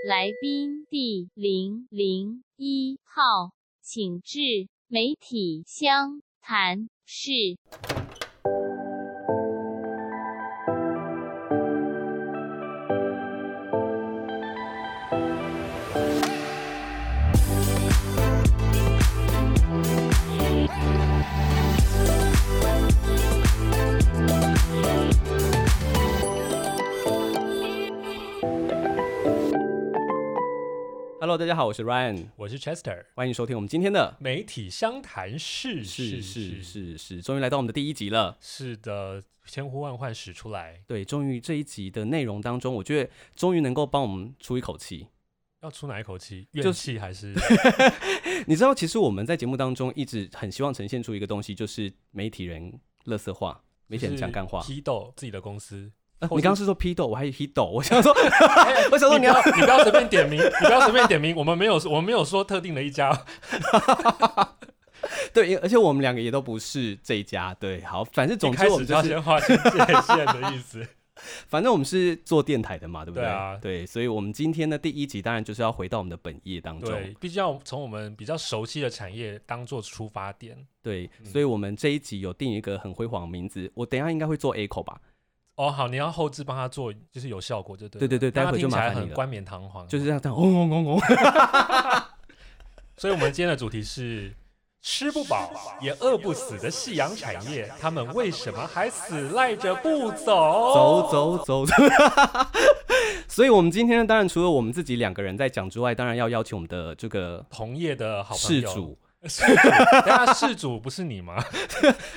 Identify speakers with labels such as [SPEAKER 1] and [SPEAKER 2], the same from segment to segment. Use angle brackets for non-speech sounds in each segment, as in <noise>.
[SPEAKER 1] 来宾第零零一号，请至媒体相谈室。
[SPEAKER 2] Hello，大家好，我是 Ryan，
[SPEAKER 3] 我是 Chester，
[SPEAKER 2] 欢迎收听我们今天的
[SPEAKER 3] 媒体相谈室
[SPEAKER 2] 是是
[SPEAKER 3] 是
[SPEAKER 2] 是是，终于来到我们的第一集了。
[SPEAKER 3] 是的，千呼万唤始出来，
[SPEAKER 2] 对，终于这一集的内容当中，我觉得终于能够帮我们出一口气。 <laughs>
[SPEAKER 3] 要出哪一口气？
[SPEAKER 2] 就
[SPEAKER 3] 怨气还
[SPEAKER 2] <laughs>
[SPEAKER 3] 是？
[SPEAKER 2] 你知道，其实我们在节目当中一直很希望呈现出一个东西，就是媒体人乐色化，媒体人讲干话。
[SPEAKER 3] 批斗自己的公司。
[SPEAKER 2] 呃
[SPEAKER 3] 或
[SPEAKER 2] 你
[SPEAKER 3] 是
[SPEAKER 2] 刚刚是说批斗，我还以为批斗，我想说， <laughs> 我想说
[SPEAKER 3] 你
[SPEAKER 2] 你要 <laughs>
[SPEAKER 3] 不要，你不要随便点名， <laughs> 你不要随便点名。我们没有，我们没有说特定的一家。
[SPEAKER 2] 对，因为而且我们两个也都不是这一家，对，好，反正 <laughs> 总
[SPEAKER 3] 一
[SPEAKER 2] 之
[SPEAKER 3] 开
[SPEAKER 2] 我
[SPEAKER 3] 始
[SPEAKER 2] 们
[SPEAKER 3] 就
[SPEAKER 2] 就
[SPEAKER 3] 要
[SPEAKER 2] 是，
[SPEAKER 3] 先划清界限的意
[SPEAKER 2] <laughs>
[SPEAKER 3] 思。
[SPEAKER 2] 反正我们是做电台的嘛，对不对？
[SPEAKER 3] 对啊
[SPEAKER 2] 对，所以我们今天的第一集当然就是要回到我们的本业当中，
[SPEAKER 3] 对，毕竟要从我们比较熟悉的产业当做出发点。
[SPEAKER 2] 对，
[SPEAKER 3] 嗯
[SPEAKER 2] 所以我们这一集有定一个很辉煌的名字，我等一下应该会做 echo 吧，
[SPEAKER 3] 哦，好，你要后置帮他做，就是有效果就对了。
[SPEAKER 2] 对对对待
[SPEAKER 3] 让
[SPEAKER 2] 会
[SPEAKER 3] 他
[SPEAKER 2] 就
[SPEAKER 3] 听起
[SPEAKER 2] 麻
[SPEAKER 3] 来
[SPEAKER 2] 烦你
[SPEAKER 3] 很
[SPEAKER 2] 了
[SPEAKER 3] 冠冕堂皇。
[SPEAKER 2] 就是这样这样嗡嗡嗡嗡。
[SPEAKER 3] 所以，我们今天的主题是吃不饱也饿不死的夕阳产业，他们为什么还死赖着不走？
[SPEAKER 2] <laughs> 走走走 <laughs> 走。所以，我们今天呢，当然除了我们自己两个人在讲之外，当然要邀请我们的这个
[SPEAKER 3] 同业的好朋
[SPEAKER 2] 事
[SPEAKER 3] 友， <laughs>
[SPEAKER 2] 主。
[SPEAKER 3] 事主，等下事主不是你吗？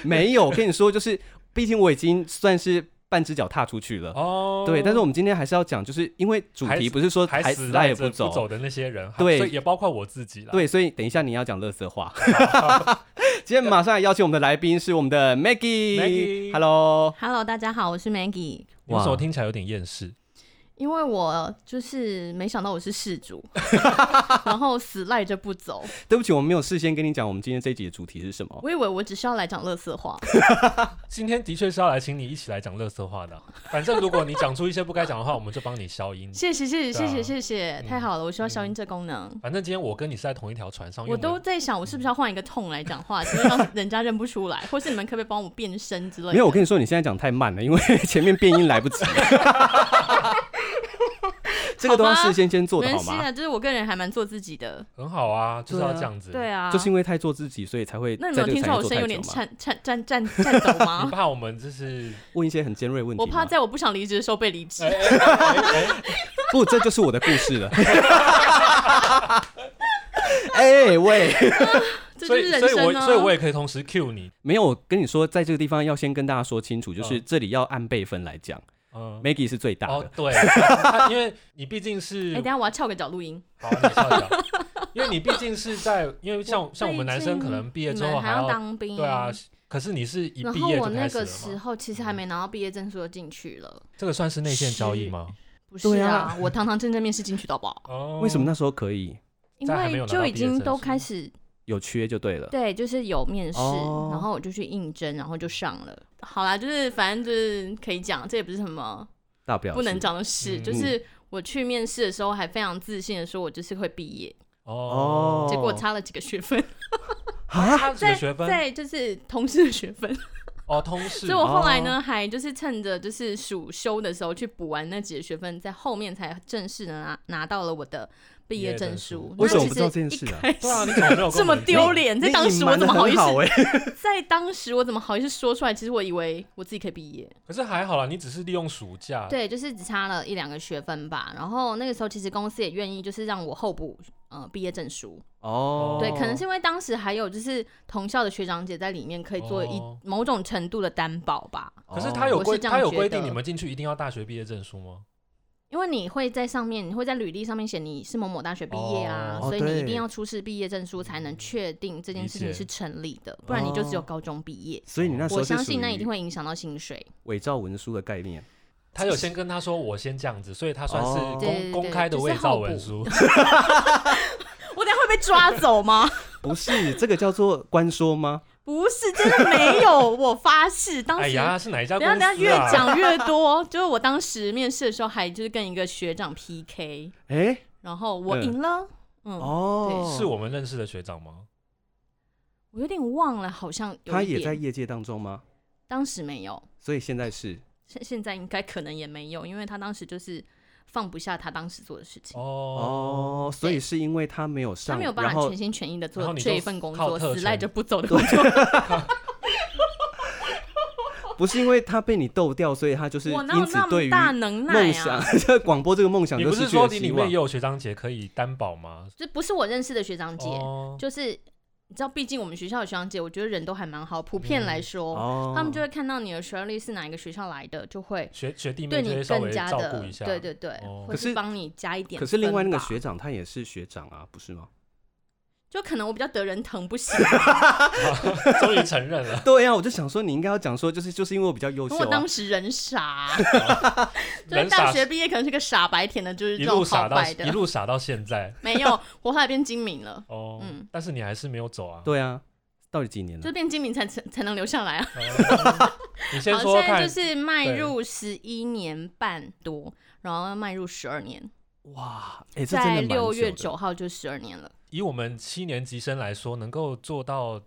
[SPEAKER 2] 没有，我跟你说，就是毕竟我已经算是半只脚踏出去了。
[SPEAKER 3] 哦，
[SPEAKER 2] 对，但是我们今天还是要讲，就是因为主
[SPEAKER 3] 还
[SPEAKER 2] 题
[SPEAKER 3] 死
[SPEAKER 2] 不是说
[SPEAKER 3] 还
[SPEAKER 2] 死
[SPEAKER 3] 死
[SPEAKER 2] 赖
[SPEAKER 3] 赖
[SPEAKER 2] 也
[SPEAKER 3] 着
[SPEAKER 2] 走，
[SPEAKER 3] 走的那些人，
[SPEAKER 2] 对
[SPEAKER 3] 所以也包括我自己了。，
[SPEAKER 2] 对，所以等一下你要讲乐色话。 <laughs> 今天马上来邀请我们的来宾是我们的 Maggie。
[SPEAKER 3] Maggie
[SPEAKER 2] Hello，
[SPEAKER 4] Hello，大家好，我是 Maggie。
[SPEAKER 3] 你为什
[SPEAKER 2] 哇
[SPEAKER 3] 么听起来有点厌世？
[SPEAKER 4] 因为我就是没想到我是事 <laughs> 主，然后死赖着不走，
[SPEAKER 2] 对不起，我们没有事先跟你讲我们今天这一集的主题是什么。
[SPEAKER 4] 我以为我只是要来讲乐色话。
[SPEAKER 3] 今天的确是要来请你一起来讲乐色话的。反正如果你讲出一些不该讲的话，我们就帮你消音。
[SPEAKER 4] 谢谢，谢谢，
[SPEAKER 3] 对
[SPEAKER 4] 谢
[SPEAKER 3] 啊
[SPEAKER 4] 谢，谢谢，太好了，我需要消音这功能。
[SPEAKER 3] 反正今天我跟你是在同一条船上，因为
[SPEAKER 4] 我都
[SPEAKER 3] 们
[SPEAKER 4] 在想，我是不是要换一个痛来讲 <laughs> 话，只是让人家认不出来，或是你们可不可以帮我变身之类的？
[SPEAKER 2] 没有，我跟你说，你现在讲太慢了，因为 <laughs> 前面变音来不及。
[SPEAKER 4] <laughs>
[SPEAKER 2] 这个都要事先先做的
[SPEAKER 4] 没
[SPEAKER 2] 好
[SPEAKER 4] 关系
[SPEAKER 2] 吗？
[SPEAKER 4] 啊，就是我个人还蛮做自己的。
[SPEAKER 3] 很好啊，就是要
[SPEAKER 2] 对啊
[SPEAKER 3] 这样子。
[SPEAKER 4] 对啊，
[SPEAKER 2] 就是因为太做自己，所以才会
[SPEAKER 4] 那
[SPEAKER 2] 在这
[SPEAKER 4] 你们
[SPEAKER 2] 个
[SPEAKER 4] 有听出
[SPEAKER 2] 产
[SPEAKER 4] 来
[SPEAKER 2] 业
[SPEAKER 4] 我
[SPEAKER 2] 做
[SPEAKER 4] 声
[SPEAKER 2] 太久
[SPEAKER 4] 音有点
[SPEAKER 2] 嘛。
[SPEAKER 4] 颤颤颤颤颤抖 <laughs>
[SPEAKER 3] 你
[SPEAKER 4] 吗？
[SPEAKER 3] 怕我们就是
[SPEAKER 2] 问一些很尖锐问题
[SPEAKER 4] 我
[SPEAKER 2] 吗，
[SPEAKER 4] 怕在我不想离职的时候被离职
[SPEAKER 3] 哎。哎哎哎
[SPEAKER 2] 不，这就是我的故事了。 <laughs> 哎喂，
[SPEAKER 4] 这就
[SPEAKER 3] 所
[SPEAKER 4] 是
[SPEAKER 3] 以，
[SPEAKER 4] 人
[SPEAKER 3] 所以我
[SPEAKER 4] 生啊！
[SPEAKER 3] 所以我也可以同时 cue 你，
[SPEAKER 2] 没有，我跟你说，在这个地方要先跟大家说清楚，就是
[SPEAKER 3] 嗯
[SPEAKER 2] 这里要按辈分来讲
[SPEAKER 3] 嗯，
[SPEAKER 2] ，Maggie 是最大
[SPEAKER 3] 哦
[SPEAKER 2] 的，， <laughs>
[SPEAKER 3] 对，他因为你毕竟是
[SPEAKER 4] 哎、，等一下我要翘个脚录音。
[SPEAKER 3] 好，你笑一笑，因为你毕竟是在，因为像像我们男生可能毕业之
[SPEAKER 4] 你
[SPEAKER 3] 后
[SPEAKER 4] 们
[SPEAKER 3] 还
[SPEAKER 4] 还
[SPEAKER 3] 要，
[SPEAKER 4] 当兵，
[SPEAKER 3] 对啊，可是你是一
[SPEAKER 4] 然
[SPEAKER 3] 毕
[SPEAKER 4] 后
[SPEAKER 3] 业
[SPEAKER 4] 我
[SPEAKER 3] 就
[SPEAKER 4] 那
[SPEAKER 3] 开始
[SPEAKER 4] 个
[SPEAKER 3] 了
[SPEAKER 4] 时
[SPEAKER 3] 嘛，嗯
[SPEAKER 4] 候其实还没拿到毕业证书就进去了，
[SPEAKER 3] 这个算是内线交易吗？
[SPEAKER 4] 不是
[SPEAKER 2] 对
[SPEAKER 4] 啊，
[SPEAKER 2] 啊
[SPEAKER 4] 我堂堂正正面试进去的好不好？
[SPEAKER 3] 哦
[SPEAKER 2] 为什么？那时候可以
[SPEAKER 3] <laughs>
[SPEAKER 4] 因
[SPEAKER 3] 在还没有
[SPEAKER 4] 为
[SPEAKER 3] 拿到
[SPEAKER 4] 就
[SPEAKER 3] 毕
[SPEAKER 4] 已
[SPEAKER 3] 业
[SPEAKER 4] 经
[SPEAKER 3] 证
[SPEAKER 4] 都
[SPEAKER 3] 书嗯
[SPEAKER 4] 开始
[SPEAKER 2] 有缺就对了。
[SPEAKER 4] 对，就是有面试，
[SPEAKER 2] 哦
[SPEAKER 4] 然后我就去应征，然后就上了。好啦，就是反正就是可以讲，这也不是什么
[SPEAKER 2] 大不了
[SPEAKER 4] 不能
[SPEAKER 2] 是
[SPEAKER 4] 讲的事，
[SPEAKER 3] 嗯
[SPEAKER 4] 就是我去面试的时候还非常自信的说，我就是会毕业，
[SPEAKER 3] 哦，
[SPEAKER 4] 结果差了几个学分，
[SPEAKER 2] 啊
[SPEAKER 3] 差几个学分
[SPEAKER 4] <laughs> 在就是同事的学分，
[SPEAKER 3] 哦，通识
[SPEAKER 4] 所以我后来
[SPEAKER 2] 哦
[SPEAKER 4] 呢，还就是趁着就是暑休的时候去补完那几个学分，在后面才正式的拿拿到了我的毕业证书。
[SPEAKER 2] 为什么
[SPEAKER 4] 那其
[SPEAKER 2] 不
[SPEAKER 4] 实
[SPEAKER 2] 知道这件事啊
[SPEAKER 4] 一开始
[SPEAKER 3] 对啊，你怎么没有跟我
[SPEAKER 4] 这么
[SPEAKER 3] 们
[SPEAKER 4] 丢
[SPEAKER 3] 讲？
[SPEAKER 4] 脸，在
[SPEAKER 2] 你
[SPEAKER 4] 当
[SPEAKER 2] 隐
[SPEAKER 4] 时我
[SPEAKER 2] 瞒
[SPEAKER 4] 怎
[SPEAKER 2] 得
[SPEAKER 4] 么好
[SPEAKER 2] 很
[SPEAKER 4] 意
[SPEAKER 2] 好
[SPEAKER 4] 思？
[SPEAKER 2] 哎、 <laughs>
[SPEAKER 4] 在当时我怎么好意思说出来？其实我以为我自己可以毕业，
[SPEAKER 3] 可是还好啦，你只是利用暑
[SPEAKER 2] 啊
[SPEAKER 3] 假，
[SPEAKER 4] 对，就是只差了一两个学分吧。然后那个时候其实公司也愿意就是让我候补呃毕业证书，
[SPEAKER 2] 哦，
[SPEAKER 4] 对，可能是因为当时还有就是同校的学长姐在里面可以做一
[SPEAKER 3] 哦
[SPEAKER 4] 某种程度的担保吧。
[SPEAKER 2] 哦。
[SPEAKER 3] 可是他有
[SPEAKER 4] 我是
[SPEAKER 3] 规，
[SPEAKER 4] 这样
[SPEAKER 3] 他有
[SPEAKER 4] 觉
[SPEAKER 3] 规
[SPEAKER 4] 得
[SPEAKER 3] 定你们进去一定要大学毕业证书吗？
[SPEAKER 4] 因为你会在上面，你会在履历上面写你是某某大学毕业啊，
[SPEAKER 2] 哦
[SPEAKER 4] 所以
[SPEAKER 2] 对
[SPEAKER 4] 你一定要出示毕业证书才能确定这件事情
[SPEAKER 3] 理解
[SPEAKER 4] 是成立的，不然你就只有高中毕业。
[SPEAKER 2] 所以你那时候
[SPEAKER 4] 我
[SPEAKER 2] 是
[SPEAKER 4] 相信
[SPEAKER 2] 属
[SPEAKER 4] 那
[SPEAKER 2] 于
[SPEAKER 4] 一定会影响到薪水。
[SPEAKER 2] 伪造文书的概念。
[SPEAKER 3] 他有先跟他说我先这样子，所以他算是
[SPEAKER 2] 哦
[SPEAKER 3] 公、
[SPEAKER 2] 对
[SPEAKER 4] 对对
[SPEAKER 3] 公开的
[SPEAKER 4] 就是
[SPEAKER 3] 伪造
[SPEAKER 4] 候补
[SPEAKER 3] 文
[SPEAKER 4] <laughs>
[SPEAKER 3] 书。
[SPEAKER 4] 我等下会被抓走吗？
[SPEAKER 2] 不是，这个叫做官说吗？
[SPEAKER 4] 不是，真的没有，我发誓。当时，
[SPEAKER 3] 哎呀，是哪一家
[SPEAKER 4] 等
[SPEAKER 3] 公司、
[SPEAKER 4] 下
[SPEAKER 3] 啊？
[SPEAKER 4] 等下越讲越多，就是我当时面试的时候还就是跟一个学长 PK，
[SPEAKER 2] 哎、
[SPEAKER 4] 然后我
[SPEAKER 2] 嗯
[SPEAKER 4] 赢了，嗯，
[SPEAKER 2] 哦，
[SPEAKER 3] 是我们认识的学长吗？
[SPEAKER 4] 我有点忘了，好像有
[SPEAKER 2] 他
[SPEAKER 4] 一
[SPEAKER 2] 也在
[SPEAKER 4] 点，
[SPEAKER 2] 业界当中吗？
[SPEAKER 4] 当时没有，
[SPEAKER 2] 所以现在是
[SPEAKER 4] 现现在应该可能也没有，因为他当时就是放不下他当时做的事情，
[SPEAKER 3] 哦，
[SPEAKER 2] 哦，所以
[SPEAKER 4] 对
[SPEAKER 2] 是因为他没有
[SPEAKER 4] 他
[SPEAKER 2] 上，
[SPEAKER 4] 没有办
[SPEAKER 2] 然
[SPEAKER 4] 法
[SPEAKER 2] 后
[SPEAKER 4] 全心全意的
[SPEAKER 3] 然后
[SPEAKER 4] 做
[SPEAKER 3] 你
[SPEAKER 4] 这
[SPEAKER 3] 就
[SPEAKER 4] 一份工
[SPEAKER 3] 靠
[SPEAKER 4] 作，
[SPEAKER 3] 特
[SPEAKER 4] 死赖
[SPEAKER 3] 权
[SPEAKER 4] 着不走的工作。
[SPEAKER 2] 不是因为他被你逗掉，所以他就是
[SPEAKER 4] 我哪有
[SPEAKER 2] 因此
[SPEAKER 4] 那
[SPEAKER 2] 对
[SPEAKER 4] 么
[SPEAKER 2] 于
[SPEAKER 4] 大能耐
[SPEAKER 2] 梦
[SPEAKER 4] 啊
[SPEAKER 2] 想？， <laughs> 这广播这个梦想
[SPEAKER 3] 你
[SPEAKER 2] 就
[SPEAKER 3] 不是
[SPEAKER 2] 去了
[SPEAKER 3] 说你
[SPEAKER 2] 希
[SPEAKER 3] 里面
[SPEAKER 2] 望
[SPEAKER 3] 也。有学长姐可以担保吗？
[SPEAKER 4] 这不是我认识的学长姐，
[SPEAKER 3] 哦，
[SPEAKER 4] 就是你知道，毕竟我们学校的学长姐，我觉得人都还蛮好，普遍来说，
[SPEAKER 2] 哦
[SPEAKER 4] 他们就会看到你的学历是哪一个学校来的，就会
[SPEAKER 3] 学学弟妹
[SPEAKER 4] 对
[SPEAKER 3] 就
[SPEAKER 4] 你
[SPEAKER 3] 会稍
[SPEAKER 4] 更
[SPEAKER 3] 微
[SPEAKER 4] 加
[SPEAKER 3] 照
[SPEAKER 4] 的
[SPEAKER 3] 顾一，下，
[SPEAKER 4] 对对对，
[SPEAKER 3] 哦
[SPEAKER 4] 或
[SPEAKER 2] 可是
[SPEAKER 4] 是帮你加一点。
[SPEAKER 2] 可是另外那个学，长他也是学长啊，不是吗？ <laughs>
[SPEAKER 4] 就可能我比较得人疼，不行，
[SPEAKER 3] <laughs>
[SPEAKER 4] 啊
[SPEAKER 3] 终于承认了。
[SPEAKER 2] 对呀、啊我就想说你应该要讲说，就是就是因为我比较优秀
[SPEAKER 4] 因为我
[SPEAKER 2] 啊
[SPEAKER 4] 当。时人傻， <laughs> 就是
[SPEAKER 3] 人
[SPEAKER 4] 大
[SPEAKER 3] 傻
[SPEAKER 4] 学毕业可能是个傻白甜的，就是
[SPEAKER 3] 一
[SPEAKER 4] 这
[SPEAKER 3] 路
[SPEAKER 4] 种
[SPEAKER 3] 傻
[SPEAKER 4] 好
[SPEAKER 3] 到
[SPEAKER 4] 白
[SPEAKER 3] 一
[SPEAKER 4] 的，
[SPEAKER 3] 路傻到现在
[SPEAKER 4] 没有，我后来变精明了，
[SPEAKER 3] 哦，
[SPEAKER 4] 嗯
[SPEAKER 3] 但是你还是没有走啊。
[SPEAKER 2] 对啊，到底几年
[SPEAKER 4] 就
[SPEAKER 2] 了？
[SPEAKER 4] 是变精明才才才能留下来啊。
[SPEAKER 3] 哦你先
[SPEAKER 4] 好，
[SPEAKER 3] 说说
[SPEAKER 4] 现在
[SPEAKER 3] 看
[SPEAKER 4] 就，是迈入十一年半多，然后迈入十二年，
[SPEAKER 2] 哇，哎、这
[SPEAKER 4] 在
[SPEAKER 2] 真的蛮
[SPEAKER 4] 六月
[SPEAKER 2] 久
[SPEAKER 4] 九号就十二年了。
[SPEAKER 3] 以我们七年级生来说，能够做到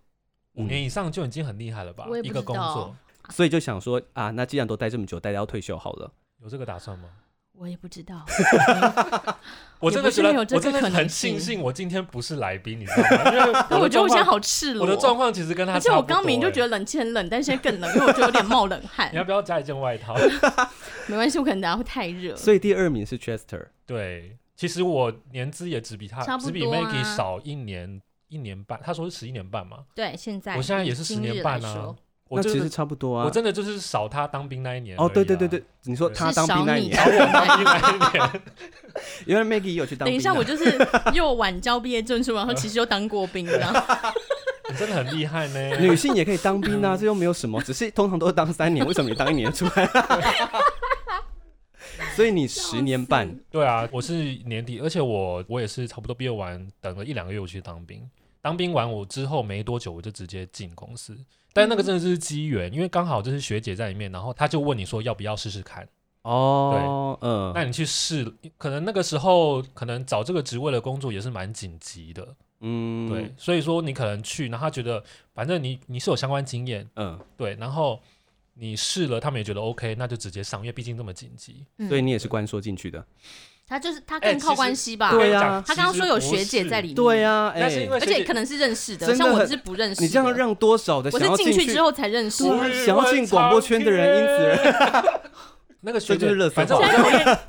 [SPEAKER 3] 五年以上就已经很厉害了吧
[SPEAKER 4] 我？也不
[SPEAKER 3] 一个
[SPEAKER 4] 知
[SPEAKER 3] 工
[SPEAKER 4] 道
[SPEAKER 3] 作
[SPEAKER 2] 的，所以就想说啊，那既然都待这么久，大家要退休好了。
[SPEAKER 3] 有这个打算吗？
[SPEAKER 4] 我也不
[SPEAKER 3] <laughs>
[SPEAKER 4] 知道，
[SPEAKER 3] 我真的觉得
[SPEAKER 4] 也不是没有，这
[SPEAKER 3] 我
[SPEAKER 4] 个
[SPEAKER 3] 真的
[SPEAKER 4] 可能
[SPEAKER 3] 很
[SPEAKER 4] 性
[SPEAKER 3] 庆幸我今天不是来宾，你知道吗？因为
[SPEAKER 4] 但我
[SPEAKER 3] 的
[SPEAKER 4] 觉得我
[SPEAKER 3] 状
[SPEAKER 4] 现在
[SPEAKER 3] 况，
[SPEAKER 4] 好赤裸。哦
[SPEAKER 3] 我的状况其实跟他
[SPEAKER 4] 而且
[SPEAKER 3] 差
[SPEAKER 4] 我
[SPEAKER 3] 不多
[SPEAKER 4] 刚明就
[SPEAKER 3] 欸
[SPEAKER 4] 觉得冷气很冷，但现在更冷，因为我就有点冒冷汗
[SPEAKER 3] <laughs> 你。要不要加一件外
[SPEAKER 4] <laughs>
[SPEAKER 3] 套？
[SPEAKER 4] 没关系，我可能等下会太热。
[SPEAKER 2] 所以第二名是 Chester，
[SPEAKER 3] 对，其实我年资也只比他，
[SPEAKER 4] 差不
[SPEAKER 3] 只比
[SPEAKER 4] 多啊
[SPEAKER 3] Maggie 少一年一年半。他说是十一年半嘛，
[SPEAKER 4] 对，现在
[SPEAKER 3] 我现在也是十
[SPEAKER 4] 今
[SPEAKER 3] 年
[SPEAKER 4] 日
[SPEAKER 3] 半
[SPEAKER 4] 来
[SPEAKER 3] 啊
[SPEAKER 4] 说。
[SPEAKER 3] 我
[SPEAKER 2] 那
[SPEAKER 3] 真
[SPEAKER 2] 其
[SPEAKER 3] 的
[SPEAKER 2] 实差不多啊。
[SPEAKER 3] 我真的就是少他当兵那一年而已啊、
[SPEAKER 2] 哦，对对对
[SPEAKER 3] <laughs>
[SPEAKER 2] 对，你说
[SPEAKER 3] 对
[SPEAKER 2] 他
[SPEAKER 4] 是
[SPEAKER 2] 当
[SPEAKER 4] 少
[SPEAKER 2] 兵那一
[SPEAKER 4] 你
[SPEAKER 2] 年， <laughs>
[SPEAKER 3] 少我当兵那一年， <laughs>
[SPEAKER 2] 原来 Maggie 也有去当兵啊。
[SPEAKER 4] 等一下，我就是
[SPEAKER 2] <laughs>
[SPEAKER 4] 又晚交毕业证书，然后其实又当过兵的，
[SPEAKER 3] 你真的很厉害呢。 <laughs>
[SPEAKER 2] 女性也可以当兵啊，这又没有什么，只是通常都是当三年，为什么你当一年出来？ <laughs> 所以你十年半，
[SPEAKER 3] 对啊，我是年底，而且我我也是差不多毕业完，等了一两个月我去当兵。当兵完我之后没多久，我就直接进公司。但那个真的是机缘，因为刚好就是学姐在里面，然后她就问你说要不要试试看。
[SPEAKER 2] 哦，嗯
[SPEAKER 3] 那你去试，可能那个时候可能找这个职位的工作也是蛮紧急的，
[SPEAKER 2] 嗯，
[SPEAKER 3] 对，，所以说你可能去，然后他觉得反正你你是有相关经验，
[SPEAKER 2] 嗯，
[SPEAKER 3] 对，然后你试了，他们也觉得 OK，那就直接上，因为毕竟这么紧急。
[SPEAKER 4] 嗯
[SPEAKER 2] 所以你也是关说进去的，
[SPEAKER 3] 嗯
[SPEAKER 4] 他就是他
[SPEAKER 3] 哎
[SPEAKER 4] 更
[SPEAKER 3] 其
[SPEAKER 4] 靠
[SPEAKER 3] 实
[SPEAKER 4] 关系吧？
[SPEAKER 2] 对
[SPEAKER 3] 我跟你
[SPEAKER 2] 啊
[SPEAKER 3] 讲
[SPEAKER 4] 他刚刚说有学姐在里，面，
[SPEAKER 2] 对呀，哎
[SPEAKER 3] 但是因为
[SPEAKER 4] 而
[SPEAKER 3] 学
[SPEAKER 4] 且
[SPEAKER 3] 姐
[SPEAKER 4] 可能是认识的，
[SPEAKER 2] 真的
[SPEAKER 4] 像我
[SPEAKER 2] 很
[SPEAKER 4] 是不认识
[SPEAKER 2] 你
[SPEAKER 4] 的。
[SPEAKER 2] 这样让多少的
[SPEAKER 4] 我
[SPEAKER 2] 想
[SPEAKER 4] 是
[SPEAKER 2] 要
[SPEAKER 4] 进
[SPEAKER 2] 去
[SPEAKER 4] 去之后才认识
[SPEAKER 2] 对啊
[SPEAKER 4] 的。
[SPEAKER 2] 想要进广播圈的人因此
[SPEAKER 3] <laughs> 那个学
[SPEAKER 2] 这
[SPEAKER 3] 姐
[SPEAKER 2] 就是垃圾话
[SPEAKER 3] 反正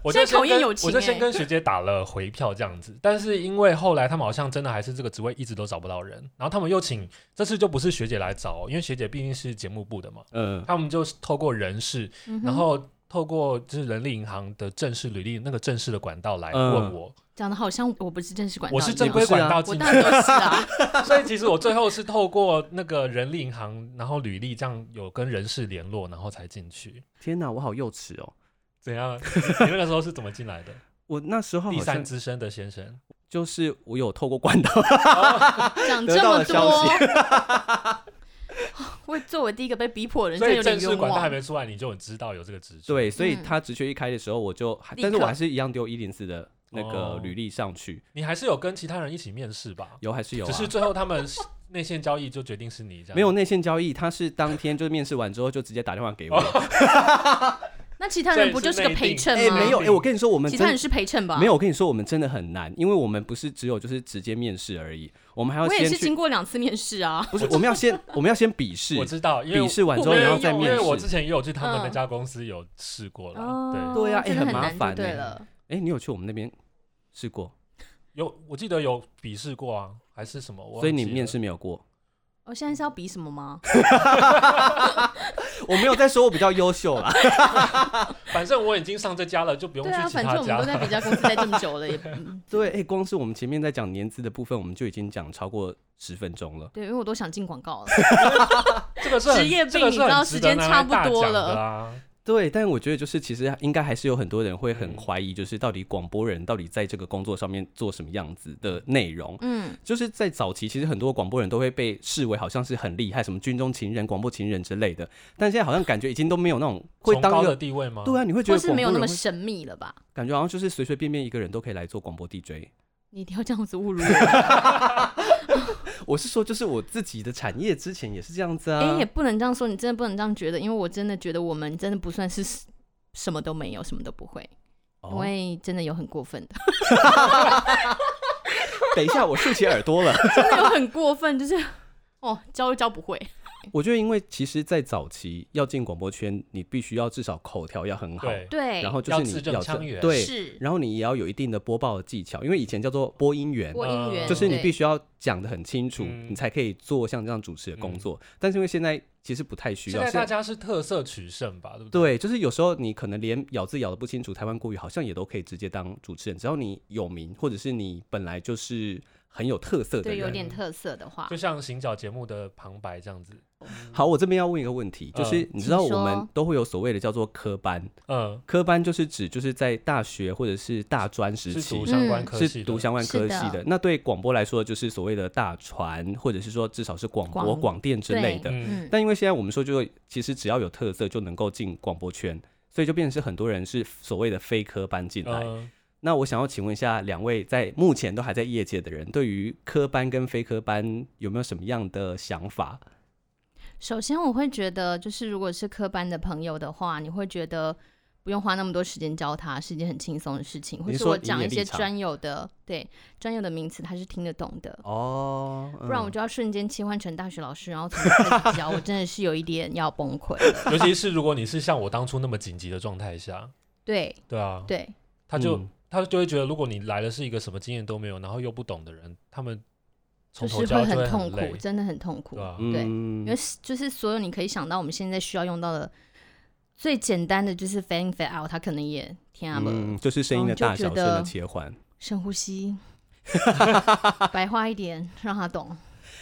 [SPEAKER 3] 我
[SPEAKER 4] 现在
[SPEAKER 3] 就
[SPEAKER 4] 讨
[SPEAKER 2] 啊
[SPEAKER 3] <laughs> 我就
[SPEAKER 4] 厌，现在考
[SPEAKER 3] 先跟
[SPEAKER 4] 验友情
[SPEAKER 3] 我就先
[SPEAKER 4] 哎。
[SPEAKER 3] 跟学姐打了回票这样子，但是因为后来他们好像真的还是这个职位一直都找不到人，然后他们又请这次就不是学姐来找，因为学姐毕竟是节目部的嘛，
[SPEAKER 2] 嗯，
[SPEAKER 3] 他们就是透过人事
[SPEAKER 4] 嗯哼
[SPEAKER 3] 然后透过就是人力银行的正式履历那个正式的管道来
[SPEAKER 2] 嗯
[SPEAKER 3] 问我，
[SPEAKER 4] 讲的好像我不是正式管道
[SPEAKER 3] 我
[SPEAKER 4] 一样，
[SPEAKER 3] 是正规
[SPEAKER 2] 啊
[SPEAKER 3] 管道
[SPEAKER 4] 我
[SPEAKER 3] 进去
[SPEAKER 4] 当，然都
[SPEAKER 2] <laughs>
[SPEAKER 4] 是啊。
[SPEAKER 3] 所以其实我最后是透过那个人力银行，然后履历这样有跟人事联络，然后才进去。
[SPEAKER 2] 天哪，我好幼稚哦，
[SPEAKER 3] 怎样？你那个时候是怎么进来
[SPEAKER 4] <laughs>
[SPEAKER 3] 的？
[SPEAKER 2] 我那
[SPEAKER 4] 哦
[SPEAKER 2] 时候
[SPEAKER 3] 第
[SPEAKER 2] 好
[SPEAKER 3] 三
[SPEAKER 2] 像
[SPEAKER 3] 资深的先生，
[SPEAKER 2] 就是我有透过管
[SPEAKER 3] <laughs>
[SPEAKER 2] 道，
[SPEAKER 4] 讲
[SPEAKER 2] 得
[SPEAKER 4] 这
[SPEAKER 2] 到
[SPEAKER 4] 么
[SPEAKER 2] 了消息 <laughs>
[SPEAKER 4] 多，我作为第一个被逼迫的人，
[SPEAKER 3] 所
[SPEAKER 4] 真的
[SPEAKER 3] 以
[SPEAKER 4] 有
[SPEAKER 3] 正
[SPEAKER 4] 点
[SPEAKER 3] 式
[SPEAKER 4] 冤
[SPEAKER 3] 管道还
[SPEAKER 4] 枉。
[SPEAKER 3] 没出来，你就很知道有这个职缺。，
[SPEAKER 2] 对，所以
[SPEAKER 4] 嗯
[SPEAKER 2] 他职缺一开的时候，我就还，
[SPEAKER 4] 立
[SPEAKER 2] 但是我
[SPEAKER 4] 刻
[SPEAKER 2] 还是一样丢一零四的那个
[SPEAKER 3] 哦
[SPEAKER 2] 履历上去，
[SPEAKER 3] 你还是有跟其他人一起面试吧？
[SPEAKER 2] 有还是有啊，
[SPEAKER 3] 只是最后他们内线交易就决定是你这样。
[SPEAKER 2] 没有内线交易，他是当天就是面试完之后就直接打电话给我。
[SPEAKER 4] 那其他人不就是个陪衬
[SPEAKER 2] 哎、
[SPEAKER 4] 吗？
[SPEAKER 2] 没有，哎、我跟你说，我们
[SPEAKER 4] 其他
[SPEAKER 2] 真
[SPEAKER 4] 人是陪衬吧？
[SPEAKER 2] 没有，，我跟你说，我们真的很难，因为我们不是只有就是直接面试而已，我们还要
[SPEAKER 4] 我也
[SPEAKER 2] 先
[SPEAKER 4] 是经
[SPEAKER 2] 去，
[SPEAKER 4] 过两次面试啊。
[SPEAKER 2] 不是我们要先我们要先笔试
[SPEAKER 3] <laughs> 我，知道，因为
[SPEAKER 2] 笔试完之后
[SPEAKER 4] 我
[SPEAKER 2] 你
[SPEAKER 4] 没有
[SPEAKER 2] 要再
[SPEAKER 3] 因
[SPEAKER 2] 面
[SPEAKER 3] 为我
[SPEAKER 2] 试
[SPEAKER 3] 之。前也有去他们
[SPEAKER 4] 嗯
[SPEAKER 3] 那家公司有试过了，对。
[SPEAKER 4] 哦，
[SPEAKER 2] 对啊哎
[SPEAKER 4] 真的
[SPEAKER 2] 很麻
[SPEAKER 4] 难就
[SPEAKER 2] 烦
[SPEAKER 4] 对
[SPEAKER 2] 哎
[SPEAKER 4] 了，
[SPEAKER 2] 哎、你有去我们那边试过，
[SPEAKER 3] 有，我记得有笔试过啊，还是什么？我忘
[SPEAKER 2] 所以你
[SPEAKER 3] 记了
[SPEAKER 2] 面试没有过。 <laughs>
[SPEAKER 4] 我哦现在是要比什么吗？
[SPEAKER 2] 嗯我没有在说我比较优秀啦， <laughs>
[SPEAKER 3] 反正我已经上这家了，就不用
[SPEAKER 4] 对
[SPEAKER 3] 去
[SPEAKER 4] 啊，
[SPEAKER 3] 其
[SPEAKER 4] 反正
[SPEAKER 3] 他
[SPEAKER 4] 我
[SPEAKER 3] 家
[SPEAKER 4] 们都在
[SPEAKER 3] 了。
[SPEAKER 4] 别家公司待这么久了，也嗯
[SPEAKER 2] 对，哎、光是我们前面在讲年资的部分，我们就已经讲超过十分钟了。
[SPEAKER 4] 对，因为我
[SPEAKER 2] <laughs>
[SPEAKER 4] 都想进广告了。
[SPEAKER 3] 这个是很
[SPEAKER 4] 职业病
[SPEAKER 3] 这个是很
[SPEAKER 4] 你知道
[SPEAKER 3] 值得
[SPEAKER 4] 时间
[SPEAKER 3] 拿来
[SPEAKER 4] 差不多
[SPEAKER 3] 大奖的
[SPEAKER 4] 了
[SPEAKER 3] 啊。
[SPEAKER 2] 对，但我觉得就是其实应该还是有很多人会
[SPEAKER 3] 嗯
[SPEAKER 2] 很怀疑，就是到底广播人到底在这个工作上面做什么样子的内容。
[SPEAKER 4] 嗯，
[SPEAKER 2] 就是在早期，其实很多广播人都会被视为好像是很厉害，什么军中情人、广播情人之类的。但现在好像感觉已经都没有那种会
[SPEAKER 3] 崇
[SPEAKER 2] 当
[SPEAKER 3] 高
[SPEAKER 2] 一
[SPEAKER 3] 的
[SPEAKER 2] 个
[SPEAKER 3] 地位吗？
[SPEAKER 2] 对啊，你会觉
[SPEAKER 4] 或
[SPEAKER 2] 得
[SPEAKER 4] 是没有那
[SPEAKER 2] 广播
[SPEAKER 4] 么
[SPEAKER 2] 人会
[SPEAKER 4] 神秘了吧？
[SPEAKER 2] 感觉好像就是随随便便一个人都可以来做广播 DJ。
[SPEAKER 4] 你一定要这样
[SPEAKER 2] <laughs>
[SPEAKER 4] 子侮辱我，
[SPEAKER 2] 我是说，就是我自己的产业之前也是这样子啊。
[SPEAKER 4] 哎，也不能这样说，你真的不能这样觉得，因为我真的觉得我们真的不算是什么都没有，什么都不会，因
[SPEAKER 2] 哦，
[SPEAKER 4] 为真的有很过分的， <laughs>
[SPEAKER 2] 等一下，我竖起耳朵
[SPEAKER 4] <laughs>
[SPEAKER 2] 了。
[SPEAKER 4] 真的有很过分，就是哦，教都教不
[SPEAKER 2] <laughs>
[SPEAKER 4] 会，
[SPEAKER 2] 我觉得，因为其实，在早期要进广播圈，你必须要至少口条要很好，
[SPEAKER 3] 对，
[SPEAKER 4] 对
[SPEAKER 2] 然后就
[SPEAKER 3] 要
[SPEAKER 2] 是你
[SPEAKER 3] 字正
[SPEAKER 2] 要
[SPEAKER 3] 腔
[SPEAKER 2] 正
[SPEAKER 3] 圆
[SPEAKER 2] 对，
[SPEAKER 4] 是
[SPEAKER 2] 然后你也要有一定的播报的技巧，因为以前叫做播音员，
[SPEAKER 4] 播音
[SPEAKER 2] 嗯
[SPEAKER 4] 员，
[SPEAKER 2] 就是你
[SPEAKER 4] 对
[SPEAKER 2] 必须要讲的很清楚，
[SPEAKER 3] 嗯
[SPEAKER 2] 你才可以做像这样主持的工作。但是因为现在其实不太需
[SPEAKER 3] 现
[SPEAKER 2] 要，
[SPEAKER 3] 在
[SPEAKER 2] 现
[SPEAKER 3] 大
[SPEAKER 2] 在
[SPEAKER 3] 家是特色取胜吧，对不对？
[SPEAKER 2] 对，啊就是有时候你可能连咬字咬的不清楚，台湾国语好像也都可以直接当主持人，只要你有名，或者是你本来就是很有特色的
[SPEAKER 4] 对有
[SPEAKER 2] 人。
[SPEAKER 4] 点特色的话
[SPEAKER 3] 就，像行脚节目的旁白这样子。
[SPEAKER 2] 好，我这边要问一个问题，就是你知道
[SPEAKER 4] 请
[SPEAKER 2] 我们
[SPEAKER 4] 说
[SPEAKER 2] 都会有所谓的叫做科班，
[SPEAKER 3] 嗯，
[SPEAKER 2] 科班就是指就是在大学或者是大专时
[SPEAKER 3] 是
[SPEAKER 2] 期
[SPEAKER 3] 读相关
[SPEAKER 4] 嗯
[SPEAKER 3] 科系
[SPEAKER 2] 是
[SPEAKER 3] 的，
[SPEAKER 2] 读相关科系
[SPEAKER 4] 是
[SPEAKER 2] 的
[SPEAKER 4] 的。
[SPEAKER 2] 那对广播来说，就是所谓的大传，或者是说至少是广播、
[SPEAKER 4] 广
[SPEAKER 2] 广电之类的。
[SPEAKER 3] 嗯，
[SPEAKER 4] 嗯，
[SPEAKER 2] 但因为现在我们说，就其实只要有特色就能够进广播圈，所以就变成是很多人是所谓的非科班进来。
[SPEAKER 3] 嗯
[SPEAKER 2] 那我想要请问一下，两位在目前都还在业界的人，对于科班跟非科班有没有什么样的想法？
[SPEAKER 4] 首先我会觉得，就是如果是科班的朋友的话，你会觉得不用花那么多时间教他，是一件很轻松的事情，或
[SPEAKER 2] 你是
[SPEAKER 4] 是
[SPEAKER 2] 说
[SPEAKER 4] 我
[SPEAKER 2] 以你
[SPEAKER 4] 讲
[SPEAKER 2] 的
[SPEAKER 4] 一
[SPEAKER 2] 立
[SPEAKER 4] 些
[SPEAKER 2] 场
[SPEAKER 4] 专有的对专有的名词，他是听得懂的。
[SPEAKER 2] 哦，
[SPEAKER 4] 不然我就要瞬间切换成大学老师，然后从头开始教，我真的是有一点要崩溃了。
[SPEAKER 3] 尤其是如果你是像我当初那么紧急的状态下，
[SPEAKER 4] 对
[SPEAKER 3] 对啊，
[SPEAKER 4] 对，
[SPEAKER 3] 他就、
[SPEAKER 2] 嗯
[SPEAKER 3] 他就会觉得，如果你来的是一个什么经验都没有，然后又不懂的人，他们
[SPEAKER 4] 就
[SPEAKER 3] 从头
[SPEAKER 4] 是
[SPEAKER 3] 教
[SPEAKER 4] 会
[SPEAKER 3] 就
[SPEAKER 4] 很
[SPEAKER 3] 会
[SPEAKER 4] 痛
[SPEAKER 3] 累
[SPEAKER 4] 苦，，真的很痛苦
[SPEAKER 3] 对。啊，
[SPEAKER 4] 对
[SPEAKER 2] 嗯
[SPEAKER 4] 因为是就是所有你可以想到我们现在需要用到的最简单的就是 fan in fan out，他可能也听不懂。
[SPEAKER 2] 嗯，就是声音的
[SPEAKER 4] 嗯就
[SPEAKER 2] 大小声
[SPEAKER 4] 觉
[SPEAKER 2] 的
[SPEAKER 4] 得
[SPEAKER 2] 切换。
[SPEAKER 4] 深呼吸，白话一点，让他懂。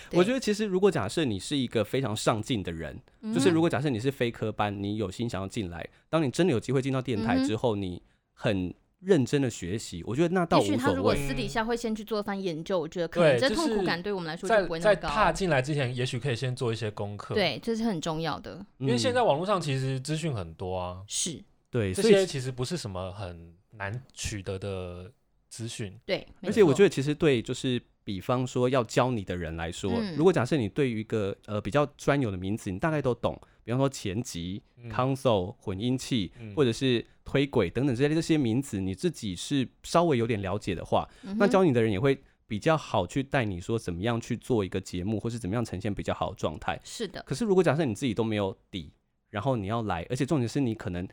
[SPEAKER 4] 对
[SPEAKER 2] 我觉得其实如果假设你是一个非常上进的人，
[SPEAKER 4] 嗯
[SPEAKER 2] 就是如果假设你是非科班，你有心想要进来，当你真的有机会进到电台
[SPEAKER 4] 嗯哼
[SPEAKER 2] 之后，你很认真的学习，我觉得那倒
[SPEAKER 4] 也许
[SPEAKER 2] 无
[SPEAKER 4] 他
[SPEAKER 2] 所
[SPEAKER 4] 如果
[SPEAKER 2] 谓。
[SPEAKER 4] 私底下会先去做一番研究，我觉得可能
[SPEAKER 3] 对
[SPEAKER 4] 这
[SPEAKER 3] 就
[SPEAKER 4] 痛苦
[SPEAKER 3] 是
[SPEAKER 4] 感对我们来说就
[SPEAKER 3] 在
[SPEAKER 4] 不会那
[SPEAKER 3] 在
[SPEAKER 4] 么
[SPEAKER 3] 踏
[SPEAKER 4] 高。
[SPEAKER 3] 进来之前，也许可以先做一些功课，，
[SPEAKER 4] 对，这是很重要的，
[SPEAKER 2] 因
[SPEAKER 3] 因为现在网络上其实资讯很多啊，
[SPEAKER 4] 是
[SPEAKER 2] 嗯对，
[SPEAKER 3] 这
[SPEAKER 2] 所以
[SPEAKER 3] 些其实不是什么很难取得的资讯，
[SPEAKER 4] 对。
[SPEAKER 2] 而且我觉得
[SPEAKER 4] 得
[SPEAKER 2] 其实对就是。比方说，要教你的人来说，
[SPEAKER 4] 嗯
[SPEAKER 2] 如果假设你对于一个呃比较专有的名词，你大概都懂，比方说前级、
[SPEAKER 3] 嗯
[SPEAKER 2] console、混音器、
[SPEAKER 3] 嗯
[SPEAKER 2] 或者是推轨等等之类的这些名词，你自己是稍微有点了解的话，那
[SPEAKER 4] 嗯哼
[SPEAKER 2] 教你的人也会比较好去带你说怎么样去做一个节目，或是怎么样呈现比较好的状态。
[SPEAKER 4] 是的，
[SPEAKER 2] 可是如果假设你自己都没有底，然后你要来，而且重点是你可能。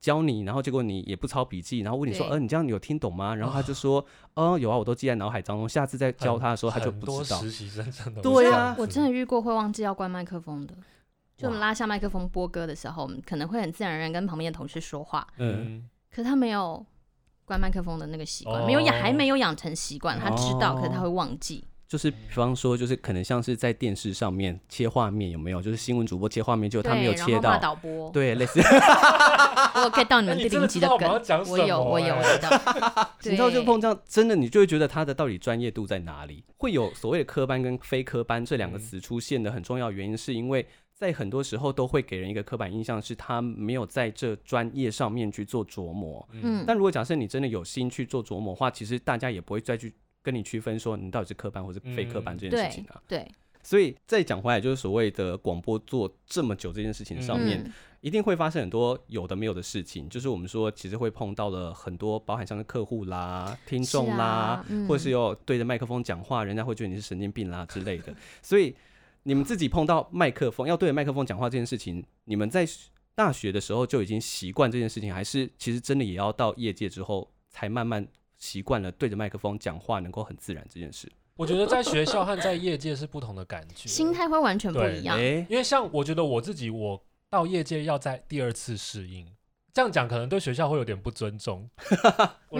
[SPEAKER 2] 教你，然后结果你也不抄笔记，然后问你说：“
[SPEAKER 4] 对
[SPEAKER 2] 呃，你这样你有听懂吗？”然后他就说：“哦，有啊，我都记在脑海当中。”下次再教他的时候，他就
[SPEAKER 3] 很
[SPEAKER 2] 不
[SPEAKER 3] 多
[SPEAKER 2] 知道
[SPEAKER 3] 实。习生真的
[SPEAKER 2] 对啊
[SPEAKER 3] 啊，
[SPEAKER 4] 我真的遇过会忘记要关麦克风的。就我们
[SPEAKER 2] 哇
[SPEAKER 4] 拉下麦克风播歌的时候，我们可能会很自然而然跟旁边的同事说话，
[SPEAKER 2] 嗯，
[SPEAKER 3] 嗯，
[SPEAKER 4] 可是他没有关麦克风的那个习惯，
[SPEAKER 3] 哦
[SPEAKER 4] 没有养还没有养成习惯，他知道，可是
[SPEAKER 2] 哦
[SPEAKER 4] 他会忘记。
[SPEAKER 2] 就是比方说，就是可能像是在电视上面切画面，有没有？就是新闻主播切画面，就
[SPEAKER 4] 对，
[SPEAKER 2] 他没有
[SPEAKER 4] 然
[SPEAKER 2] 切
[SPEAKER 4] 后骂
[SPEAKER 2] 到，
[SPEAKER 4] 导播，
[SPEAKER 2] 对，类似，
[SPEAKER 4] <laughs> 我有 get 到你们
[SPEAKER 3] 哎
[SPEAKER 4] 第
[SPEAKER 3] 你真的
[SPEAKER 4] 零
[SPEAKER 3] 知
[SPEAKER 4] 集
[SPEAKER 3] 道我
[SPEAKER 4] 梗
[SPEAKER 3] 们要讲，
[SPEAKER 4] 我
[SPEAKER 3] 什
[SPEAKER 4] 有，
[SPEAKER 3] 么
[SPEAKER 4] 我有，
[SPEAKER 3] 哎
[SPEAKER 4] 我知道。
[SPEAKER 3] <laughs>
[SPEAKER 2] 你知道就
[SPEAKER 4] 对
[SPEAKER 2] 碰这样，真的你就会觉得他的到底专业度在哪里？会有所谓的科班跟非科班这
[SPEAKER 4] 嗯
[SPEAKER 2] 两个词出现的很重要原因，是因为在很多时候都会给人一个刻板印象，是他没有在这专业上面去做琢磨。
[SPEAKER 4] 嗯，
[SPEAKER 2] 但如果假设你真的有心去做琢磨的话，其实大家也不会再去跟你区分说你到底是科班或是非科
[SPEAKER 4] 嗯
[SPEAKER 2] 班这件事情
[SPEAKER 4] 对
[SPEAKER 2] 啊。
[SPEAKER 4] 对，
[SPEAKER 2] 所以再讲回来，就是所谓的广播做这么久这件事情上面，
[SPEAKER 4] 嗯，
[SPEAKER 2] 一定会发生很多有的没有的事情，就是我们说其实会碰到了很多，包含像是客户啦、听众
[SPEAKER 4] 是
[SPEAKER 2] 啦，
[SPEAKER 4] 啊嗯
[SPEAKER 2] 或是有对着麦克风讲话，人家会觉得你是神经病啦之类的。 <laughs> 所以你们自己碰到麦克风要对着麦克风讲话这件事情，你们在大学的时候就已经习惯这件事情，还是其实真的也要到业界之后才慢慢习惯了对着麦克风讲话能够很自然这件事？
[SPEAKER 3] 我觉得在学校和在业界是不同的感觉，
[SPEAKER 4] 心态会完全不一样。
[SPEAKER 2] 诶
[SPEAKER 3] 因为像我觉得我自己，我到业界要在第二次适应，这样讲可能对学校会有点不尊重。我的意
[SPEAKER 4] 没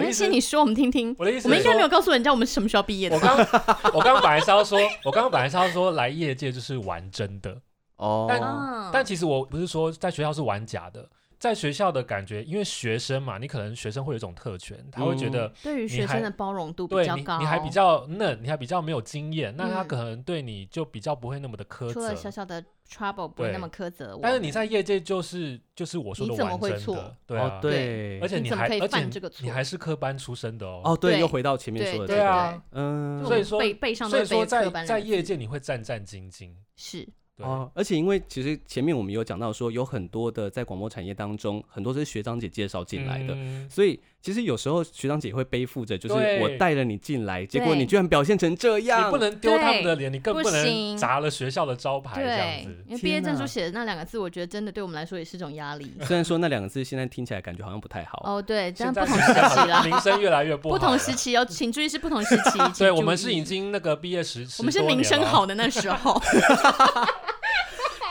[SPEAKER 4] 关
[SPEAKER 3] 思
[SPEAKER 4] 系，，你说我们听听。
[SPEAKER 3] 我的意思，
[SPEAKER 4] 我们应该没有。告诉人家我们什么时候毕业的
[SPEAKER 3] 我
[SPEAKER 4] 吧。
[SPEAKER 3] 刚我刚刚 <laughs> 本来是要说，我刚刚本来是要说来业界就是玩真的，
[SPEAKER 2] 哦
[SPEAKER 3] 但
[SPEAKER 4] 啊
[SPEAKER 3] 但其实我不是说在学校是玩假的，在学校的感觉，因为学生嘛，你可能学生会有一种特权，他会觉得、
[SPEAKER 4] 对于学生的包容度嗯比
[SPEAKER 3] 对
[SPEAKER 4] 较
[SPEAKER 3] 你
[SPEAKER 4] 高，
[SPEAKER 3] 你还比较嫩，你还比较没有经验，那他
[SPEAKER 4] 嗯
[SPEAKER 3] 可能对你就比较不会那么的苛
[SPEAKER 4] 出了
[SPEAKER 3] 责。
[SPEAKER 4] 小小的 trouble 不会
[SPEAKER 3] 对
[SPEAKER 4] 那么苛责我。
[SPEAKER 3] 但是你在业界就是就是我说的
[SPEAKER 4] 你怎么
[SPEAKER 3] 完
[SPEAKER 4] 会
[SPEAKER 3] 整
[SPEAKER 4] 错
[SPEAKER 3] 的，对啊，
[SPEAKER 2] 哦，对，
[SPEAKER 3] 而且
[SPEAKER 4] 你怎么
[SPEAKER 3] 还
[SPEAKER 4] 可以
[SPEAKER 3] 而且
[SPEAKER 4] 犯
[SPEAKER 3] 你
[SPEAKER 4] 这个错
[SPEAKER 3] 你还是科班出身的哦。
[SPEAKER 2] 哦，对，
[SPEAKER 4] 对
[SPEAKER 2] 又回到前面说的这
[SPEAKER 4] 对
[SPEAKER 3] 对
[SPEAKER 2] 个，
[SPEAKER 3] 啊，
[SPEAKER 2] 嗯，
[SPEAKER 4] 就
[SPEAKER 3] 所以
[SPEAKER 4] 我
[SPEAKER 3] 说
[SPEAKER 4] 背背上
[SPEAKER 3] 所
[SPEAKER 4] 都
[SPEAKER 3] 以
[SPEAKER 4] 会背
[SPEAKER 3] 说
[SPEAKER 4] 着科
[SPEAKER 3] 在
[SPEAKER 4] 班
[SPEAKER 3] 在
[SPEAKER 4] 两个
[SPEAKER 3] 业
[SPEAKER 4] <laughs> 字
[SPEAKER 3] 界你会战战兢兢，
[SPEAKER 4] 是
[SPEAKER 3] 对，
[SPEAKER 2] 哦，而且因为其实前面我们有讲到说，有很多的在广播产业当中，很多是学长姐介绍进来的。
[SPEAKER 3] 嗯
[SPEAKER 2] 所以其实有时候学长姐会背负着，就是
[SPEAKER 3] 对
[SPEAKER 2] 我带了你进来，结果
[SPEAKER 4] 对
[SPEAKER 2] 你居然表现成这样，
[SPEAKER 3] <laughs> 你不能丢他们的脸，你更
[SPEAKER 4] 不行
[SPEAKER 3] 能砸了学校的招牌这样
[SPEAKER 4] 对
[SPEAKER 3] 子，。 <laughs>
[SPEAKER 4] 因为
[SPEAKER 2] 天
[SPEAKER 4] 毕业证
[SPEAKER 2] 哪
[SPEAKER 4] 书写的那两个字，我觉得真的对我们来说也是一种压力。
[SPEAKER 2] <laughs> 虽然说那两个字现在听起来感觉好像不太好，
[SPEAKER 4] 哦，对，但
[SPEAKER 3] 现
[SPEAKER 4] 不
[SPEAKER 3] 在
[SPEAKER 4] 同时
[SPEAKER 3] <laughs>
[SPEAKER 4] 期啦，
[SPEAKER 3] 名声越来越不好
[SPEAKER 4] 不
[SPEAKER 3] 了
[SPEAKER 4] 同时期哦，请注意是不同时
[SPEAKER 3] <laughs>
[SPEAKER 4] 期。请
[SPEAKER 3] 对，
[SPEAKER 4] 注
[SPEAKER 3] 我们是
[SPEAKER 4] 意
[SPEAKER 3] 已经那个毕业十，
[SPEAKER 4] 我们是
[SPEAKER 3] 10多
[SPEAKER 4] 名
[SPEAKER 3] 年
[SPEAKER 4] 声
[SPEAKER 3] 了
[SPEAKER 4] 好的那
[SPEAKER 2] <laughs>
[SPEAKER 4] 时候，
[SPEAKER 2] 啊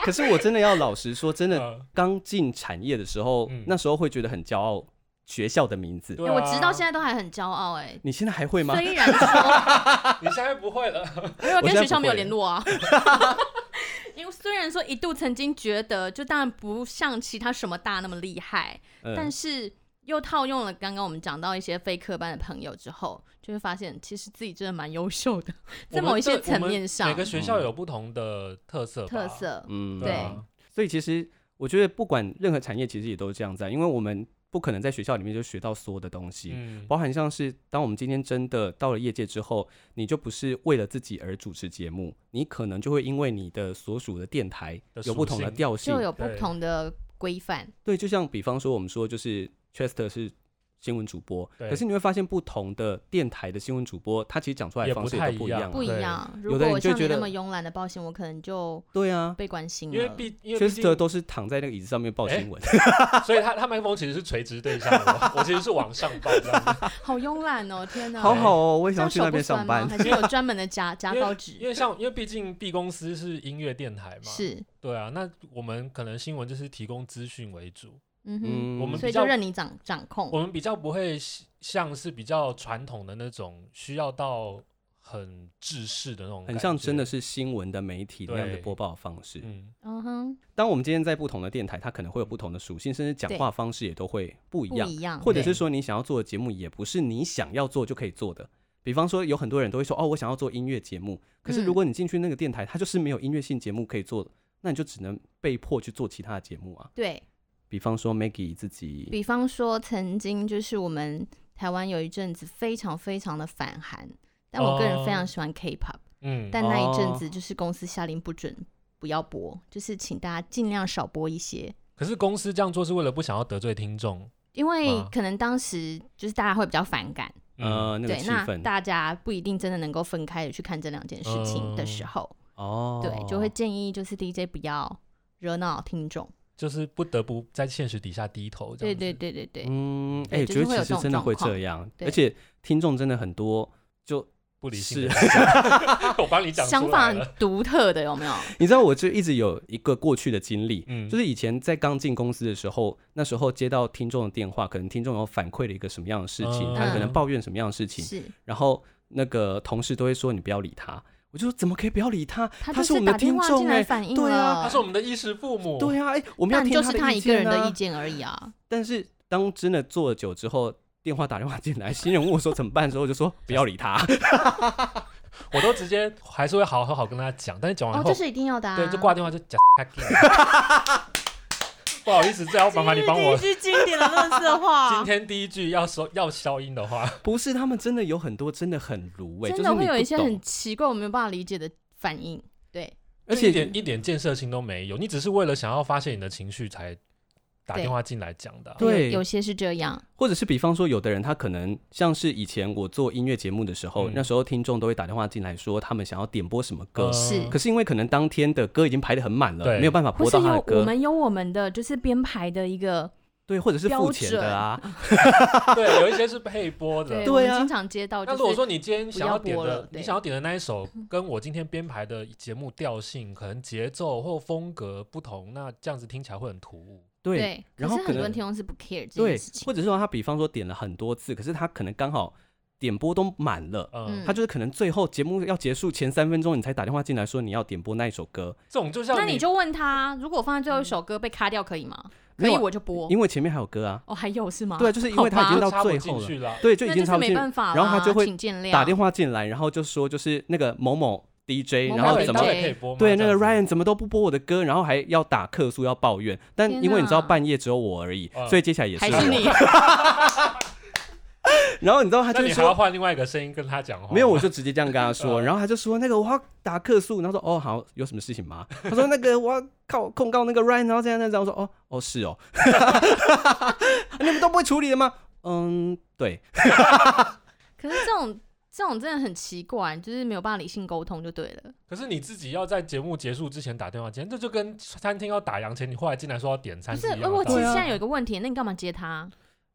[SPEAKER 2] 可是我真的要老实说，真的
[SPEAKER 3] <laughs> 嗯
[SPEAKER 2] 刚进产业的时候，
[SPEAKER 3] 嗯
[SPEAKER 2] 那时候会觉得很骄傲学校的名字。
[SPEAKER 3] 对
[SPEAKER 4] 哎
[SPEAKER 3] 啊，
[SPEAKER 4] 我直到现在都还很骄傲哎。
[SPEAKER 2] 你现在还会吗？
[SPEAKER 4] 虽然说，
[SPEAKER 3] 你现在不
[SPEAKER 4] <laughs>
[SPEAKER 3] 会了，
[SPEAKER 4] 因为我
[SPEAKER 2] 我
[SPEAKER 4] 跟
[SPEAKER 2] 现在
[SPEAKER 4] 学校
[SPEAKER 2] 不
[SPEAKER 4] 没有
[SPEAKER 2] 会
[SPEAKER 4] 联络啊。 <laughs> 因为虽然说一度曾经觉得，就当然不像其他什么大那么厉害，
[SPEAKER 2] 嗯
[SPEAKER 4] 但是又套用了刚刚我们讲到一些非科班的朋友之后，就会发现其实自己真的蛮优秀的，在
[SPEAKER 3] 我们
[SPEAKER 4] 某一些
[SPEAKER 3] 这我
[SPEAKER 4] 层
[SPEAKER 3] 们
[SPEAKER 4] 面上
[SPEAKER 3] 每个学校有不同的特色吧，
[SPEAKER 4] 特色。
[SPEAKER 2] 嗯
[SPEAKER 3] 对啊，
[SPEAKER 2] 所以其实我觉得不管任何产业，其实也都是这样子、啊，因为我们不可能在学校里面就学到所有的东西。
[SPEAKER 3] 嗯，
[SPEAKER 2] 包含像是，当我们今天真的到了业界之后，你就不是为了自己而主持节目，你可能就会因为你的所属的电台
[SPEAKER 3] 的
[SPEAKER 2] 有不同
[SPEAKER 3] 属
[SPEAKER 2] 的
[SPEAKER 3] 性
[SPEAKER 2] 调性
[SPEAKER 4] 就，有不
[SPEAKER 3] 对
[SPEAKER 4] 同的规范，
[SPEAKER 2] 对，就像比方说，我们说就是 Chester 是新闻主播，
[SPEAKER 3] 对
[SPEAKER 2] 可是你会发现不同的电台的新闻主播，他其实讲出来的
[SPEAKER 3] 也
[SPEAKER 2] 方
[SPEAKER 3] 不
[SPEAKER 2] 式也
[SPEAKER 3] 太
[SPEAKER 2] 都不
[SPEAKER 3] 一
[SPEAKER 2] 一
[SPEAKER 3] 样
[SPEAKER 2] 样
[SPEAKER 4] 不
[SPEAKER 2] 啊。
[SPEAKER 4] 一
[SPEAKER 3] 对
[SPEAKER 4] 样。如
[SPEAKER 2] 有的
[SPEAKER 4] 果
[SPEAKER 2] 人
[SPEAKER 4] 我
[SPEAKER 2] 就
[SPEAKER 4] 像你
[SPEAKER 2] 觉
[SPEAKER 4] 那
[SPEAKER 2] 得
[SPEAKER 4] 么慵懒的报新闻，我可能就
[SPEAKER 2] 对啊
[SPEAKER 4] 被关心了。
[SPEAKER 3] 因为毕因为毕竟
[SPEAKER 2] ，Chester 都是躺在那个椅子上面报新闻，
[SPEAKER 3] <laughs> 所以他他麦克风其实是垂直对向
[SPEAKER 4] <laughs>
[SPEAKER 3] 我，我其实是往上抱这样子。
[SPEAKER 4] 好慵懒哦，天哪！
[SPEAKER 2] 好好哦，我也
[SPEAKER 4] 这
[SPEAKER 2] 想要
[SPEAKER 4] 样
[SPEAKER 2] 去
[SPEAKER 4] 手
[SPEAKER 2] 那边上
[SPEAKER 4] 不酸吗
[SPEAKER 2] 班。
[SPEAKER 4] 还是有专门的夹夹
[SPEAKER 3] 因
[SPEAKER 4] 高
[SPEAKER 3] 为因
[SPEAKER 4] 纸？
[SPEAKER 3] 为像因为毕竟 B 公司是音乐电台嘛，
[SPEAKER 4] 是，
[SPEAKER 3] 对啊，那我们可能新闻就是提供资讯为主，
[SPEAKER 4] 嗯哼，
[SPEAKER 2] 嗯，
[SPEAKER 3] 我们
[SPEAKER 4] 所以
[SPEAKER 3] 比较
[SPEAKER 4] 就任你掌掌
[SPEAKER 3] 我
[SPEAKER 4] 控。
[SPEAKER 3] 们比较不会像像是比较传统的那种需要到很制式的那种，
[SPEAKER 2] 很像真的，是新闻的媒体那样的
[SPEAKER 3] 对
[SPEAKER 2] 播报方式。
[SPEAKER 3] 嗯，
[SPEAKER 4] 嗯哼，
[SPEAKER 2] 当我们今天在不同的电台，它可能会有不同的属性，甚至讲话方式也都会不一
[SPEAKER 4] 不
[SPEAKER 2] 样，
[SPEAKER 4] 一样，
[SPEAKER 2] 或者
[SPEAKER 4] 对
[SPEAKER 2] 是说你想要做的节目也不是你想要做就可以做的。比方说，有很多人都会说：“哦，我想要做音乐节目。”可
[SPEAKER 4] 嗯
[SPEAKER 2] 是如果你进去那个电台，它就是没有音乐性节目可以做，那你就只能被迫去做其他的节目啊。
[SPEAKER 4] 对
[SPEAKER 2] 比方说，Maggie 自己，
[SPEAKER 4] 比方说，曾经就是我们台湾有一阵子非常非常的反韩，但我个人非常喜欢 K-pop，、
[SPEAKER 3] 嗯，
[SPEAKER 4] 但那一阵
[SPEAKER 2] 哦
[SPEAKER 4] 子就是公司下令不准不要播，就是请大家尽量少播一些。
[SPEAKER 3] 可是公司这样做是为了不想要得罪听众，
[SPEAKER 4] 因为
[SPEAKER 3] 哇
[SPEAKER 4] 可能当时就是大家会比较反感，
[SPEAKER 3] 嗯，
[SPEAKER 2] 呃，那个
[SPEAKER 4] 对，
[SPEAKER 2] 气
[SPEAKER 4] 那
[SPEAKER 2] 氛
[SPEAKER 4] 大家不一定真的能够分开的去看这两件事情的时
[SPEAKER 3] 嗯
[SPEAKER 4] 候，
[SPEAKER 2] 哦，
[SPEAKER 4] 对，就会建议就是 DJ 不要惹恼听众。
[SPEAKER 3] 就是不得不在现实底下低头，这
[SPEAKER 4] 对
[SPEAKER 3] 样子
[SPEAKER 4] 对，对对对，
[SPEAKER 2] 嗯，哎、
[SPEAKER 4] 对就
[SPEAKER 2] 觉
[SPEAKER 4] 是
[SPEAKER 2] 得
[SPEAKER 4] 会有
[SPEAKER 2] 其
[SPEAKER 4] 这
[SPEAKER 2] 实
[SPEAKER 4] 种
[SPEAKER 2] 真的
[SPEAKER 4] 状
[SPEAKER 2] 会
[SPEAKER 4] 况
[SPEAKER 2] 这样，
[SPEAKER 4] 对
[SPEAKER 2] 而且听众真的很多，就
[SPEAKER 3] 不理性的
[SPEAKER 2] 是
[SPEAKER 3] 听
[SPEAKER 2] <laughs>
[SPEAKER 3] 众，我帮你讲 <laughs> 出
[SPEAKER 4] 想法
[SPEAKER 3] 来
[SPEAKER 4] 很
[SPEAKER 3] 了，
[SPEAKER 4] 独特的有没有？
[SPEAKER 2] 你知道，我就一直有一个过去的经历，
[SPEAKER 3] 嗯
[SPEAKER 2] 就是以前在刚进公司的时候，那时候接到听众的电话，可能听众有反馈了一个什么样的事情，
[SPEAKER 3] 嗯
[SPEAKER 2] 他可能抱怨什么样的事情，
[SPEAKER 4] 是，
[SPEAKER 2] 然后那个同事都会说你不要理他，我就说怎么可以不要理他？
[SPEAKER 4] 他
[SPEAKER 2] 他
[SPEAKER 4] 就是
[SPEAKER 2] 我
[SPEAKER 4] 是
[SPEAKER 2] 们
[SPEAKER 4] 打
[SPEAKER 2] 的
[SPEAKER 4] 电
[SPEAKER 2] 听
[SPEAKER 4] 话进
[SPEAKER 2] 众
[SPEAKER 4] 来
[SPEAKER 2] 哎、
[SPEAKER 4] 反映
[SPEAKER 2] 对啊
[SPEAKER 4] 了
[SPEAKER 3] 他是我们的衣食父母，
[SPEAKER 2] 对啊，哎、我们要
[SPEAKER 4] 但
[SPEAKER 2] 听
[SPEAKER 4] 就是他
[SPEAKER 2] 的
[SPEAKER 4] 一
[SPEAKER 2] 意
[SPEAKER 4] 个
[SPEAKER 2] 见
[SPEAKER 4] 人的
[SPEAKER 2] 啊
[SPEAKER 4] 意。见而
[SPEAKER 2] <laughs>
[SPEAKER 4] 已啊。
[SPEAKER 2] 但是当真的做了久之后。电话打电话进来，新人问我说怎么办的时候，我就说不要理他。 <laughs>
[SPEAKER 3] 我都直接还是会好好好跟他讲，但是讲完
[SPEAKER 4] 哦，
[SPEAKER 3] 后，
[SPEAKER 4] 这是一定要的啊。
[SPEAKER 3] 对，就挂电话就讲
[SPEAKER 4] <laughs>
[SPEAKER 3] 不好意思，这要麻烦你帮我。
[SPEAKER 4] 句经典的垃 <laughs> 圾
[SPEAKER 3] 今
[SPEAKER 4] 话，
[SPEAKER 3] 天第一句要说要消音的话，
[SPEAKER 2] 不是他们真的有很多真的很卤味，
[SPEAKER 4] 真
[SPEAKER 2] 就是
[SPEAKER 4] 的
[SPEAKER 2] 你
[SPEAKER 4] 会有
[SPEAKER 2] 不
[SPEAKER 4] 一些
[SPEAKER 2] 懂
[SPEAKER 4] 很奇怪我没有办法理解的反应。对，
[SPEAKER 2] 而
[SPEAKER 3] 就一
[SPEAKER 2] 且
[SPEAKER 3] 点一点建设性都没有，你只是为了想要发泄你的情绪才打
[SPEAKER 4] 对
[SPEAKER 3] 电话进来讲的啊、
[SPEAKER 2] 对
[SPEAKER 4] 有有些是这样，
[SPEAKER 2] 或者是比方说，有的人他可能像是以前我做音乐节目的时候，
[SPEAKER 3] 嗯
[SPEAKER 2] 那时候听众都会打电话进来说他们想要点播什么
[SPEAKER 3] 呃
[SPEAKER 2] 歌，
[SPEAKER 4] 是
[SPEAKER 2] 可是因为可能当天的歌已经排得很满了，
[SPEAKER 3] 嗯对
[SPEAKER 2] 没有办法
[SPEAKER 4] 不
[SPEAKER 2] 播
[SPEAKER 4] 是
[SPEAKER 2] 到他的
[SPEAKER 4] 有我
[SPEAKER 2] 歌，
[SPEAKER 4] 们有我们的就是编排的一个，
[SPEAKER 2] 对，或者是
[SPEAKER 4] 标
[SPEAKER 2] 付钱的啊，
[SPEAKER 3] <laughs> 对，有一些是配播的。
[SPEAKER 4] 我
[SPEAKER 2] 对
[SPEAKER 4] 们
[SPEAKER 2] 啊
[SPEAKER 4] 经常接到
[SPEAKER 3] 那如果
[SPEAKER 4] 就是
[SPEAKER 3] 说你今天想点
[SPEAKER 4] 不要播
[SPEAKER 3] 的，
[SPEAKER 4] 了对
[SPEAKER 3] 你想要点的那一首，跟我今天编排的节目调性、可能节奏或风格不同，那这样子听起来会很突兀。
[SPEAKER 2] 对。
[SPEAKER 4] 对，可
[SPEAKER 2] 然后
[SPEAKER 4] 是
[SPEAKER 2] 可
[SPEAKER 4] 很多
[SPEAKER 2] 能
[SPEAKER 4] 听众是不 care 这
[SPEAKER 2] 对
[SPEAKER 4] 件事，情
[SPEAKER 2] 或，者说他比方说点了很多次，可是他可能刚好点播都满了。
[SPEAKER 3] 嗯，
[SPEAKER 4] 嗯
[SPEAKER 2] 他就是可能最后节目要结束前三分钟，你才打电话进来说你要点播那一首歌。
[SPEAKER 3] 这种就像
[SPEAKER 2] 嗯
[SPEAKER 4] 那你就问他，如果我放在最后一首歌被卡掉可以吗？可以
[SPEAKER 2] 另外
[SPEAKER 4] 我就播。
[SPEAKER 2] 啊因为前面还有歌啊，
[SPEAKER 4] 哦，还有是吗？
[SPEAKER 2] 对，就是因为他已
[SPEAKER 4] 好
[SPEAKER 2] 经
[SPEAKER 4] 吧
[SPEAKER 2] 到
[SPEAKER 3] 插不
[SPEAKER 2] 最
[SPEAKER 3] 进
[SPEAKER 2] 后
[SPEAKER 3] 去
[SPEAKER 2] 了，
[SPEAKER 3] 了。
[SPEAKER 2] 对，就已
[SPEAKER 4] 那
[SPEAKER 2] 经
[SPEAKER 4] 就
[SPEAKER 2] 插
[SPEAKER 4] 是
[SPEAKER 2] 不
[SPEAKER 4] 没
[SPEAKER 2] 进，
[SPEAKER 4] 办法啦，
[SPEAKER 2] 然后他就会
[SPEAKER 4] 请见谅
[SPEAKER 2] 打电话进来，然后就说就是那个某某 DJ，
[SPEAKER 4] 某
[SPEAKER 2] 然
[SPEAKER 4] 某
[SPEAKER 2] 后
[SPEAKER 4] 对
[SPEAKER 2] 怎
[SPEAKER 4] 当
[SPEAKER 2] 么
[SPEAKER 4] 然
[SPEAKER 3] 可以播吗
[SPEAKER 2] 对那
[SPEAKER 3] 这
[SPEAKER 2] 个
[SPEAKER 3] 样子
[SPEAKER 2] Ryan 怎么都不播我的歌，然后还要打客诉要抱怨，但
[SPEAKER 4] 天
[SPEAKER 2] 因为你知道
[SPEAKER 4] 哪
[SPEAKER 2] 半夜只有我而已，
[SPEAKER 3] 嗯
[SPEAKER 2] 所以接下来也啊
[SPEAKER 4] 还
[SPEAKER 2] 我 <laughs>
[SPEAKER 4] 是你
[SPEAKER 2] 然后你知道他
[SPEAKER 3] 那
[SPEAKER 2] 就
[SPEAKER 3] 你
[SPEAKER 2] 是
[SPEAKER 3] 还要
[SPEAKER 2] 说
[SPEAKER 3] 换另外一个声音跟他讲话吗？嗯
[SPEAKER 2] 没有，我就直接这样跟他说，然后他就说那个我要打客诉，然后说哦好，有什么事情吗？他说那个我要告控告那个 Ryan，然后这样这样这样，我说哦哦是哦，啊你们都不会处理的吗？嗯，对，
[SPEAKER 4] 可是这种这种真的很奇怪，就是没有办法理性沟通就对了。
[SPEAKER 3] 可是你自己要在节目结束之前打电话进来，这就跟餐厅要打烊前你后来进来说要点餐
[SPEAKER 4] 不是，
[SPEAKER 3] 一样的
[SPEAKER 4] 呃我其
[SPEAKER 3] 道
[SPEAKER 4] 实
[SPEAKER 3] 理。
[SPEAKER 2] 啊
[SPEAKER 4] 现在有一个问题，那你干嘛接他？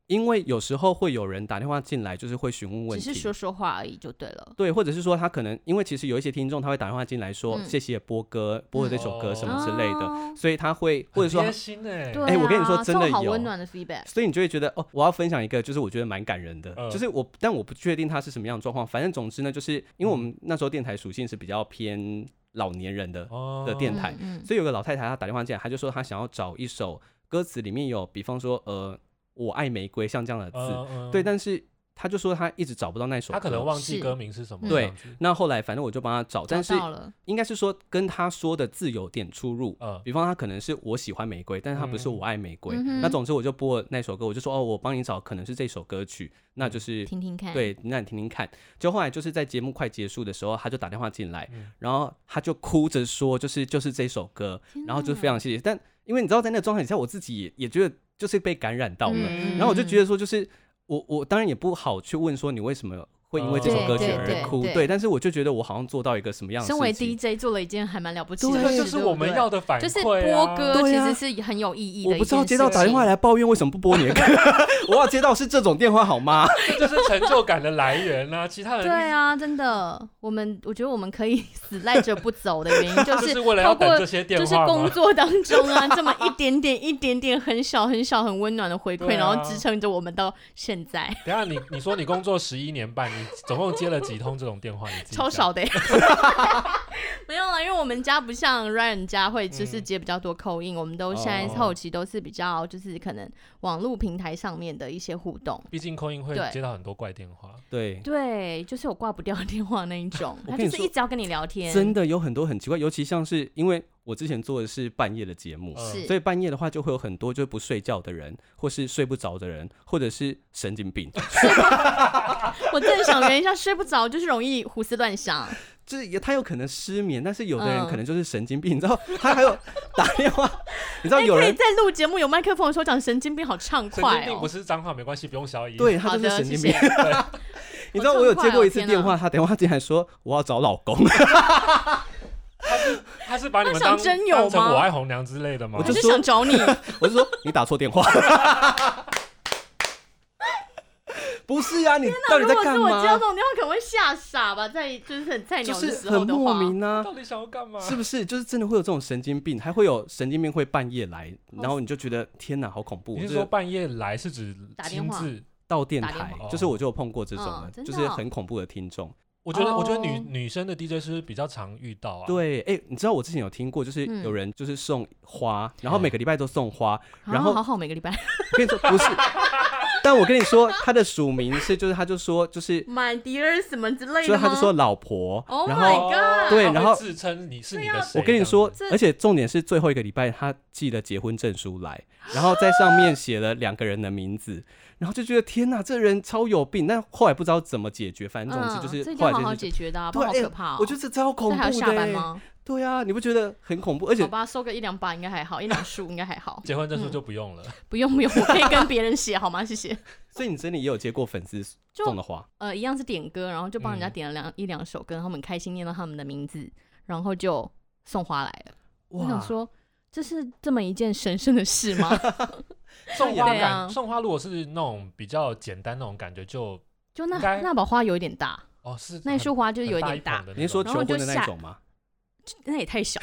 [SPEAKER 2] 因为有时候会有人打电话进来，就是会询问问
[SPEAKER 4] 只
[SPEAKER 2] 题，
[SPEAKER 4] 是说说话而已就对了。
[SPEAKER 2] 对，或者是说他可能因为其实有一些听众他会打电话进来说、
[SPEAKER 4] 嗯
[SPEAKER 2] 谢谢波哥播的这首歌
[SPEAKER 3] 哦
[SPEAKER 2] 什么之类的，
[SPEAKER 4] 哦
[SPEAKER 2] 所以他会或者说
[SPEAKER 3] 很贴心哎、
[SPEAKER 4] 对、啊，
[SPEAKER 2] 哎我跟你说
[SPEAKER 4] 这
[SPEAKER 2] 真的
[SPEAKER 4] 种好
[SPEAKER 2] 有
[SPEAKER 4] 温暖的 feedback。
[SPEAKER 2] 所以你就会觉得哦，我要分享一个，就是我觉得蛮感人的，
[SPEAKER 3] 嗯
[SPEAKER 2] 就是我，但我不确定它是什么样的状况。反正总之呢，就是因为
[SPEAKER 3] 嗯
[SPEAKER 2] 我们那时候电台属性是比较偏老年人的，
[SPEAKER 3] 哦
[SPEAKER 2] 的电台
[SPEAKER 4] 嗯嗯
[SPEAKER 2] 所以有个老太太她打电话进来，她就说她想要找一首歌词里面有，比方说呃，我爱玫瑰像这样的字，
[SPEAKER 3] 嗯嗯
[SPEAKER 2] 对，但是她就说她一直找不到那首歌，
[SPEAKER 3] 他可能忘记
[SPEAKER 4] 是
[SPEAKER 3] 歌名是什么。
[SPEAKER 2] 对
[SPEAKER 3] 这样子，
[SPEAKER 2] 那后来反正我就帮她找，但是
[SPEAKER 4] 找到了，
[SPEAKER 2] 应该是说跟她说的字有点出入，呃
[SPEAKER 3] 嗯，
[SPEAKER 2] 比方他可能是我喜欢玫瑰，但是他不是
[SPEAKER 3] 嗯
[SPEAKER 2] 我爱玫瑰。
[SPEAKER 4] 嗯哼
[SPEAKER 2] 那总之我就播了那首歌，我就说哦，我帮你找可能是这首歌曲，那就是
[SPEAKER 4] 嗯听听看。，
[SPEAKER 2] 对，那你听听看。就后来就是在节目快结束的时候，他就打电话进来，然后他就哭着说，就是就是这首歌，
[SPEAKER 4] 天
[SPEAKER 2] 然后就
[SPEAKER 4] 哪
[SPEAKER 2] 非常谢谢。但因为你知道，在那个状态底下，我自己也也觉得就是被感染到了，
[SPEAKER 4] 嗯
[SPEAKER 2] 然后我就觉得说，就是我我当然也不好去问说你为什么。会因为这首歌曲
[SPEAKER 4] 哦对对
[SPEAKER 2] 而
[SPEAKER 4] 对
[SPEAKER 2] 哭，
[SPEAKER 4] 对
[SPEAKER 2] 但是我就觉得我好像做到一个什么样的事
[SPEAKER 4] 身
[SPEAKER 2] 情。
[SPEAKER 4] 为 DJ 做了一件还蛮了不起
[SPEAKER 3] 这
[SPEAKER 4] 的
[SPEAKER 3] 个
[SPEAKER 4] 事，
[SPEAKER 3] 就是我们
[SPEAKER 4] 对不对
[SPEAKER 3] 要的反馈、
[SPEAKER 4] 就
[SPEAKER 3] 啊，
[SPEAKER 4] 是播歌
[SPEAKER 2] 对啊
[SPEAKER 4] 其实是很有意义的。
[SPEAKER 2] 我不知道接到打电话，来抱怨为什么不播你的歌， <laughs> 我要接到是这种电话好吗？ <laughs>
[SPEAKER 3] 这就是成就感的来源啊！其他人
[SPEAKER 4] 对啊，真的，我们我觉得我们可以 <laughs> 死赖着不走的原因
[SPEAKER 3] <laughs>
[SPEAKER 4] 就
[SPEAKER 3] 就是是为了要
[SPEAKER 4] 透
[SPEAKER 3] 等这
[SPEAKER 4] 过
[SPEAKER 3] 些电
[SPEAKER 4] 就是
[SPEAKER 3] 话
[SPEAKER 4] 工
[SPEAKER 3] 吗？
[SPEAKER 4] 作当中
[SPEAKER 3] <laughs>
[SPEAKER 4] 啊，这么一点点一点点很小很小很温暖的回馈，
[SPEAKER 3] 对啊
[SPEAKER 4] 然后支撑着我们到现在，
[SPEAKER 3] 等一下你你说你工作十一年半，你总共接了几通这种电话？你自己
[SPEAKER 4] 超
[SPEAKER 3] 讲 <laughs>
[SPEAKER 4] 少的耶。没有啦，因为我们家不像 Ryan 家会就是
[SPEAKER 3] 嗯
[SPEAKER 4] 接比较多口音，我们都现在
[SPEAKER 2] 哦
[SPEAKER 4] 后期都是比较就是可能网络平台上面的一些互动。
[SPEAKER 3] 毕竟空运会
[SPEAKER 4] 对
[SPEAKER 3] 接到很多怪
[SPEAKER 2] <laughs>
[SPEAKER 3] 电话，
[SPEAKER 2] 对，
[SPEAKER 4] 对，就是我挂不掉电话那一种，
[SPEAKER 2] 我
[SPEAKER 4] 他
[SPEAKER 2] 跟
[SPEAKER 4] 就
[SPEAKER 2] 你
[SPEAKER 4] 是
[SPEAKER 2] 说
[SPEAKER 4] 一直要跟你聊
[SPEAKER 2] <laughs>
[SPEAKER 4] 天，
[SPEAKER 2] 真的有很多很奇怪，尤其像是因为我之前做的是半夜的节目，
[SPEAKER 3] 嗯
[SPEAKER 4] 哦是
[SPEAKER 2] 所以半夜的话就会有很多就是不睡觉的人，或是睡不着的人，或者是神经
[SPEAKER 4] <laughs>
[SPEAKER 2] 病， <laughs>
[SPEAKER 4] 我正想圆一下，睡不着就是容易胡思乱
[SPEAKER 2] <laughs>
[SPEAKER 4] 想，
[SPEAKER 2] 就是也他有可能失眠，但是有的人
[SPEAKER 4] 嗯
[SPEAKER 2] 可能就是神经病，你知道他还有打电话， <laughs> 你知道
[SPEAKER 4] 哎
[SPEAKER 2] 有
[SPEAKER 4] 可以
[SPEAKER 2] 人
[SPEAKER 4] 在录节目有麦克风的时候讲神经病，好畅
[SPEAKER 3] 神经
[SPEAKER 4] 快
[SPEAKER 3] 病不
[SPEAKER 4] 哦。
[SPEAKER 3] 是脏话没关系，不用消音。
[SPEAKER 2] 对他
[SPEAKER 4] 好
[SPEAKER 2] 就是
[SPEAKER 4] 的，
[SPEAKER 2] 神
[SPEAKER 4] 谢
[SPEAKER 2] 经
[SPEAKER 4] 谢
[SPEAKER 2] 病。。你知道
[SPEAKER 4] 好
[SPEAKER 2] 我有接
[SPEAKER 4] 畅快
[SPEAKER 2] 过
[SPEAKER 4] 哦
[SPEAKER 2] 一次
[SPEAKER 4] 天哪
[SPEAKER 2] 电话，他电话进来说我要找老公，
[SPEAKER 3] <laughs>
[SPEAKER 2] <laughs>
[SPEAKER 3] 他是把你们
[SPEAKER 4] 他想
[SPEAKER 3] 当
[SPEAKER 4] 真有
[SPEAKER 3] 当成
[SPEAKER 4] 吗
[SPEAKER 3] 我爱红娘之类的吗？
[SPEAKER 2] <laughs> 我
[SPEAKER 4] 我
[SPEAKER 2] 就
[SPEAKER 4] <laughs> 就
[SPEAKER 2] 说
[SPEAKER 4] 想
[SPEAKER 2] <laughs>
[SPEAKER 4] 找你，
[SPEAKER 2] 我就说你打错电话。 <laughs> 不是啊，你到底
[SPEAKER 4] 如
[SPEAKER 2] 在
[SPEAKER 4] 果
[SPEAKER 2] 干
[SPEAKER 4] 是我接
[SPEAKER 2] 嘛？
[SPEAKER 4] 到这种电话，可能会吓傻吧，在就是很菜
[SPEAKER 2] 就
[SPEAKER 4] 鸟的
[SPEAKER 2] 是
[SPEAKER 4] 时候
[SPEAKER 2] 很
[SPEAKER 4] 的
[SPEAKER 2] 莫
[SPEAKER 4] 话，
[SPEAKER 2] 名啊，
[SPEAKER 3] 到底想要干嘛？
[SPEAKER 2] 是不是？就是真的会有这种神经病，还会有神经病会半夜来，然后你就觉得天哪，好恐怖！
[SPEAKER 3] 你
[SPEAKER 2] 就是是
[SPEAKER 3] 说半夜来是指
[SPEAKER 4] 打电
[SPEAKER 3] 亲
[SPEAKER 4] 话
[SPEAKER 3] 自？
[SPEAKER 2] 到电
[SPEAKER 4] 打电
[SPEAKER 2] 台
[SPEAKER 3] 话，
[SPEAKER 2] 就是我就有碰过这种
[SPEAKER 4] 哦
[SPEAKER 2] 的，
[SPEAKER 4] 真
[SPEAKER 2] 就
[SPEAKER 4] 的
[SPEAKER 2] 是
[SPEAKER 4] 哦
[SPEAKER 2] 很恐怖的听众。
[SPEAKER 3] 我觉得，我觉得女
[SPEAKER 4] 哦
[SPEAKER 3] 女生的 DJ 是不是比较常遇到啊？，
[SPEAKER 2] 对，哎，你知道我之前有听过，就是
[SPEAKER 4] 嗯
[SPEAKER 2] 有人就是送花，然后每个礼拜都送花，然
[SPEAKER 4] 啊
[SPEAKER 2] 后
[SPEAKER 4] 好好每个礼拜
[SPEAKER 2] 我跟你说不
[SPEAKER 4] <laughs>
[SPEAKER 2] 是。但我跟你说，他的署名是，就是他就说，就是，
[SPEAKER 4] ，My dear 什么之类
[SPEAKER 2] 所
[SPEAKER 4] 的
[SPEAKER 2] 以他
[SPEAKER 4] 吗
[SPEAKER 2] 就说老婆
[SPEAKER 4] Oh，
[SPEAKER 2] 然
[SPEAKER 4] my
[SPEAKER 2] 后
[SPEAKER 4] god
[SPEAKER 2] <laughs> 对
[SPEAKER 3] 她会
[SPEAKER 2] 然后
[SPEAKER 3] 自称你是你
[SPEAKER 4] 啊
[SPEAKER 3] 的谁？
[SPEAKER 2] 我跟你说
[SPEAKER 3] 这样子，
[SPEAKER 4] 这
[SPEAKER 2] 而且重点是最后一个礼拜，他寄了结婚证书
[SPEAKER 4] <gasps>
[SPEAKER 2] 来，然后在上面写了两个人的名字，然后就觉得天哪，这人超有病。但后来不知道怎么解决，反正总之就
[SPEAKER 4] 嗯，这
[SPEAKER 2] 是
[SPEAKER 4] 一定
[SPEAKER 2] 后
[SPEAKER 4] 要
[SPEAKER 2] 来
[SPEAKER 4] 好
[SPEAKER 2] 就
[SPEAKER 4] 好
[SPEAKER 2] 是
[SPEAKER 4] 解决的啊，不
[SPEAKER 2] 对，
[SPEAKER 4] 然好
[SPEAKER 2] 哎
[SPEAKER 4] 可怕哦。
[SPEAKER 2] 我觉得这超恐
[SPEAKER 4] 这
[SPEAKER 2] 怖
[SPEAKER 4] 还有下
[SPEAKER 2] 的
[SPEAKER 4] 班
[SPEAKER 2] 欸。
[SPEAKER 4] 吗？
[SPEAKER 2] 对啊，你不觉得很恐怖？而且
[SPEAKER 4] 好吧，收个一两把应该还好，一两束应该还好。
[SPEAKER 3] 结婚证书就不
[SPEAKER 4] <laughs>
[SPEAKER 3] 用了。
[SPEAKER 4] 不用不用，我可以跟别人写好吗？谢 <laughs> 谢。
[SPEAKER 2] 所以你真的也有接过粉丝
[SPEAKER 4] 就
[SPEAKER 2] 送的花，
[SPEAKER 4] 呃，一样是点歌，然后就帮人家
[SPEAKER 3] 嗯
[SPEAKER 4] 点了两、一两首歌，然后我们开心念到他们的名字，然后就送花来了。我想说，这是这么一件神圣的事吗？ <laughs>
[SPEAKER 3] 送花
[SPEAKER 4] 对啊
[SPEAKER 3] 感，送花如果是那种比较简单那种感觉就，
[SPEAKER 4] 就那
[SPEAKER 3] 应该
[SPEAKER 4] 那把花有一点大，
[SPEAKER 3] 哦是
[SPEAKER 4] 那一
[SPEAKER 3] 很
[SPEAKER 4] 束花就是
[SPEAKER 3] 很
[SPEAKER 4] 有一
[SPEAKER 3] 大
[SPEAKER 4] 点
[SPEAKER 3] 一
[SPEAKER 4] 大，
[SPEAKER 3] 捧的那种，
[SPEAKER 2] 你是说
[SPEAKER 4] 然
[SPEAKER 2] 求
[SPEAKER 4] 后就
[SPEAKER 2] 婚的那
[SPEAKER 4] 下
[SPEAKER 2] 种吗？
[SPEAKER 4] 那也太 <laughs> 小。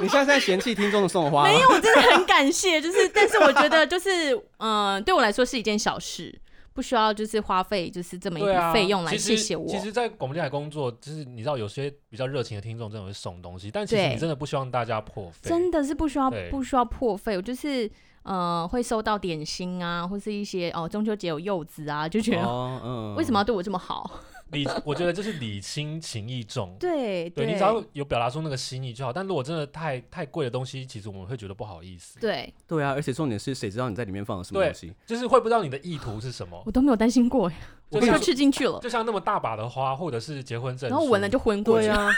[SPEAKER 2] 你现在在嫌弃听众的送的花吗？
[SPEAKER 4] 没 <laughs> 有，我真的很感谢，就是但是我觉得就是嗯、呃对我来说是一件小事。不需要就是花费就是这么一
[SPEAKER 3] 对啊，
[SPEAKER 4] 笔费用来
[SPEAKER 3] 其
[SPEAKER 4] 谢
[SPEAKER 3] 实
[SPEAKER 4] 谢我。
[SPEAKER 3] 其实，在广播电台工作，就是你知道有些比较热情的听众真的会送东西，但其实
[SPEAKER 4] 对
[SPEAKER 3] 你真的不希望大家破费。
[SPEAKER 4] 真的是不需要
[SPEAKER 3] 对
[SPEAKER 4] 不需要破费，我就是呃会收到点心啊，或是一些哦中秋节有柚子啊，就觉得、
[SPEAKER 2] 哦，嗯
[SPEAKER 4] 为什么要对我这么好？
[SPEAKER 3] 理，我觉得就是礼轻情意重。
[SPEAKER 4] 对
[SPEAKER 3] 对你只要有表达出那个心意就好，但如果真的太太贵的东西，其实我们会觉得不好意思，
[SPEAKER 4] 对
[SPEAKER 2] 对啊，而且重点是谁知道你在里面放了什么
[SPEAKER 3] 对
[SPEAKER 2] 东西？ <laughs>
[SPEAKER 3] 就是会不知道你的意图是什么。
[SPEAKER 4] 我都没有担心过耶，
[SPEAKER 3] 就
[SPEAKER 4] 我就
[SPEAKER 3] 像
[SPEAKER 4] 吃进去了，
[SPEAKER 3] 就像那么大把的花，或者是结婚证，
[SPEAKER 4] 然后闻了就昏过去。
[SPEAKER 2] 啊。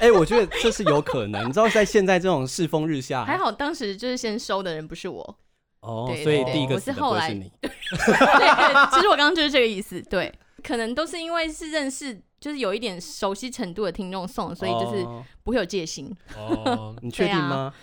[SPEAKER 2] 哎、我觉得这是有可能，你知道，在现在这种世风日下，
[SPEAKER 4] 还好当时就是先收的人不是我， <laughs>
[SPEAKER 2] 哦，
[SPEAKER 4] 对
[SPEAKER 2] 所以
[SPEAKER 4] 对
[SPEAKER 2] 第一个
[SPEAKER 4] 我
[SPEAKER 2] 死
[SPEAKER 4] 是
[SPEAKER 2] 的
[SPEAKER 4] 后
[SPEAKER 2] 不会
[SPEAKER 4] 来
[SPEAKER 2] 是你，
[SPEAKER 4] 对，其实我刚刚就是这个意思。对，可能都是因为是认识，就是有一点熟悉程度的听众送，所以就是
[SPEAKER 2] 哦
[SPEAKER 4] 不会有戒心。
[SPEAKER 3] 哦，
[SPEAKER 2] 你确
[SPEAKER 4] 对
[SPEAKER 2] 定
[SPEAKER 4] 啊
[SPEAKER 2] 吗？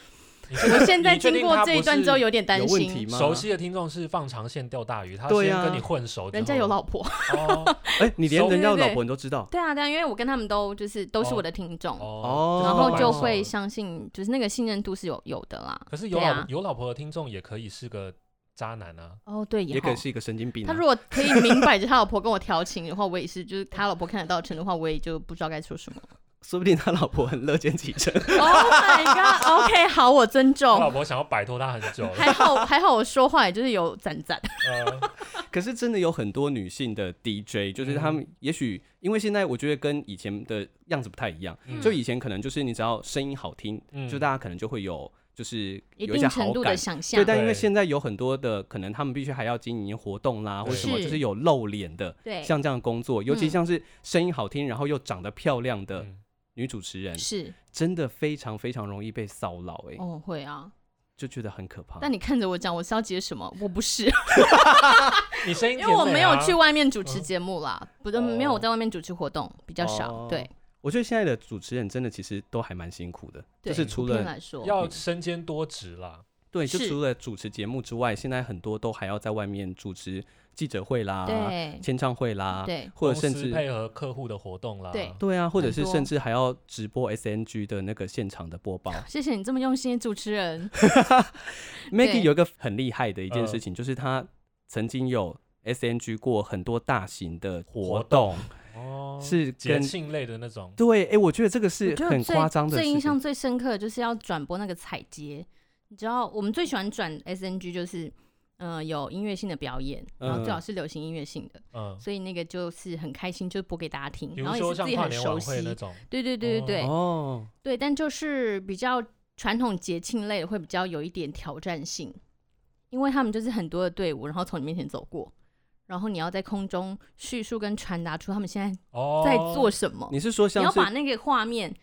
[SPEAKER 3] 你确定
[SPEAKER 4] 我现在
[SPEAKER 3] 你确
[SPEAKER 4] 经
[SPEAKER 3] 定
[SPEAKER 4] 过
[SPEAKER 3] 他
[SPEAKER 4] 这一
[SPEAKER 3] 不
[SPEAKER 4] 段
[SPEAKER 3] 是
[SPEAKER 4] 之后有点担
[SPEAKER 2] 有问题
[SPEAKER 4] 心，
[SPEAKER 2] 吗？
[SPEAKER 3] 熟悉的听众是放长线钓大鱼，他
[SPEAKER 2] 对
[SPEAKER 3] 先
[SPEAKER 2] 啊
[SPEAKER 3] 跟你混熟之后，
[SPEAKER 4] 人家有老婆。
[SPEAKER 3] 哦
[SPEAKER 2] 哎、你连
[SPEAKER 3] 熟
[SPEAKER 2] 人家的
[SPEAKER 4] 对对
[SPEAKER 2] 老婆你都知道，
[SPEAKER 4] 对啊，对啊，因为我跟他们都就是都是我的听众，
[SPEAKER 2] 哦
[SPEAKER 4] 然后就会
[SPEAKER 3] 是
[SPEAKER 4] 相信，就是那个信任度是有有的啦。
[SPEAKER 3] 可是有
[SPEAKER 4] 对
[SPEAKER 3] 老、
[SPEAKER 4] 啊
[SPEAKER 3] 有老婆的听众也可以是个渣男啊，
[SPEAKER 4] 哦，对，
[SPEAKER 2] 也
[SPEAKER 4] 好
[SPEAKER 2] 可能是一个神经病、啊。
[SPEAKER 4] 他如果可以明摆着他老婆跟我调情的话，我也是，就是他老婆看得到的程度的话，我也就不知道该说什么。
[SPEAKER 2] 说不定他老婆很乐见其成。 <laughs>
[SPEAKER 4] Oh my god！OK，、好，我尊
[SPEAKER 3] 他老
[SPEAKER 4] 重。
[SPEAKER 3] 婆想要摆脱他很久了。
[SPEAKER 4] 哦还好还好，我说话也就是有攒攒。
[SPEAKER 3] 呃
[SPEAKER 2] <laughs> 可是真的有很多女性的 DJ，就是她
[SPEAKER 4] 嗯
[SPEAKER 2] 们也许因为现在我觉得跟以前的样子不太一样，
[SPEAKER 3] 嗯
[SPEAKER 2] 就以前可能就是你只要声音好听，
[SPEAKER 3] 嗯
[SPEAKER 2] 就大家可能就会有就是
[SPEAKER 4] 一
[SPEAKER 2] 有一
[SPEAKER 4] 定
[SPEAKER 2] 些
[SPEAKER 4] 程
[SPEAKER 2] 好
[SPEAKER 4] 度
[SPEAKER 2] 感
[SPEAKER 4] 的。想象
[SPEAKER 2] 对，。但因为
[SPEAKER 3] 对
[SPEAKER 2] 现在有很多的可能，他们必须还要经营活动啦，或者
[SPEAKER 3] 对
[SPEAKER 2] 什么，
[SPEAKER 4] 是
[SPEAKER 2] 就是有露脸的，
[SPEAKER 4] 对，
[SPEAKER 2] 像这样的工作，尤其
[SPEAKER 4] 嗯
[SPEAKER 2] 像是声音好听，然后又长得漂亮的
[SPEAKER 3] 嗯
[SPEAKER 2] 女主持人，
[SPEAKER 4] 是
[SPEAKER 2] 真的非常非常容易被骚扰，哎，
[SPEAKER 4] 哦，会啊。
[SPEAKER 2] 就觉得很可怕。
[SPEAKER 4] 但你看着我讲，我是要接什么？我不是，
[SPEAKER 3] 你声音、
[SPEAKER 4] 因
[SPEAKER 3] 甜
[SPEAKER 4] 为我
[SPEAKER 3] 美
[SPEAKER 4] 没有
[SPEAKER 3] 啊
[SPEAKER 4] 去外面主持
[SPEAKER 2] 嗯
[SPEAKER 4] 节目啦，不是
[SPEAKER 3] 哦
[SPEAKER 4] 没有在外面主持活动，比较少
[SPEAKER 2] 哦。
[SPEAKER 4] 对，
[SPEAKER 2] 我觉得现在的主持人真的其实都还蛮辛苦的，就
[SPEAKER 4] 对
[SPEAKER 2] 是除
[SPEAKER 4] 普遍
[SPEAKER 2] 了
[SPEAKER 4] 来说，
[SPEAKER 3] 要身兼多职啦。
[SPEAKER 2] 对，就是除了主持节目之外，现在很多都还要在外面主持记者会啦、
[SPEAKER 4] 对
[SPEAKER 2] 签唱会啦，
[SPEAKER 4] 对
[SPEAKER 2] 或者
[SPEAKER 3] 公
[SPEAKER 2] 甚
[SPEAKER 3] 司
[SPEAKER 2] 至
[SPEAKER 3] 配合客户的活动啦。
[SPEAKER 4] 对
[SPEAKER 2] 对啊，或者
[SPEAKER 4] 很
[SPEAKER 2] 是
[SPEAKER 4] 多
[SPEAKER 2] 甚至还要直播 SNG 的那个现场的播报。
[SPEAKER 4] 谢谢你这么用心，的主持人。
[SPEAKER 2] Maggie
[SPEAKER 4] 对
[SPEAKER 2] 有一个很厉害的一件
[SPEAKER 3] 嗯
[SPEAKER 2] 事情，就是她曾经有 SNG 过很多大型的活
[SPEAKER 3] 活
[SPEAKER 2] 动，
[SPEAKER 3] 哦，
[SPEAKER 2] 是
[SPEAKER 3] 节
[SPEAKER 2] 跟
[SPEAKER 3] 庆类的那种。
[SPEAKER 2] 对，哎，我觉得这个 <laughs> 是
[SPEAKER 4] 我觉得
[SPEAKER 2] 很
[SPEAKER 4] 最
[SPEAKER 2] 夸张的事
[SPEAKER 4] 最
[SPEAKER 2] 情。
[SPEAKER 4] 印象最深刻的就是要转播那个彩街，你知道我们最喜欢转 SNG 就是，嗯、有音乐性的表演，然后最好是流行音乐性的，
[SPEAKER 3] 嗯，
[SPEAKER 4] 所以那个就是很开心，就播给大家听，
[SPEAKER 3] 比
[SPEAKER 4] 然
[SPEAKER 3] 如
[SPEAKER 4] 后也
[SPEAKER 3] 说
[SPEAKER 4] 是自
[SPEAKER 3] 像
[SPEAKER 4] 己
[SPEAKER 3] 跨
[SPEAKER 4] 很
[SPEAKER 3] 年
[SPEAKER 4] 熟
[SPEAKER 3] 晚会
[SPEAKER 4] 悉
[SPEAKER 3] 那。种。
[SPEAKER 4] 对对对对对、
[SPEAKER 2] 哦，
[SPEAKER 4] 对，但就是比较传统节庆类的会比较有一点挑战性，因为他们就是很多的队伍，然后从你面前走过。然后你要在空中叙述跟传达出他们现在
[SPEAKER 3] 哦，
[SPEAKER 4] 在做什么，
[SPEAKER 2] 你是说
[SPEAKER 4] 你
[SPEAKER 2] 像
[SPEAKER 4] 要
[SPEAKER 2] 是
[SPEAKER 4] 把那个画面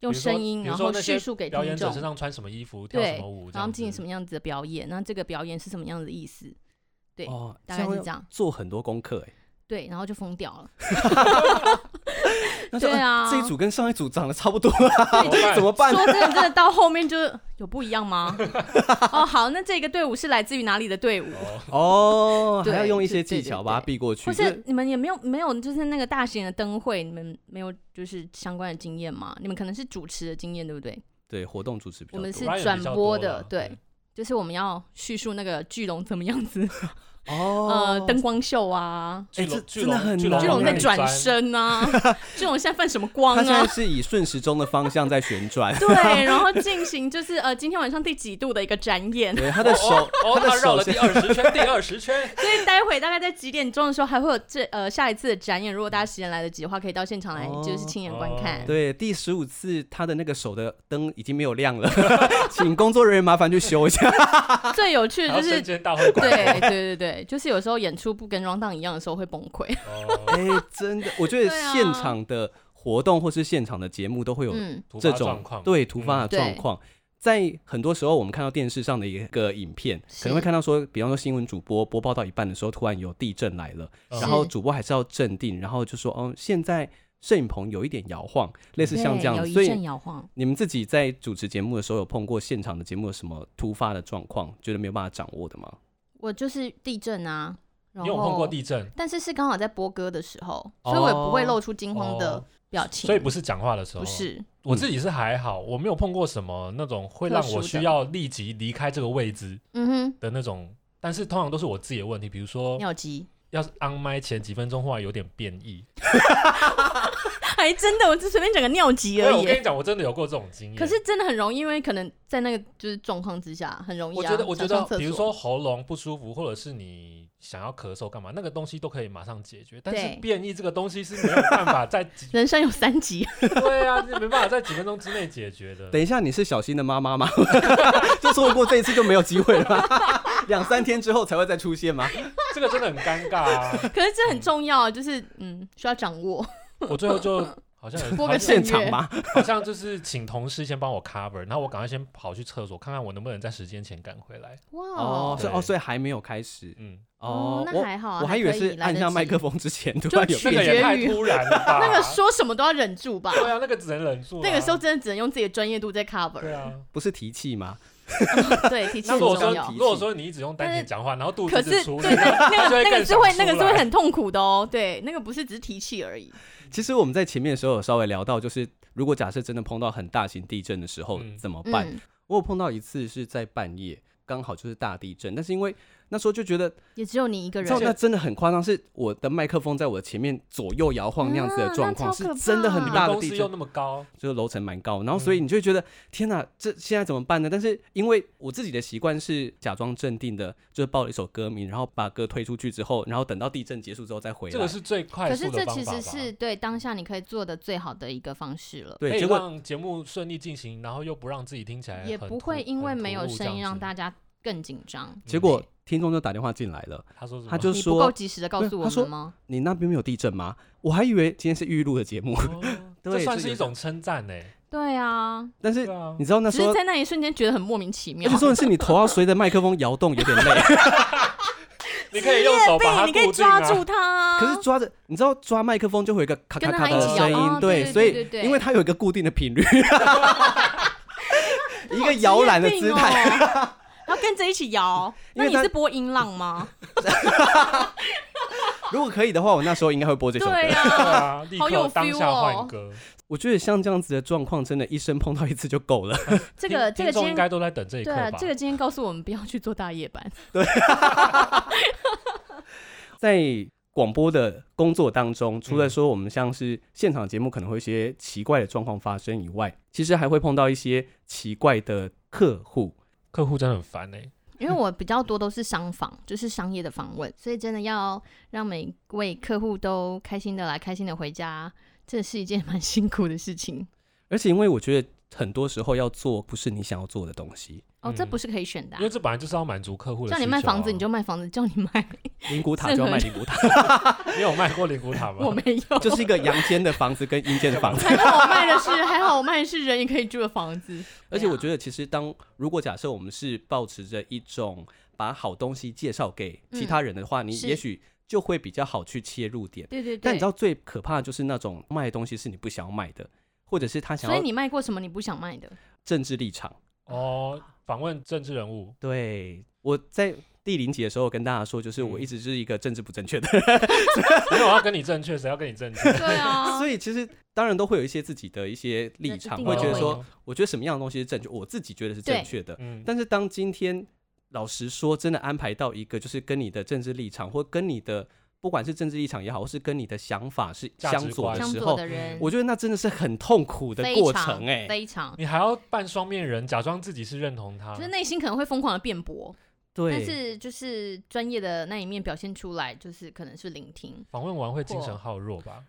[SPEAKER 4] 用声音，
[SPEAKER 3] 比如
[SPEAKER 4] 然
[SPEAKER 3] 说
[SPEAKER 4] 后
[SPEAKER 3] 那
[SPEAKER 4] 叙
[SPEAKER 3] 些
[SPEAKER 4] 述给
[SPEAKER 3] 表演
[SPEAKER 4] 听
[SPEAKER 3] 者
[SPEAKER 4] 众
[SPEAKER 3] 身，上穿什么衣服，跳什
[SPEAKER 4] 对
[SPEAKER 3] 么舞，，
[SPEAKER 4] 然后进行什
[SPEAKER 3] 么？
[SPEAKER 4] 么样子的表演，那这个表演是什么样子的意思，对
[SPEAKER 2] 哦，
[SPEAKER 4] 大概
[SPEAKER 2] 像
[SPEAKER 4] 是
[SPEAKER 2] 要
[SPEAKER 4] 这样。
[SPEAKER 2] 做很多功课哎。
[SPEAKER 4] 对，然后就疯掉了。
[SPEAKER 2] 那说
[SPEAKER 4] 对
[SPEAKER 2] 呃
[SPEAKER 4] 啊
[SPEAKER 2] 这一组跟上一组长得差不多， <laughs>
[SPEAKER 3] 怎么办
[SPEAKER 2] 怎么办？
[SPEAKER 4] 说真的，真的到后面就是有不一样吗？ <laughs> 哦，好，那这个队伍是来自于哪里的队伍？
[SPEAKER 2] 哦，
[SPEAKER 3] 哦
[SPEAKER 4] 对
[SPEAKER 2] 还要用一些
[SPEAKER 4] 是对
[SPEAKER 2] 技
[SPEAKER 4] 对
[SPEAKER 2] 巧
[SPEAKER 4] 对
[SPEAKER 2] 把它避过去。
[SPEAKER 4] 或
[SPEAKER 2] 就是
[SPEAKER 4] 是你们也没有没有就是那个大型的灯会，你们没有就是相关的经验吗？你们可能是主持的经验，对不对？
[SPEAKER 2] 对活动主持比较
[SPEAKER 4] 我们
[SPEAKER 2] 多
[SPEAKER 4] 是
[SPEAKER 3] Ryan 比
[SPEAKER 4] 转
[SPEAKER 3] 较多
[SPEAKER 4] 播的
[SPEAKER 3] 啦
[SPEAKER 4] 对就是我们要叙述那个巨龙怎么样子，
[SPEAKER 2] 哦
[SPEAKER 4] 呃，灯光秀啊，
[SPEAKER 3] 巨
[SPEAKER 2] 哎
[SPEAKER 3] 龙
[SPEAKER 2] 这
[SPEAKER 3] 巨
[SPEAKER 2] 真的
[SPEAKER 3] 龙
[SPEAKER 2] 很
[SPEAKER 3] 巨
[SPEAKER 2] 难
[SPEAKER 3] 龙
[SPEAKER 4] 这种
[SPEAKER 2] 哎
[SPEAKER 4] 在
[SPEAKER 3] 在
[SPEAKER 4] 转
[SPEAKER 3] 哦钻 <laughs>
[SPEAKER 4] 身啊，这种现在犯什么光
[SPEAKER 2] 它现在
[SPEAKER 4] 啊？，
[SPEAKER 2] 是以顺时钟的方向在旋转
[SPEAKER 4] <laughs> 对，然后进行就是呃，今天晚上第几度的一个展演，
[SPEAKER 2] 对，他的手，
[SPEAKER 3] 哦，
[SPEAKER 2] 他
[SPEAKER 3] 他
[SPEAKER 2] 的
[SPEAKER 3] 绕
[SPEAKER 2] 手
[SPEAKER 3] 了第
[SPEAKER 2] 是
[SPEAKER 3] 二十圈，第二十圈。
[SPEAKER 4] 所以待会大概在几点钟的时候还会有这呃下一次的展演，如果大家时间来得及的话，可以到现场来
[SPEAKER 2] 哦
[SPEAKER 4] 就是亲眼观看。
[SPEAKER 2] 对，第十五次他的那个手的灯已经没有亮了， <laughs> 请工作人员麻烦去修一下。
[SPEAKER 4] 最有趣
[SPEAKER 3] 然
[SPEAKER 4] 的
[SPEAKER 3] 后
[SPEAKER 4] 就
[SPEAKER 3] 瞬
[SPEAKER 4] <laughs> 是。
[SPEAKER 3] 间大会馆。
[SPEAKER 4] 对对对对，就是有时候演出不跟 round down 一样的时候会崩溃。
[SPEAKER 3] 哦，
[SPEAKER 2] <laughs> 哎，真的，我觉得
[SPEAKER 4] 对啊
[SPEAKER 2] 现场的活动或是现场的节目都会有
[SPEAKER 4] 嗯，
[SPEAKER 3] 突
[SPEAKER 2] 这
[SPEAKER 3] 发
[SPEAKER 2] 种
[SPEAKER 3] 状况嗯
[SPEAKER 2] 对突发的
[SPEAKER 4] 对
[SPEAKER 2] 状况。在很多时候，我们看到电视上的一个影片，
[SPEAKER 4] 是
[SPEAKER 2] 可能会看到说，比方说新闻主播播报到一半的时候，突然有地震来了，
[SPEAKER 3] 嗯
[SPEAKER 2] 然后主播还是要镇定，然后就说，哦，现在摄影棚有一点摇晃，类似像这样
[SPEAKER 4] 有
[SPEAKER 2] 的。
[SPEAKER 4] 一
[SPEAKER 2] 所
[SPEAKER 4] 阵
[SPEAKER 2] 以
[SPEAKER 4] 摇晃。
[SPEAKER 2] 你们自己在主持节目的时候，有碰过现场的节目有什么突发的状况，觉得没有办法掌握的吗？
[SPEAKER 4] 我就是地震啊，然
[SPEAKER 3] 你
[SPEAKER 4] 后
[SPEAKER 3] 有碰过地震，
[SPEAKER 4] 但是是刚好在播歌的时候，
[SPEAKER 2] 哦
[SPEAKER 4] 所以我也不会露出惊慌
[SPEAKER 3] 哦
[SPEAKER 4] 的表情。
[SPEAKER 3] 所以不是哦讲话的时候，
[SPEAKER 4] 不是，
[SPEAKER 3] 我自己是还好，我没有碰过什么那种会让我需要立即离开这个位置
[SPEAKER 4] 嗯哼，
[SPEAKER 3] 的那种但是通常都是我自己的问题，比如说
[SPEAKER 4] 尿 <laughs> 急，
[SPEAKER 3] 要是 on 麦前几分钟忽然有点变异，
[SPEAKER 4] 还哎真的，我只随便讲个尿急
[SPEAKER 3] 因
[SPEAKER 4] 而
[SPEAKER 3] 哎为我
[SPEAKER 4] 已
[SPEAKER 3] 跟你。讲，我真的有过这种经验。
[SPEAKER 4] 可是真的很容易，因为可能在那个就是状况之下，很容易、啊。
[SPEAKER 3] 我觉得，我觉
[SPEAKER 4] 想上厕
[SPEAKER 3] 得，
[SPEAKER 4] 所
[SPEAKER 3] 比如说喉咙不舒服，或者是你想要咳嗽干嘛，那个东西都可以马上解决。但
[SPEAKER 4] 对
[SPEAKER 3] 是变异这个东西是没有办法在
[SPEAKER 4] <laughs>
[SPEAKER 3] 几
[SPEAKER 4] 人生有三级，
[SPEAKER 3] 对啊，是没办法在几分钟之内解决的。
[SPEAKER 2] 等一下，你是小新的妈妈 <laughs> 吗？就错过这一次就没有机会了吗，两三天之后才会再出现吗？
[SPEAKER 3] 这个真的很尴尬啊！
[SPEAKER 4] 可是这很重要，就是嗯，需要掌握。
[SPEAKER 3] 我最
[SPEAKER 2] <laughs>
[SPEAKER 3] 后就好像有
[SPEAKER 4] 播个
[SPEAKER 3] 好像
[SPEAKER 2] 现场吗？
[SPEAKER 3] 好像就是请同事先帮我 cover，然后我赶快先跑去厕所看看我能不能在时间前赶回来。
[SPEAKER 4] 哇
[SPEAKER 2] 哦，
[SPEAKER 4] 哦，
[SPEAKER 2] 所以哦，所以还没有开始
[SPEAKER 3] 嗯，
[SPEAKER 4] 哦
[SPEAKER 2] 哦。
[SPEAKER 4] 那
[SPEAKER 2] 我
[SPEAKER 4] 还好啊
[SPEAKER 2] 我还以为是按下麦克风之前突然有
[SPEAKER 4] 取
[SPEAKER 3] 那个
[SPEAKER 2] 变
[SPEAKER 4] 决
[SPEAKER 3] 也
[SPEAKER 2] 异。
[SPEAKER 3] 太
[SPEAKER 4] 于
[SPEAKER 3] 突然了吧？
[SPEAKER 4] <laughs> 那个说什么都要忍住吧。
[SPEAKER 3] 对啊，那个只能忍住啊。
[SPEAKER 4] 那个时候真的只能用自己的专业度在 cover。
[SPEAKER 3] 对啊。
[SPEAKER 2] 不是提气吗？
[SPEAKER 4] 对，提气
[SPEAKER 3] 那
[SPEAKER 4] 很
[SPEAKER 3] 如果
[SPEAKER 4] 重
[SPEAKER 3] 说
[SPEAKER 4] 要
[SPEAKER 2] 提。
[SPEAKER 3] 如果说你一直用丹田讲话，然后肚
[SPEAKER 4] 可
[SPEAKER 3] 子
[SPEAKER 4] 是
[SPEAKER 3] 是出
[SPEAKER 4] 对那那个
[SPEAKER 3] <laughs>
[SPEAKER 4] 那个是会那个是会
[SPEAKER 3] 很。
[SPEAKER 4] 很痛苦的哦。对，那个不是只是提气而已。
[SPEAKER 2] 其实我们在前面的时候有稍微聊到，就是如果假设真的碰到很大型地震的时候、
[SPEAKER 3] 嗯
[SPEAKER 2] 怎么办？
[SPEAKER 4] 嗯，
[SPEAKER 2] 我有碰到一次是在半夜，刚好就是大地震，但是因为那时候就觉得，
[SPEAKER 4] 也只有你一个
[SPEAKER 2] 你知道
[SPEAKER 4] 人。
[SPEAKER 2] 那真的很夸张，是我的麦克风在我前面左右摇晃那样子的状况，
[SPEAKER 4] 啊那超可
[SPEAKER 2] 是
[SPEAKER 4] 怕
[SPEAKER 2] 真的很
[SPEAKER 4] 你
[SPEAKER 2] 大的
[SPEAKER 3] 公
[SPEAKER 2] 地
[SPEAKER 3] 司又嗯
[SPEAKER 2] 震，
[SPEAKER 3] 那么高，
[SPEAKER 2] 就是楼层蛮高，然后所以你就会觉得、天哪，这现在怎么办呢？但是因为我自己的习惯是假装镇定的，就是报了一首歌名，然后把歌推出去之后，然后等到地震结束之后再回来。
[SPEAKER 3] 这个是最快
[SPEAKER 4] 可
[SPEAKER 3] 速
[SPEAKER 4] 是
[SPEAKER 3] 的
[SPEAKER 4] 这
[SPEAKER 3] 方
[SPEAKER 4] 其
[SPEAKER 3] 法吧
[SPEAKER 4] 实是对当下你可以做的最好的一个方式了。
[SPEAKER 3] 可
[SPEAKER 2] 对，
[SPEAKER 3] 以
[SPEAKER 2] 结果
[SPEAKER 3] 让节目顺利进行，然后又不让自己听起来
[SPEAKER 4] 也
[SPEAKER 3] 很
[SPEAKER 4] 不
[SPEAKER 3] 突
[SPEAKER 4] 会因为
[SPEAKER 3] 很
[SPEAKER 4] 没有
[SPEAKER 3] 突兀
[SPEAKER 4] 声音
[SPEAKER 3] 这样
[SPEAKER 4] 让
[SPEAKER 3] 子嗯
[SPEAKER 4] 大家更紧张。
[SPEAKER 2] 结果听众就打电话进来了。
[SPEAKER 3] 他说什么？
[SPEAKER 2] 他就
[SPEAKER 4] 你
[SPEAKER 2] 说
[SPEAKER 4] 不够及时的告诉
[SPEAKER 2] 没有
[SPEAKER 4] 我
[SPEAKER 2] 他说
[SPEAKER 4] 们吗？
[SPEAKER 2] 你那边没有地震吗？我还以为今天是预录的节目，
[SPEAKER 3] 哦
[SPEAKER 2] <laughs>
[SPEAKER 3] 这
[SPEAKER 2] 对
[SPEAKER 3] 算
[SPEAKER 2] 这
[SPEAKER 3] 是一
[SPEAKER 2] 有
[SPEAKER 3] 种称赞欸呢。
[SPEAKER 4] 对啊，
[SPEAKER 2] 但是
[SPEAKER 3] 对啊
[SPEAKER 2] 你，知道那
[SPEAKER 4] 只
[SPEAKER 2] 时候
[SPEAKER 4] 是，在那一瞬间觉得很莫名其
[SPEAKER 2] 而
[SPEAKER 4] 妙
[SPEAKER 2] 且。重点是你头要随着麦克风摇动，有点
[SPEAKER 4] <laughs>
[SPEAKER 2] 累。
[SPEAKER 3] 你可以用手把它
[SPEAKER 4] 你可以
[SPEAKER 3] 固定
[SPEAKER 4] 抓
[SPEAKER 3] 啊。 <laughs>
[SPEAKER 4] 住他。
[SPEAKER 2] 可是抓着，你知道抓麦克风就会有一个咔咔
[SPEAKER 4] 跟着
[SPEAKER 2] 咔
[SPEAKER 4] 它
[SPEAKER 2] 的
[SPEAKER 4] 一起摇
[SPEAKER 2] 声
[SPEAKER 4] 哦
[SPEAKER 2] 音，
[SPEAKER 4] 对对
[SPEAKER 2] 所
[SPEAKER 4] 对
[SPEAKER 2] 以
[SPEAKER 4] 对
[SPEAKER 2] 因为它有一个固定的
[SPEAKER 4] <laughs>
[SPEAKER 2] 频率，一个摇篮的姿态。 <laughs>
[SPEAKER 4] 好职业病哦然后跟着一起摇。
[SPEAKER 2] 因
[SPEAKER 4] 那
[SPEAKER 2] 为
[SPEAKER 4] 你
[SPEAKER 2] 他
[SPEAKER 4] 是播音浪吗？
[SPEAKER 2] 如果可以的话，我那时候应该会播这首歌。
[SPEAKER 4] 哦对
[SPEAKER 3] 对
[SPEAKER 4] 啊，
[SPEAKER 3] 啊，立
[SPEAKER 4] 好有
[SPEAKER 3] 刻当
[SPEAKER 4] feel
[SPEAKER 3] 下
[SPEAKER 4] 哦
[SPEAKER 3] 换歌。
[SPEAKER 2] 我觉得像这样子的状况，真的，一生碰到一次就够了。
[SPEAKER 4] 这个这
[SPEAKER 3] 听听
[SPEAKER 4] 个今
[SPEAKER 3] 众应
[SPEAKER 4] 天
[SPEAKER 3] 该都在等这一刻
[SPEAKER 4] 对啊，
[SPEAKER 3] 吧？
[SPEAKER 4] 这个今天告诉我们不要去做大夜班。
[SPEAKER 2] 在广播的工作当中，除了说我们像是现场节目可能会有一些奇怪的状况发生以外，其实还会碰到一些奇怪的客户。
[SPEAKER 3] 客户真的很烦哎。
[SPEAKER 4] 因为我比较多都是商访，就是商业的访问，所以真的要让每位客户都开心的来，开心的回家，这是一件 <laughs> 蛮辛苦的事情。
[SPEAKER 2] 而且因为我觉得很多时候要做不是你想要做的东西，
[SPEAKER 4] 哦，这
[SPEAKER 3] 嗯
[SPEAKER 4] 不是可以选的、啊
[SPEAKER 3] 因为。这本来就是要满足客户的需求
[SPEAKER 4] 叫
[SPEAKER 3] 啊。
[SPEAKER 4] 你卖房子你就卖房子，叫你卖
[SPEAKER 2] <laughs> 灵骨塔就要卖灵骨塔，
[SPEAKER 3] 你有卖过灵骨塔吗？
[SPEAKER 4] <laughs> 我没有，
[SPEAKER 2] 就是一个阳间的房子跟阴间的房子。
[SPEAKER 4] 还好我卖的是还好我卖的是人也可以住的房子。
[SPEAKER 2] <laughs> 而且我
[SPEAKER 4] 得
[SPEAKER 2] 觉得，其实当如果假设我们是保持着一种把好东西介绍给其他人的话，你
[SPEAKER 4] 嗯是
[SPEAKER 2] 也许就会比较好去切入点。
[SPEAKER 4] 对对对，
[SPEAKER 2] 但你知道最可怕的就是那种卖的东西是你不想要卖的，或者是他想
[SPEAKER 4] 所以
[SPEAKER 2] 要
[SPEAKER 4] 你卖过什么你不想卖
[SPEAKER 2] <laughs>
[SPEAKER 4] 的？
[SPEAKER 2] 政治立场。
[SPEAKER 3] 哦，访问政治人物，
[SPEAKER 2] 对，我在第零集的时候跟大家说，就是我一直是一个政治不正确的人，
[SPEAKER 3] 没有要跟你正确，谁要跟你正确？
[SPEAKER 4] <laughs> 对
[SPEAKER 2] <laughs>
[SPEAKER 4] 啊，
[SPEAKER 2] 所以其实当然都会有一些自己的一些立场，
[SPEAKER 4] 一定
[SPEAKER 2] 会觉得
[SPEAKER 4] 会
[SPEAKER 2] 说，我觉得什么样的东西是正确，我自己觉得是
[SPEAKER 4] 对
[SPEAKER 2] 正确的。
[SPEAKER 3] 嗯，
[SPEAKER 2] 但是当今天老实说，真的安排到一个就是跟你的政治立场或跟你的不管是政治立场也好，或是跟你的想法是
[SPEAKER 3] 价
[SPEAKER 2] 相
[SPEAKER 3] 值
[SPEAKER 2] 左
[SPEAKER 3] 观
[SPEAKER 2] 的
[SPEAKER 4] 相
[SPEAKER 2] 时
[SPEAKER 4] 左
[SPEAKER 2] 候
[SPEAKER 4] 的，人，
[SPEAKER 2] 我觉得那真的是很痛苦的
[SPEAKER 4] 非
[SPEAKER 2] 过
[SPEAKER 4] 常
[SPEAKER 2] 程哎、
[SPEAKER 4] 非常，
[SPEAKER 3] 你还要扮双面人，假装自己是认同他
[SPEAKER 4] 就。是内心可能会疯狂的辩驳，但
[SPEAKER 2] 对，
[SPEAKER 4] 是就是专业的那一面表现出来，就是可能是聆听，
[SPEAKER 3] 访问完会精神耗弱吧？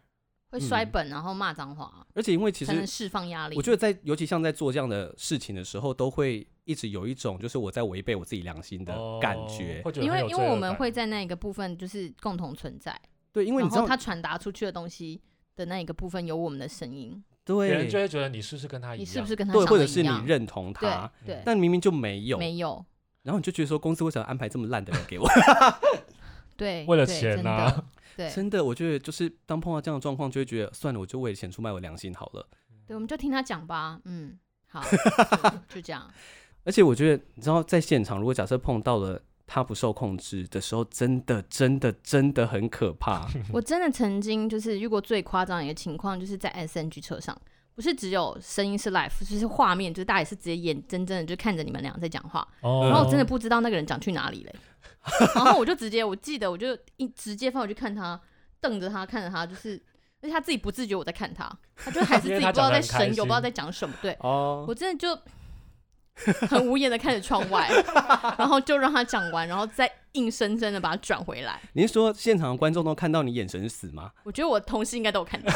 [SPEAKER 4] 会摔本，然后骂脏话，
[SPEAKER 2] 而且因嗯为其
[SPEAKER 4] 才能
[SPEAKER 2] 实
[SPEAKER 4] 释放压力。
[SPEAKER 2] 我觉得在尤其像在做这样的事情的时候，都会一直有一种就是我在违背我自己良心的感觉
[SPEAKER 3] 哦。会觉得
[SPEAKER 4] 因
[SPEAKER 3] 很
[SPEAKER 4] 为
[SPEAKER 3] 有
[SPEAKER 4] 因
[SPEAKER 3] 罪
[SPEAKER 4] 为
[SPEAKER 3] 恶
[SPEAKER 4] 我们
[SPEAKER 3] 感
[SPEAKER 4] 会在那一个部分就是共同存在，
[SPEAKER 2] 对，啊因为你
[SPEAKER 4] 然
[SPEAKER 2] 知
[SPEAKER 4] 后
[SPEAKER 2] 道
[SPEAKER 4] 他，传达出去的东西的那一个部分有我们的声音，
[SPEAKER 3] 别人就
[SPEAKER 2] 对
[SPEAKER 3] 会觉得你是不是跟他一
[SPEAKER 4] 你
[SPEAKER 3] 样？
[SPEAKER 4] 是不是跟他
[SPEAKER 2] 对，
[SPEAKER 4] 想
[SPEAKER 2] 或者
[SPEAKER 4] 的
[SPEAKER 2] 是
[SPEAKER 4] 一
[SPEAKER 2] 你
[SPEAKER 4] 样？
[SPEAKER 2] 认同他，
[SPEAKER 4] 对对，
[SPEAKER 2] 但明明就没有，
[SPEAKER 4] 没有
[SPEAKER 2] 然后你就觉得说公司为什么安排这么烂的人给我？
[SPEAKER 4] 对，
[SPEAKER 3] 为了
[SPEAKER 4] 对
[SPEAKER 3] 钱
[SPEAKER 4] 真的
[SPEAKER 3] 啊
[SPEAKER 4] 对
[SPEAKER 2] 真的，我觉得就是当碰到这样的状况，就会觉得算了，我就为了钱出卖我良心好了。
[SPEAKER 4] 对，我们就听他讲吧，嗯，
[SPEAKER 2] <laughs>
[SPEAKER 4] 好，就就这样，
[SPEAKER 2] 而且我觉得，你知道，在现场如果假设碰到了他不受控制的时候，真的真的真的很可怕。
[SPEAKER 3] 嗯
[SPEAKER 4] 我真的曾经就是遇过最夸张的一个情况，就是在 S N G 车上，不是只有声音是 live，就是画面，就是大家也是直接眼睁睁的就看着你们俩在讲话，
[SPEAKER 3] 哦，
[SPEAKER 4] 然后我真的不知道那个人长去哪
[SPEAKER 3] <laughs>
[SPEAKER 4] 里嘞，然后我就直接，我记得我就一直接放我去看他，瞪着他看着他，就是而且他自己不自觉我在看他，他就还
[SPEAKER 3] <laughs>
[SPEAKER 4] 是
[SPEAKER 3] 因
[SPEAKER 4] 自
[SPEAKER 3] 为
[SPEAKER 4] 己
[SPEAKER 3] 他
[SPEAKER 4] 不知道
[SPEAKER 3] 长得
[SPEAKER 4] 在
[SPEAKER 3] 很开
[SPEAKER 4] 神游，
[SPEAKER 3] 心
[SPEAKER 4] 不知道在讲什么，对
[SPEAKER 2] 哦，
[SPEAKER 4] 我真的就很无言的看着窗外， <laughs> 然后就让他讲完，然后再硬生生的把他转回来。
[SPEAKER 2] 您说现场的观众都看到你眼神死吗？
[SPEAKER 4] 我觉得我同事应该都有 <laughs> 看到，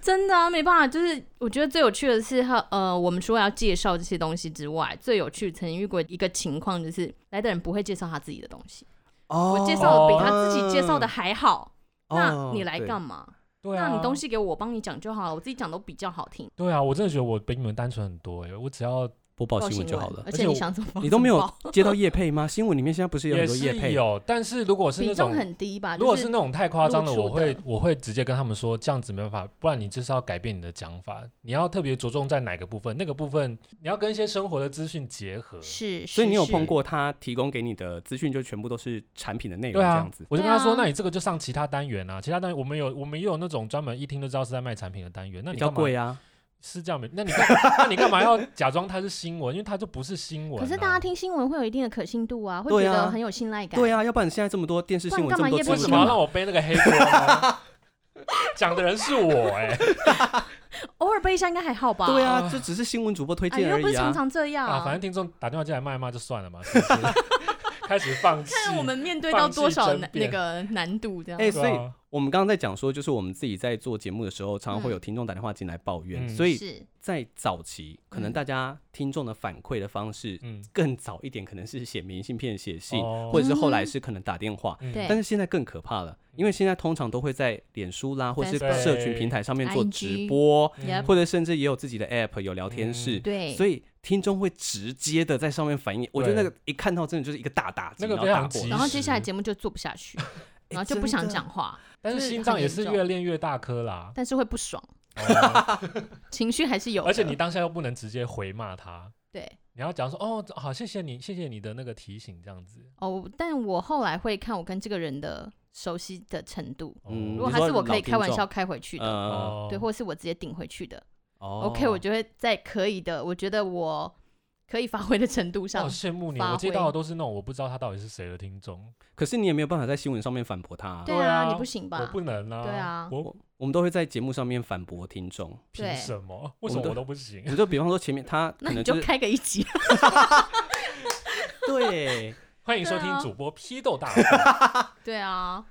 [SPEAKER 4] 真的、啊、没办法。就是我觉得最有趣的是，呃，我们除了要介绍这些东西之外，最有趣曾经遇过一个情况，就是来的人不会介绍他自己的东西，
[SPEAKER 2] 哦
[SPEAKER 4] 我介绍的比他自己介绍的还好。
[SPEAKER 2] 哦
[SPEAKER 4] 那你来
[SPEAKER 2] 对
[SPEAKER 4] 干嘛？
[SPEAKER 3] 对啊，
[SPEAKER 4] 那你东西给我，我帮你讲就好了。我自己讲都比较好听。
[SPEAKER 3] 对啊，我真的觉得我比你们单纯很多哎，我只要
[SPEAKER 2] 播报
[SPEAKER 4] 报
[SPEAKER 2] 新
[SPEAKER 4] 新
[SPEAKER 2] 闻就好了
[SPEAKER 4] 而。
[SPEAKER 3] 而且
[SPEAKER 4] 且你
[SPEAKER 3] 我
[SPEAKER 4] 想怎么报
[SPEAKER 2] 你都没
[SPEAKER 4] 怎么
[SPEAKER 2] 有
[SPEAKER 4] 报
[SPEAKER 2] 接到叶配吗？新闻里面现在不是有
[SPEAKER 3] 也
[SPEAKER 2] 很多叶
[SPEAKER 3] 是
[SPEAKER 2] 配？
[SPEAKER 3] 有，但是如果是
[SPEAKER 4] 比
[SPEAKER 3] 那
[SPEAKER 4] 重
[SPEAKER 3] 种
[SPEAKER 4] 很低吧？
[SPEAKER 3] 如果
[SPEAKER 4] 就是
[SPEAKER 3] 那种太夸张的，
[SPEAKER 4] 入
[SPEAKER 3] 我
[SPEAKER 4] 住
[SPEAKER 3] 会
[SPEAKER 4] 的
[SPEAKER 3] 我会直接跟他们说，这样子没办法，不然你就是要改变你的讲法，你要特别着重在哪个部分，那个部分你要跟一些生活的资讯结合。
[SPEAKER 4] 是，
[SPEAKER 2] 所以
[SPEAKER 4] 是
[SPEAKER 2] 你有
[SPEAKER 4] 是
[SPEAKER 2] 碰过他提供给你的资讯，就全部都是产品的内容
[SPEAKER 3] 对
[SPEAKER 2] 这
[SPEAKER 3] 啊
[SPEAKER 2] 样子，？
[SPEAKER 3] 我就跟他说，
[SPEAKER 4] 对啊
[SPEAKER 3] 那你这个就上其他单元啊，其他单元我们有我们也有那种专门一听就知道是在卖产品的单元，那
[SPEAKER 2] 比
[SPEAKER 3] 你
[SPEAKER 2] 较
[SPEAKER 3] 干嘛
[SPEAKER 2] 贵啊。
[SPEAKER 3] 是这样没？那你干那你干嘛要假装它是新闻？因为它就不是新闻啊、
[SPEAKER 4] 可是大家听新闻会有一定的可信度啊，会
[SPEAKER 2] 对
[SPEAKER 4] 觉
[SPEAKER 2] 啊
[SPEAKER 4] 得很有信赖感。
[SPEAKER 2] 对啊，要不然现在这么多电视新闻，
[SPEAKER 4] 不啊然
[SPEAKER 2] 这
[SPEAKER 4] 干
[SPEAKER 2] 么
[SPEAKER 4] 嘛
[SPEAKER 2] 多
[SPEAKER 4] 叶
[SPEAKER 2] 资
[SPEAKER 4] 配
[SPEAKER 3] 为什
[SPEAKER 2] 讯
[SPEAKER 3] 么
[SPEAKER 4] 新
[SPEAKER 3] 要
[SPEAKER 4] 闻
[SPEAKER 3] 让我背那个黑锅呢？ <laughs> 讲的人是我哎、
[SPEAKER 4] 偶尔背一下应该还好吧？
[SPEAKER 2] 对啊，这只是新闻主播推
[SPEAKER 4] 哎，
[SPEAKER 2] 荐
[SPEAKER 4] 又
[SPEAKER 2] 而
[SPEAKER 4] 不
[SPEAKER 2] 已
[SPEAKER 4] 是常
[SPEAKER 2] 啊。
[SPEAKER 4] 常这样。
[SPEAKER 3] 啊，反正听众打电话进来骂一骂就算了嘛，
[SPEAKER 4] <laughs>
[SPEAKER 3] 是不 <laughs> 是开始放弃。
[SPEAKER 4] 看我们面对
[SPEAKER 3] 放
[SPEAKER 4] 到
[SPEAKER 3] 弃
[SPEAKER 4] 多少
[SPEAKER 3] 争
[SPEAKER 4] 难那
[SPEAKER 3] 辩
[SPEAKER 4] 个难度这样。
[SPEAKER 2] 哎，
[SPEAKER 3] 对
[SPEAKER 2] 所以
[SPEAKER 3] 啊
[SPEAKER 2] 我们刚刚在讲说，就是我们自己在做节目的时候，常常会有听众打电话进来抱怨，
[SPEAKER 3] 嗯
[SPEAKER 2] 所以
[SPEAKER 4] 是
[SPEAKER 2] 在早期，可能
[SPEAKER 4] 嗯
[SPEAKER 2] 大家听众的反馈的方式
[SPEAKER 3] 嗯，
[SPEAKER 2] 更早一点，可能是写明信片、写信，
[SPEAKER 3] 哦
[SPEAKER 2] 或者是后来
[SPEAKER 4] 嗯
[SPEAKER 2] 是可能打电话。
[SPEAKER 3] 嗯
[SPEAKER 4] 对
[SPEAKER 2] 但是现在更可怕了，因为现在通常都会在脸书啦，或是
[SPEAKER 3] Facebook
[SPEAKER 2] 社群平台上面做
[SPEAKER 4] IG
[SPEAKER 2] 直播，
[SPEAKER 3] 嗯
[SPEAKER 2] 或者甚至也有自己的 App 有聊天室，
[SPEAKER 4] 对，
[SPEAKER 2] 所
[SPEAKER 4] 以
[SPEAKER 2] 以听众会直接的在上面反映。我觉得那个一看到真的就是一个大打击，
[SPEAKER 3] 那个
[SPEAKER 2] 然后
[SPEAKER 3] 非常
[SPEAKER 2] 打破
[SPEAKER 3] 及
[SPEAKER 2] 了。
[SPEAKER 4] 然后接下来节目就做不下
[SPEAKER 2] <laughs>
[SPEAKER 4] 去，然后就不想
[SPEAKER 2] 哎真的啊
[SPEAKER 4] 讲话，
[SPEAKER 3] 但是
[SPEAKER 4] 就是
[SPEAKER 3] 心
[SPEAKER 4] 很
[SPEAKER 3] 脏也
[SPEAKER 4] 严
[SPEAKER 3] 是
[SPEAKER 4] 重，
[SPEAKER 3] 越练越大颗啦
[SPEAKER 4] <laughs> 但是会不爽，
[SPEAKER 3] 哦
[SPEAKER 4] 情绪还是有的。
[SPEAKER 3] 而且你当下又不能直接回骂他，
[SPEAKER 4] 对
[SPEAKER 3] 你要讲说哦，好，谢谢你，谢谢你的那个提醒，这样子。
[SPEAKER 4] 哦，但我后来会看我跟这个人的熟悉的程度，
[SPEAKER 2] 嗯
[SPEAKER 4] 如
[SPEAKER 3] 哦
[SPEAKER 4] 果
[SPEAKER 2] 你
[SPEAKER 4] 他
[SPEAKER 2] 说
[SPEAKER 4] 是我可
[SPEAKER 2] 老
[SPEAKER 4] 以
[SPEAKER 2] 听
[SPEAKER 4] 开玩
[SPEAKER 2] 众
[SPEAKER 4] 笑开回去的，
[SPEAKER 2] 呃
[SPEAKER 3] 哦
[SPEAKER 4] 对，或是我直接顶回去的。
[SPEAKER 2] 哦
[SPEAKER 4] <laughs> OK，我就会在可以的，我觉得我可以发挥的程度
[SPEAKER 3] 我
[SPEAKER 2] 哦
[SPEAKER 3] 好羡
[SPEAKER 4] 上，
[SPEAKER 3] 慕你，
[SPEAKER 4] 发
[SPEAKER 3] 我接到的
[SPEAKER 4] 挥
[SPEAKER 3] 都是那种我不知道他到底是谁的听众，
[SPEAKER 2] 可是你也没有办法在新闻上面反驳他啊、
[SPEAKER 4] 对
[SPEAKER 3] 对啊
[SPEAKER 4] 你不行
[SPEAKER 3] 我
[SPEAKER 4] 吧？
[SPEAKER 3] 不能啊，
[SPEAKER 4] 对啊
[SPEAKER 3] 我
[SPEAKER 2] 我我们都会在节目上面反驳听
[SPEAKER 4] <laughs>
[SPEAKER 2] 众。
[SPEAKER 3] 凭
[SPEAKER 4] 对
[SPEAKER 3] 什么？
[SPEAKER 2] 们
[SPEAKER 3] 为什么
[SPEAKER 2] 都
[SPEAKER 3] 我都不行？ <laughs>
[SPEAKER 2] 也就比方说前面他可
[SPEAKER 4] 那你
[SPEAKER 2] 能就
[SPEAKER 4] 就是开个一集，啊 <laughs>
[SPEAKER 2] 对，
[SPEAKER 3] 欢迎收
[SPEAKER 4] 对
[SPEAKER 3] 听
[SPEAKER 4] 啊
[SPEAKER 3] 主播批斗大会，
[SPEAKER 4] 对啊，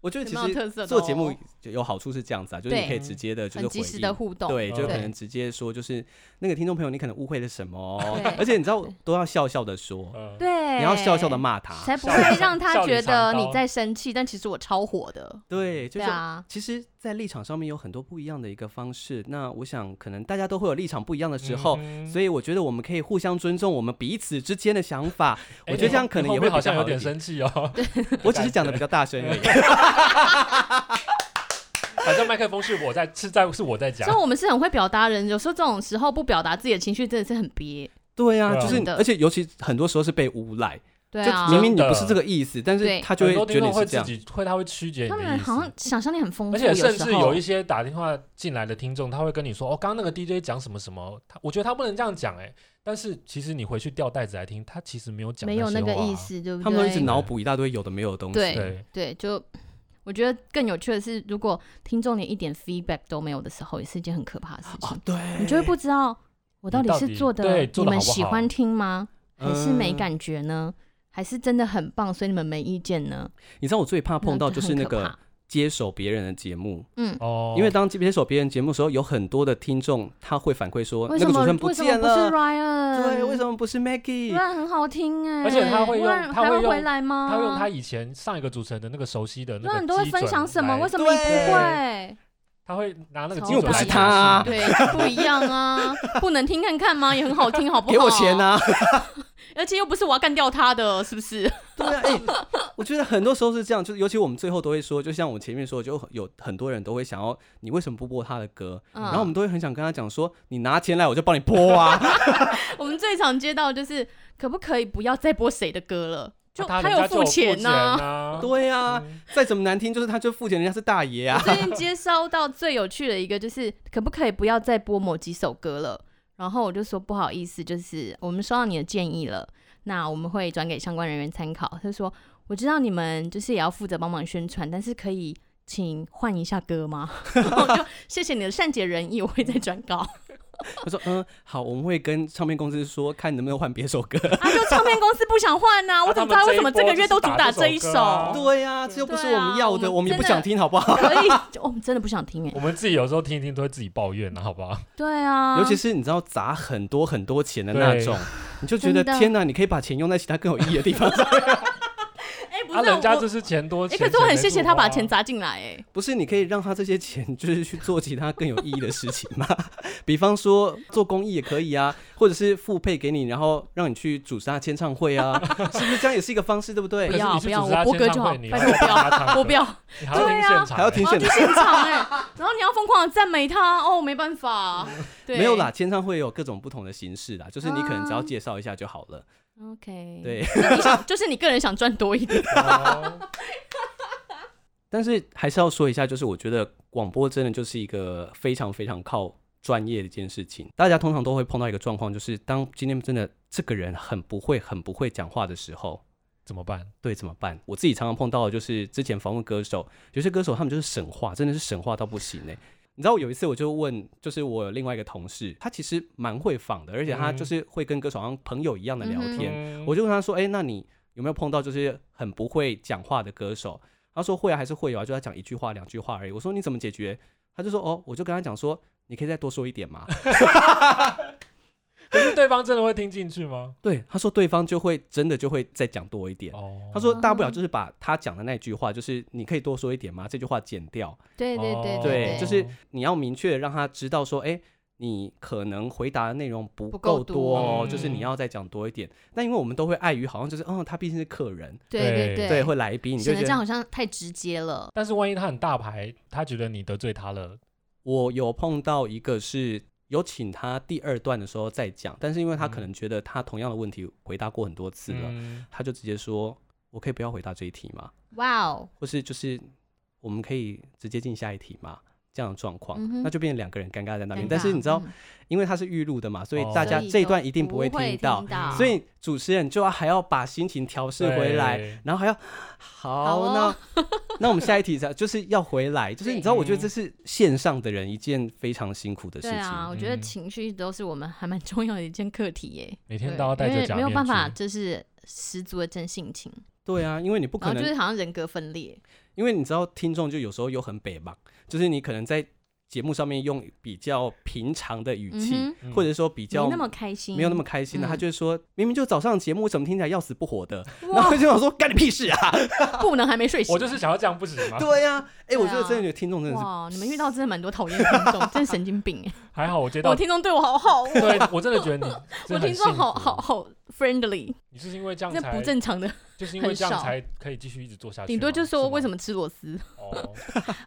[SPEAKER 2] 我觉得其
[SPEAKER 4] 有没有特色的
[SPEAKER 2] 实
[SPEAKER 4] 哦
[SPEAKER 2] 做节目就有好处是这样子啊，就是你
[SPEAKER 4] 对
[SPEAKER 2] 可以直接的，就是
[SPEAKER 4] 很
[SPEAKER 2] 回
[SPEAKER 4] 及时的
[SPEAKER 2] 应。
[SPEAKER 4] 互动，
[SPEAKER 2] 对，就
[SPEAKER 3] 嗯
[SPEAKER 2] 可能直接说，就是那个听众朋友，你可能误会了什么哦
[SPEAKER 4] 对，
[SPEAKER 2] 而且你知道
[SPEAKER 4] 对
[SPEAKER 2] 都要笑笑的说，
[SPEAKER 3] 呃，
[SPEAKER 4] 对，
[SPEAKER 2] 你要笑笑的，骂他，
[SPEAKER 4] 才不
[SPEAKER 3] 笑
[SPEAKER 4] 会
[SPEAKER 3] 里
[SPEAKER 4] 让他
[SPEAKER 3] 笑里
[SPEAKER 4] 觉
[SPEAKER 3] 藏
[SPEAKER 4] 得
[SPEAKER 3] 刀
[SPEAKER 4] 你在生气，但其实我超火的，
[SPEAKER 2] 对，就
[SPEAKER 4] 对
[SPEAKER 2] 是。
[SPEAKER 4] 啊，
[SPEAKER 2] 其实，在立场上面有很多不一样的一个方式。那我想，可能大家都会有立场不一样的时候，
[SPEAKER 3] 嗯
[SPEAKER 2] 所以我觉得我们可以互相尊重我们彼此之间的想
[SPEAKER 3] <laughs>
[SPEAKER 2] 法。
[SPEAKER 3] 哎
[SPEAKER 2] 我觉得这样可能
[SPEAKER 3] 你
[SPEAKER 2] 也
[SPEAKER 3] 后
[SPEAKER 2] 会
[SPEAKER 3] 面好
[SPEAKER 2] 比较
[SPEAKER 3] 像有
[SPEAKER 2] 好一
[SPEAKER 3] 点
[SPEAKER 2] 点。
[SPEAKER 3] 生气哦，
[SPEAKER 2] 我只是讲的比较大声
[SPEAKER 3] <laughs>
[SPEAKER 2] 而已。
[SPEAKER 3] 好像麦克风是我在是在是我在讲
[SPEAKER 4] 所以，我们是很会表达人，有时候这种时候不表达自己的情绪真的是很憋，
[SPEAKER 2] 对啊，
[SPEAKER 3] 对啊
[SPEAKER 2] 就是
[SPEAKER 4] 真，的
[SPEAKER 2] 而且尤其很多时候是被诬赖，
[SPEAKER 4] 对啊
[SPEAKER 2] 就，明明你
[SPEAKER 3] 真的
[SPEAKER 2] 不是这个意思，但是
[SPEAKER 4] 对
[SPEAKER 2] 他就
[SPEAKER 3] 很
[SPEAKER 2] 会
[SPEAKER 3] 多
[SPEAKER 2] 觉
[SPEAKER 3] 听
[SPEAKER 2] 得
[SPEAKER 3] 众
[SPEAKER 2] 你
[SPEAKER 3] 会
[SPEAKER 2] 是这
[SPEAKER 3] 自
[SPEAKER 2] 样。
[SPEAKER 3] 己会他会曲解你
[SPEAKER 4] 他
[SPEAKER 3] 的
[SPEAKER 4] 们
[SPEAKER 3] 意
[SPEAKER 4] 好像
[SPEAKER 3] 思。
[SPEAKER 4] 想象力很丰富，
[SPEAKER 3] 而且甚
[SPEAKER 4] 时
[SPEAKER 3] 至
[SPEAKER 4] 候
[SPEAKER 3] 有一些打电话进来的听众，他会跟你说：“哦，刚刚那个 DJ 讲什么什么，他我觉得他不能这样讲。”哎，但是其实你回去调带子来听，他其实没有讲
[SPEAKER 4] 没有
[SPEAKER 3] 些
[SPEAKER 4] 那个
[SPEAKER 3] 话啊
[SPEAKER 4] 意。思，对不对？
[SPEAKER 2] 他们都一直脑补一大堆有的没有的东西。
[SPEAKER 4] 对
[SPEAKER 3] 对，
[SPEAKER 4] 对，就我觉得更有趣的是，如果听众连一点 feedback 都没有的时候，也是一件很可怕的事情。
[SPEAKER 2] 啊，对，
[SPEAKER 4] 你就会不知道我到
[SPEAKER 3] 哎你
[SPEAKER 4] 底
[SPEAKER 3] 到
[SPEAKER 4] 是
[SPEAKER 3] 底
[SPEAKER 4] 做的
[SPEAKER 3] 对做得
[SPEAKER 4] 们
[SPEAKER 3] 好不
[SPEAKER 4] 喜
[SPEAKER 3] 好
[SPEAKER 4] 欢听吗？还是没
[SPEAKER 2] 嗯
[SPEAKER 4] 感觉呢？还是真的很棒，所以你们没意见呢？
[SPEAKER 2] 你知道我最怕碰到就是那
[SPEAKER 4] 很可
[SPEAKER 2] 个
[SPEAKER 4] 怕
[SPEAKER 2] 接手别人的节目，
[SPEAKER 4] 嗯，
[SPEAKER 3] 哦，
[SPEAKER 2] 因为当接手别人节目的时候，有很多的听众他会反馈说
[SPEAKER 4] 为
[SPEAKER 2] 那
[SPEAKER 4] 什
[SPEAKER 2] 个主
[SPEAKER 4] 么
[SPEAKER 2] 持人
[SPEAKER 4] 为什么
[SPEAKER 2] 见
[SPEAKER 4] 不是
[SPEAKER 2] 了，
[SPEAKER 4] Ryan？
[SPEAKER 2] 对，为什么不是
[SPEAKER 4] Ryan
[SPEAKER 2] Maggie？
[SPEAKER 4] 很好听哎、
[SPEAKER 3] 而且他会用
[SPEAKER 4] Ryan
[SPEAKER 3] 他
[SPEAKER 4] 还
[SPEAKER 3] 会
[SPEAKER 4] 会
[SPEAKER 3] 用
[SPEAKER 4] 回来吗？
[SPEAKER 3] 他会用他以前上一个主持人的那个熟悉的那个
[SPEAKER 4] Ryan 你都会
[SPEAKER 3] 基
[SPEAKER 4] 分
[SPEAKER 3] 准
[SPEAKER 4] 享什么？
[SPEAKER 3] 来
[SPEAKER 4] 为什么你不
[SPEAKER 2] 对
[SPEAKER 3] <laughs>
[SPEAKER 4] 会？
[SPEAKER 3] 他会拿那个
[SPEAKER 4] 超
[SPEAKER 3] 基准
[SPEAKER 4] 大
[SPEAKER 3] 来
[SPEAKER 4] 一
[SPEAKER 3] 打
[SPEAKER 2] 样
[SPEAKER 3] 击你
[SPEAKER 4] 对，不一样
[SPEAKER 3] <laughs>
[SPEAKER 4] 啊，不能听看看吗？也很好听，好不好？
[SPEAKER 2] 给我钱！啊！
[SPEAKER 4] 而且又不是我要干掉他的，是
[SPEAKER 3] <laughs>
[SPEAKER 4] 不是？
[SPEAKER 2] <laughs> 对啊，哎，我觉得很多时候是这样，就是尤其我们最后都会说，就像我前面说，就有很多人都会想要你为什么不播他的歌，
[SPEAKER 4] 嗯
[SPEAKER 2] 然后我们都会很想跟他讲说，你拿钱来我就帮你播啊。
[SPEAKER 4] <laughs> 我们最常接到的就是可不可以不要再播谁的歌了？就
[SPEAKER 3] 啊他
[SPEAKER 4] 他
[SPEAKER 3] 人家
[SPEAKER 4] 有付
[SPEAKER 3] 就
[SPEAKER 4] 钱啊
[SPEAKER 3] 呢、
[SPEAKER 4] 呐
[SPEAKER 2] 对啊，再怎么难听，就是他就付钱，人家是大爷
[SPEAKER 4] <laughs>
[SPEAKER 2] 啊。
[SPEAKER 4] 最近接收到 <laughs> 最有趣的一个就是，可不可以不要再播某几首歌了？然后我就说不好意思，就是我们收到你的建议了，那我们会转给相关人员参考。他说我知道你们就是也要负责帮忙宣传，但是可以请换一下歌吗？ <laughs> 然后我就谢谢你的善解人意，我会再转告。
[SPEAKER 2] 他说：“嗯，好，我们会跟唱片公司说，看能不能换别首歌。
[SPEAKER 4] 啊，就唱片公司不想换啊呐、我怎么知道为什么这个月都主打这一首？
[SPEAKER 3] 啊他们这一波就是打这首歌啊
[SPEAKER 2] 对呀、这又不是我们要的，
[SPEAKER 4] 哦对啊
[SPEAKER 2] 我们也
[SPEAKER 4] 我们
[SPEAKER 2] 不
[SPEAKER 4] 真的
[SPEAKER 2] 想听，好不好？
[SPEAKER 4] <laughs> 可以，我们真的不想听哎、
[SPEAKER 3] 我们自己有时候听一听都会自己抱怨呢、好不好？
[SPEAKER 4] 对啊，
[SPEAKER 2] 尤其是你知道砸很多很多钱的那种，你就觉得
[SPEAKER 4] 真的
[SPEAKER 2] 天哪，你可以把钱用在其他更有意义的地
[SPEAKER 4] <laughs>
[SPEAKER 2] 方。
[SPEAKER 4] 哎、不是、
[SPEAKER 3] 啊，人家
[SPEAKER 4] 我
[SPEAKER 3] 就是钱多
[SPEAKER 4] 哎、
[SPEAKER 3] 钱、
[SPEAKER 4] 可是我很谢谢他把
[SPEAKER 3] 钱
[SPEAKER 4] 钱
[SPEAKER 3] 没处啊
[SPEAKER 4] 砸进来哎、
[SPEAKER 2] 不是，你可以让他这些钱就是去做其他更有意义的事情嘛？ <laughs> 比方说做公益也可以啊，或者是付配给你，然后让你去主持他签唱会
[SPEAKER 4] <laughs>
[SPEAKER 2] 啊，是不是这样也是一个方式，对不对
[SPEAKER 4] 不
[SPEAKER 3] 可？是
[SPEAKER 4] 要
[SPEAKER 3] 你去
[SPEAKER 4] 不要，
[SPEAKER 3] 主
[SPEAKER 4] 我
[SPEAKER 3] 持他
[SPEAKER 4] 播
[SPEAKER 3] 签
[SPEAKER 4] 歌
[SPEAKER 3] 唱
[SPEAKER 4] 就好，
[SPEAKER 3] 会你
[SPEAKER 4] 拜
[SPEAKER 3] 还要
[SPEAKER 4] 托不
[SPEAKER 3] 帮 <laughs> 他唱
[SPEAKER 4] 要，
[SPEAKER 3] 歌
[SPEAKER 4] 我不要，
[SPEAKER 3] 啊你还要听
[SPEAKER 4] 对啊
[SPEAKER 3] 现场欸，
[SPEAKER 2] 还 <laughs> 要听
[SPEAKER 4] 我要去现场哎、然后你要疯狂的赞美他哦，没办法、
[SPEAKER 2] <laughs>
[SPEAKER 4] 对，
[SPEAKER 2] 没有啦，签唱会有各种不同的形式啦，就是你可能只要介绍一下就好了。
[SPEAKER 4] ，OK，，
[SPEAKER 2] 对，
[SPEAKER 3] <laughs>
[SPEAKER 4] 你想就是你个人想赚多一点，
[SPEAKER 3] 哦 <laughs>
[SPEAKER 2] 但是还是要说一下，就是我觉得广播真的就是一个非常非常靠专业的一件事情。大家通常都会碰到一个状况，就是当今天真的这个人很不会、很不会讲话的时候，
[SPEAKER 3] 怎么办？
[SPEAKER 2] 对，怎么办？我自己常常碰到的就是之前访问歌手，有些歌手他们就是神话，真的是神话到不行哎、你知道我有一次我就问，就是我有另外一个同事，他其实蛮会访的，而且他
[SPEAKER 3] 嗯
[SPEAKER 2] 就是会跟歌手好像朋友一样的聊
[SPEAKER 4] 嗯
[SPEAKER 2] 天。
[SPEAKER 3] 嗯
[SPEAKER 2] 我就问他说：“哎、那你有没有碰到就是很不会讲话的歌手？”他说：“会啊，还是会有啊，就他讲一句话、两句话而已。”我说：“你怎么解决？”他就说：“哦，我就跟他讲说，你可以再多说一点嘛。
[SPEAKER 3] 可是对方真的会听进去吗”？
[SPEAKER 2] <laughs> 对，他说对方就会真的就会再讲多一点。
[SPEAKER 3] 哦，
[SPEAKER 2] 他说：“大不了就是把他讲的那句话，就是你可以多说一点嘛，这句话剪掉。
[SPEAKER 4] 对
[SPEAKER 3] 对对
[SPEAKER 2] 对，
[SPEAKER 3] 哦
[SPEAKER 2] 就是你要明确地让他知道说，哎、你可能回答的内容不
[SPEAKER 4] 不
[SPEAKER 2] 够
[SPEAKER 4] 够
[SPEAKER 2] 多哦，
[SPEAKER 3] 多
[SPEAKER 2] 就是你要再讲多一点。那因为我们都会碍于好像就是，哦，他毕竟是客人，
[SPEAKER 4] 对
[SPEAKER 3] 对
[SPEAKER 2] 对，会来宾，你就
[SPEAKER 4] 显得
[SPEAKER 2] 觉
[SPEAKER 4] 这样
[SPEAKER 2] 得
[SPEAKER 4] 好像太直接了，
[SPEAKER 3] 但是万一他很大牌，他觉得你得罪他了，
[SPEAKER 2] 我有碰到一个是有请他第二段的时候再讲，但是因为他可能觉得他同样的问题回答过很多次了，
[SPEAKER 3] 嗯
[SPEAKER 2] 他就直接说，我可以不要回答这一题吗？
[SPEAKER 4] 哇哦，
[SPEAKER 2] 或是就是我们可以直接进下一题吗？这样的状况，
[SPEAKER 4] 嗯哼
[SPEAKER 2] 那就变成两个人尴尬在那边。
[SPEAKER 4] 尴
[SPEAKER 2] 但是
[SPEAKER 4] 尬
[SPEAKER 2] 你知道，
[SPEAKER 4] 嗯
[SPEAKER 2] 因为它是预录的嘛，所以
[SPEAKER 3] 哦
[SPEAKER 2] 大家
[SPEAKER 4] 所以
[SPEAKER 2] 这一
[SPEAKER 4] 都
[SPEAKER 2] 段一定不
[SPEAKER 4] 不
[SPEAKER 2] 会
[SPEAKER 4] 会
[SPEAKER 2] 听到
[SPEAKER 4] 听，到
[SPEAKER 2] 所以主持人就要还要把心情调试回来，
[SPEAKER 3] 对
[SPEAKER 2] 然后还要
[SPEAKER 4] 好
[SPEAKER 2] 好，
[SPEAKER 4] 哦
[SPEAKER 2] 那 <laughs> 那我们下一题才就是要回来，就是你知道，我觉得这是线上的人一件非常辛苦的事
[SPEAKER 4] 对啊，
[SPEAKER 2] 情。
[SPEAKER 4] 我觉得
[SPEAKER 3] 嗯
[SPEAKER 4] 情绪都是我们还蛮重要的一件课题耶，
[SPEAKER 3] 每
[SPEAKER 4] 对
[SPEAKER 3] 天都要戴
[SPEAKER 4] 因
[SPEAKER 3] 着
[SPEAKER 4] 为
[SPEAKER 3] 假
[SPEAKER 4] 没有
[SPEAKER 3] 面
[SPEAKER 4] 办法，
[SPEAKER 3] 具
[SPEAKER 4] 就是十足的真性情，
[SPEAKER 2] 对啊，因为你不
[SPEAKER 4] 然
[SPEAKER 2] 可
[SPEAKER 4] 后哦就是
[SPEAKER 2] 能，
[SPEAKER 4] 好像人格分裂，
[SPEAKER 2] 因为你知道听众就有时候又很北吧，就是你可能在节目上面用比较平常的语气
[SPEAKER 4] 嗯，
[SPEAKER 3] 哼
[SPEAKER 2] 或者说比较
[SPEAKER 4] 没那么开心，
[SPEAKER 2] 没有那么开心的，
[SPEAKER 4] 嗯
[SPEAKER 2] 他就会说明明就早上节目，怎么听起来要死不活的？然后
[SPEAKER 4] 哇，
[SPEAKER 2] 就想说干你屁事啊！
[SPEAKER 4] 不能还没睡醒，
[SPEAKER 3] 我就是想要这样，不行吗？
[SPEAKER 2] 对呀，哎，
[SPEAKER 4] 对啊
[SPEAKER 2] 我觉得真的觉得听众真的是，
[SPEAKER 4] 哇，你们遇到真的蛮多讨厌的听众，真的神
[SPEAKER 3] <laughs>
[SPEAKER 4] 经病哎！
[SPEAKER 3] 还好我接到
[SPEAKER 4] 我，听众对我好好哦，
[SPEAKER 3] 对我真的觉得你，
[SPEAKER 4] <laughs> 我
[SPEAKER 3] 真的很
[SPEAKER 4] 听众好
[SPEAKER 3] 幸福
[SPEAKER 4] 好，好 friendly，
[SPEAKER 3] 你就是因为这样
[SPEAKER 4] 那
[SPEAKER 3] 才
[SPEAKER 4] 不正常的，
[SPEAKER 3] 就是因为这样
[SPEAKER 4] 很少
[SPEAKER 3] 才可以继续一直做下去吗，
[SPEAKER 4] 顶多就说为什
[SPEAKER 3] 么
[SPEAKER 4] 么吃螺丝，
[SPEAKER 3] 哦，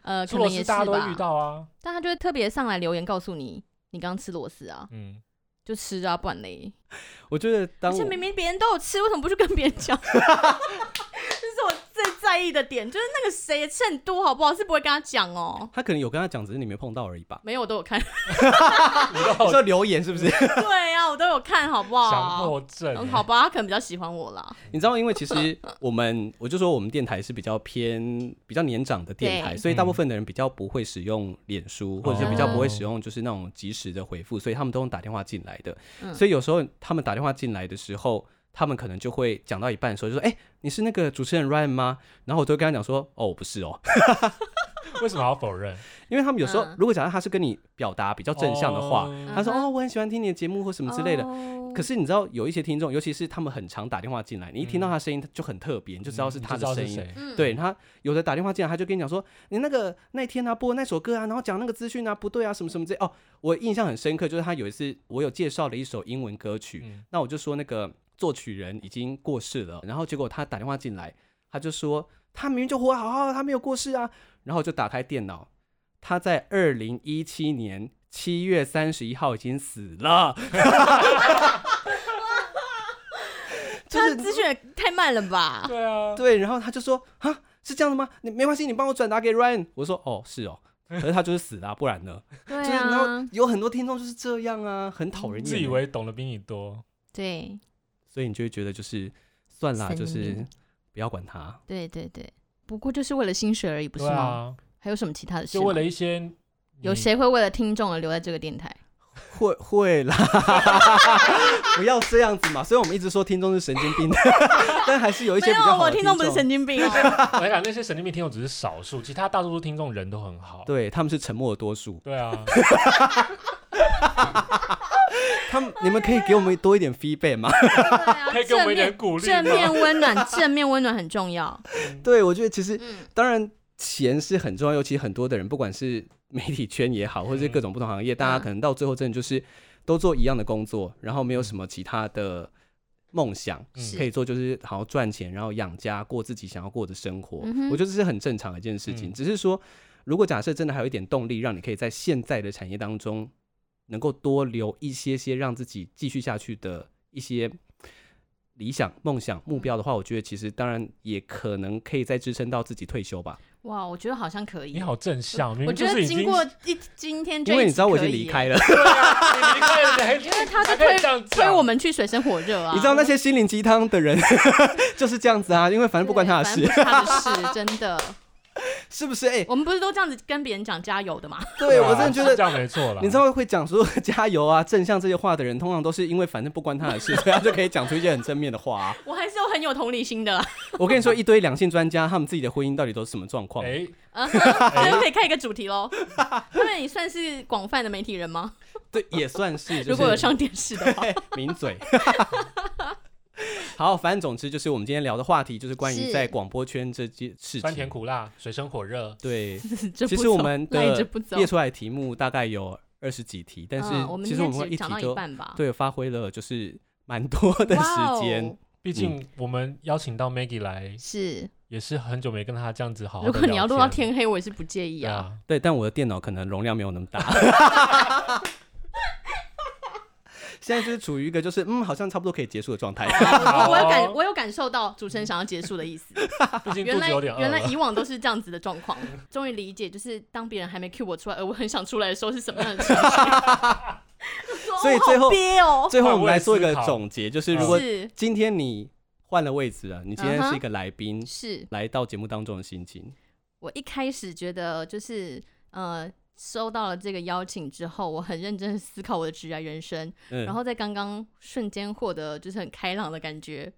[SPEAKER 4] 呃，
[SPEAKER 3] 出
[SPEAKER 4] 可
[SPEAKER 3] 螺
[SPEAKER 4] 能
[SPEAKER 3] 丝
[SPEAKER 4] 也是
[SPEAKER 3] 大家都
[SPEAKER 4] 吧
[SPEAKER 3] 会遇。到啊，
[SPEAKER 4] 但他就会特别上来留言告诉你，你刚吃螺丝啊， <laughs>
[SPEAKER 3] 嗯，
[SPEAKER 4] 就吃啊，不然嘞。
[SPEAKER 2] 我觉得
[SPEAKER 4] 而
[SPEAKER 2] 当
[SPEAKER 4] 且
[SPEAKER 2] 我
[SPEAKER 4] 明明别人都有吃，为什么不去跟别人
[SPEAKER 3] <laughs>
[SPEAKER 4] 讲？这是我最在意的点，就是那个谁也吃很多，好不好？是不会跟他讲哦。
[SPEAKER 2] 他可能有跟他讲，只是你没碰到而已吧。
[SPEAKER 4] 没有，我都
[SPEAKER 3] <laughs>
[SPEAKER 4] 有看。
[SPEAKER 2] 哦你说留言是不是？
[SPEAKER 4] 对啊，我都有看，好不
[SPEAKER 3] 强
[SPEAKER 4] 好？
[SPEAKER 3] 迫症欸，
[SPEAKER 4] 嗯，好吧，他可能比较喜欢我啦。
[SPEAKER 2] <laughs> 你知道，因为其实我们，我就说我们电台是比较偏比较年长的电台，
[SPEAKER 4] 对
[SPEAKER 2] 所以大部分的人比较不会使用脸书，或者是比较不会使用就是那种及时的回复，所以他们都用打电话进来的。
[SPEAKER 4] 嗯
[SPEAKER 2] 所以有时候他们打电话进来的时候。他们可能就会讲到一半的时候就说：“哎、你是那个主持人 Ryan 吗？”然后我都会跟他讲说：“哦，我不是哦。”
[SPEAKER 3] 欸为什么要否认？
[SPEAKER 2] 因为他们有时候
[SPEAKER 4] 嗯
[SPEAKER 2] 如果假设他是跟你表达比较正向的话，
[SPEAKER 3] 哦
[SPEAKER 2] 他说：“
[SPEAKER 4] 嗯哼
[SPEAKER 2] 哦，我很喜欢听你的节目或什么之类的。”
[SPEAKER 4] 哦
[SPEAKER 2] 可是你知道，有一些听众，尤其是他们很常打电话进来，你一听到
[SPEAKER 3] 嗯
[SPEAKER 2] 他声音就很特别，你就知道是
[SPEAKER 3] 嗯
[SPEAKER 2] 他
[SPEAKER 3] 你
[SPEAKER 2] 的
[SPEAKER 3] 就知道
[SPEAKER 2] 声
[SPEAKER 3] 是
[SPEAKER 2] 音。
[SPEAKER 3] 谁
[SPEAKER 4] 嗯
[SPEAKER 2] 对他有的打电话进来，他就跟你讲说：“你那个那天啊播那首歌啊，然后讲那个资讯啊不对啊，什么什么之类。”哦，我印象很深刻，就是他有一次我有介绍了一首英文歌曲，
[SPEAKER 3] 嗯
[SPEAKER 2] 那我就说那个作曲人已经过世了，然后结果他打电话进来，他就说他明明就活得好好的，他没有过世啊。然后我就打开电脑，他在二零一七年七月三十一号已经死了。就
[SPEAKER 4] 他这资讯也太慢了吧？
[SPEAKER 3] 对啊，
[SPEAKER 2] 对，然后他就说啊，是这样的吗？你没关系，你帮我转达给 Ryan。我说哦，是哦。可是他就是死啊啦、不然呢？
[SPEAKER 4] 对啊
[SPEAKER 2] 就是然后，有很多听众就是这样啊，很讨人厌欸。
[SPEAKER 3] 自以为懂得比你多，
[SPEAKER 4] 对
[SPEAKER 2] 所以你就会觉得就是算啦，
[SPEAKER 4] 神
[SPEAKER 2] 就
[SPEAKER 4] 经
[SPEAKER 2] 是
[SPEAKER 4] 病
[SPEAKER 2] 不要管他。
[SPEAKER 4] 对对对。不过就是为了薪水而已，不是
[SPEAKER 3] 对
[SPEAKER 4] 吗？
[SPEAKER 3] 啊，
[SPEAKER 4] 还有什么其他的事
[SPEAKER 3] 就
[SPEAKER 4] 吗？
[SPEAKER 2] 啊
[SPEAKER 3] 为了一些
[SPEAKER 4] 有
[SPEAKER 3] 你
[SPEAKER 4] 谁会为了听众而留在这个电台？
[SPEAKER 2] 会会啦， <laughs> 不要这样子嘛。虽然我们一直说听众是神经病， <laughs> 但还是有一些
[SPEAKER 4] 没
[SPEAKER 2] 比较
[SPEAKER 4] 有，啊
[SPEAKER 2] 好
[SPEAKER 4] 我
[SPEAKER 2] 的
[SPEAKER 4] 听众不是神经 <laughs> 病哦。
[SPEAKER 3] 我跟你讲，那些神经病听众只是少数，其他大多数听众人都很好。
[SPEAKER 2] 对，他们是沉默的多数。<laughs>
[SPEAKER 3] 对啊，
[SPEAKER 2] 他们，你们可以给我们多一点 feedback 吗？
[SPEAKER 3] 可以给我
[SPEAKER 4] 啊正
[SPEAKER 3] 们一点
[SPEAKER 4] 面
[SPEAKER 3] 鼓励啊
[SPEAKER 4] 正面
[SPEAKER 3] 吗？
[SPEAKER 4] 温暖， <laughs> 正面温暖很重要。
[SPEAKER 2] 对，我觉得其实
[SPEAKER 4] 嗯，
[SPEAKER 2] 当然钱是很重要，尤其很多的人，不管是 <laughs> 媒体圈也好，或
[SPEAKER 4] 嗯
[SPEAKER 2] 者是各种不同行业，大家可能到最后真的就是都做一样的工作，然后没
[SPEAKER 4] 嗯
[SPEAKER 2] 有什么其他的梦想
[SPEAKER 3] 是
[SPEAKER 2] 可以做，就是好好赚钱，然后养家，过自己想要过的生活。
[SPEAKER 4] 嗯哼
[SPEAKER 2] 我觉得这是很正常的一件事情，
[SPEAKER 3] 嗯
[SPEAKER 2] 只是说，如果假设真的还有一点动力，让你可以在现在的产业当中能够多留一些些让自己继续下去的一些理想、梦想、目标的话，我觉得其实当然也可能可以再支撑到自己退休吧。
[SPEAKER 4] 哇，我觉得好像可以。
[SPEAKER 3] 你好正向，明
[SPEAKER 4] 我
[SPEAKER 3] 明
[SPEAKER 4] 觉
[SPEAKER 3] 就
[SPEAKER 4] 得
[SPEAKER 3] 是已
[SPEAKER 4] 经
[SPEAKER 3] 经
[SPEAKER 4] 过一今天这
[SPEAKER 2] 因
[SPEAKER 4] 一集可以耶，
[SPEAKER 2] 为你知道我已经离开了，
[SPEAKER 3] 对啊，你离开了，
[SPEAKER 4] <laughs>
[SPEAKER 3] 你还因
[SPEAKER 4] 因为他
[SPEAKER 3] 在
[SPEAKER 4] 在
[SPEAKER 3] 推
[SPEAKER 4] 推
[SPEAKER 3] 这样
[SPEAKER 4] 推
[SPEAKER 3] 讲
[SPEAKER 4] 我们去水深火热啊。
[SPEAKER 2] 你知道那些心灵鸡汤的人 <laughs> 就是这样子啊，因为反正不关他的
[SPEAKER 4] 对
[SPEAKER 2] 事，
[SPEAKER 4] 反正不是他的事，真的。
[SPEAKER 2] 是不是？哎、
[SPEAKER 4] 我们不是都这样子跟别人讲加油的吗？
[SPEAKER 2] 对
[SPEAKER 3] 啊
[SPEAKER 2] 我真的觉
[SPEAKER 3] 是
[SPEAKER 2] 得
[SPEAKER 3] 这。样没错了。
[SPEAKER 2] 你知道会讲说加油啊、正向这些话的人，通常都是因为反正不关他的事，所以他就可以讲出一些很正面的话、啊。
[SPEAKER 4] <laughs> 我还是有很有同理心的啦，
[SPEAKER 2] 我跟你说，一堆两性专家，他们自己的婚姻到底都是什么状况？
[SPEAKER 3] 哎，
[SPEAKER 4] 嗯哼这就可以开一个主题
[SPEAKER 2] <laughs>
[SPEAKER 4] 喽。他们也算是广泛的媒体人吗？
[SPEAKER 2] 对，也算
[SPEAKER 3] <laughs>
[SPEAKER 2] 是、就是。
[SPEAKER 4] 如果有上电视
[SPEAKER 2] <laughs>
[SPEAKER 4] 的话，
[SPEAKER 2] 嘿抿嘴。好，反正总之就是我们今天聊的话题，就是关于
[SPEAKER 4] 是
[SPEAKER 2] 在广播圈这件事
[SPEAKER 3] 酸甜
[SPEAKER 2] 情。
[SPEAKER 3] 苦辣，水深火热，
[SPEAKER 2] 对，
[SPEAKER 4] 这
[SPEAKER 2] 其
[SPEAKER 4] 不
[SPEAKER 2] 实我
[SPEAKER 4] 走
[SPEAKER 2] 们
[SPEAKER 4] 赖
[SPEAKER 2] 的
[SPEAKER 4] 着不走
[SPEAKER 2] 列。出来的题目大概有二十几题，但是
[SPEAKER 4] 嗯我们
[SPEAKER 2] 其
[SPEAKER 4] 今
[SPEAKER 2] 实我们
[SPEAKER 4] 天
[SPEAKER 2] 会
[SPEAKER 4] 只
[SPEAKER 2] 一
[SPEAKER 4] 讲到
[SPEAKER 2] 题
[SPEAKER 4] 一
[SPEAKER 2] 都
[SPEAKER 4] 半吧。
[SPEAKER 2] 对 <laughs> 发挥了，就是蛮多的
[SPEAKER 4] 哇
[SPEAKER 2] 时
[SPEAKER 4] 哦
[SPEAKER 2] 间。
[SPEAKER 3] 毕
[SPEAKER 2] 嗯
[SPEAKER 3] 竟我们邀请到 Maggie 来，
[SPEAKER 4] 是，
[SPEAKER 3] 也是很久没跟他这样子好好。
[SPEAKER 4] 如果你要录到，天黑，我也是不介意
[SPEAKER 3] 对
[SPEAKER 4] 啊。
[SPEAKER 3] 啊，
[SPEAKER 2] 对，但我的电脑可能容量没有那么大。
[SPEAKER 4] <laughs>
[SPEAKER 2] 现在就是处于一个就是嗯，好像差不多可以结束的状态。
[SPEAKER 4] 我我有
[SPEAKER 3] 好
[SPEAKER 4] 感，我有感受到主持人想要结束的
[SPEAKER 2] <laughs>
[SPEAKER 4] 意思。
[SPEAKER 3] 毕竟
[SPEAKER 4] 啊原
[SPEAKER 3] 肚子
[SPEAKER 4] 来
[SPEAKER 3] 有点饿
[SPEAKER 4] 原来
[SPEAKER 3] 了。
[SPEAKER 4] 以往都是这样子的状况，终于理解，就是当别人还没 cue 我出来，而 <laughs> 我很想出来的时候是什么样的情绪。
[SPEAKER 2] 所以最后
[SPEAKER 4] 我好憋哦，
[SPEAKER 2] 最后我们来做一个
[SPEAKER 3] 换位思考
[SPEAKER 2] 总结，就是
[SPEAKER 3] 嗯
[SPEAKER 2] 如果
[SPEAKER 4] 是嗯
[SPEAKER 2] 今天你换了位置了，你今天是一个来宾，
[SPEAKER 4] 是，
[SPEAKER 2] 来到节目当中的心情。
[SPEAKER 4] 我一开始觉得就是呃。收到了这个邀请之后，我很认真地思考我的职业人生，
[SPEAKER 2] 嗯，
[SPEAKER 4] 然后在刚刚瞬间获得就是很开朗的感觉，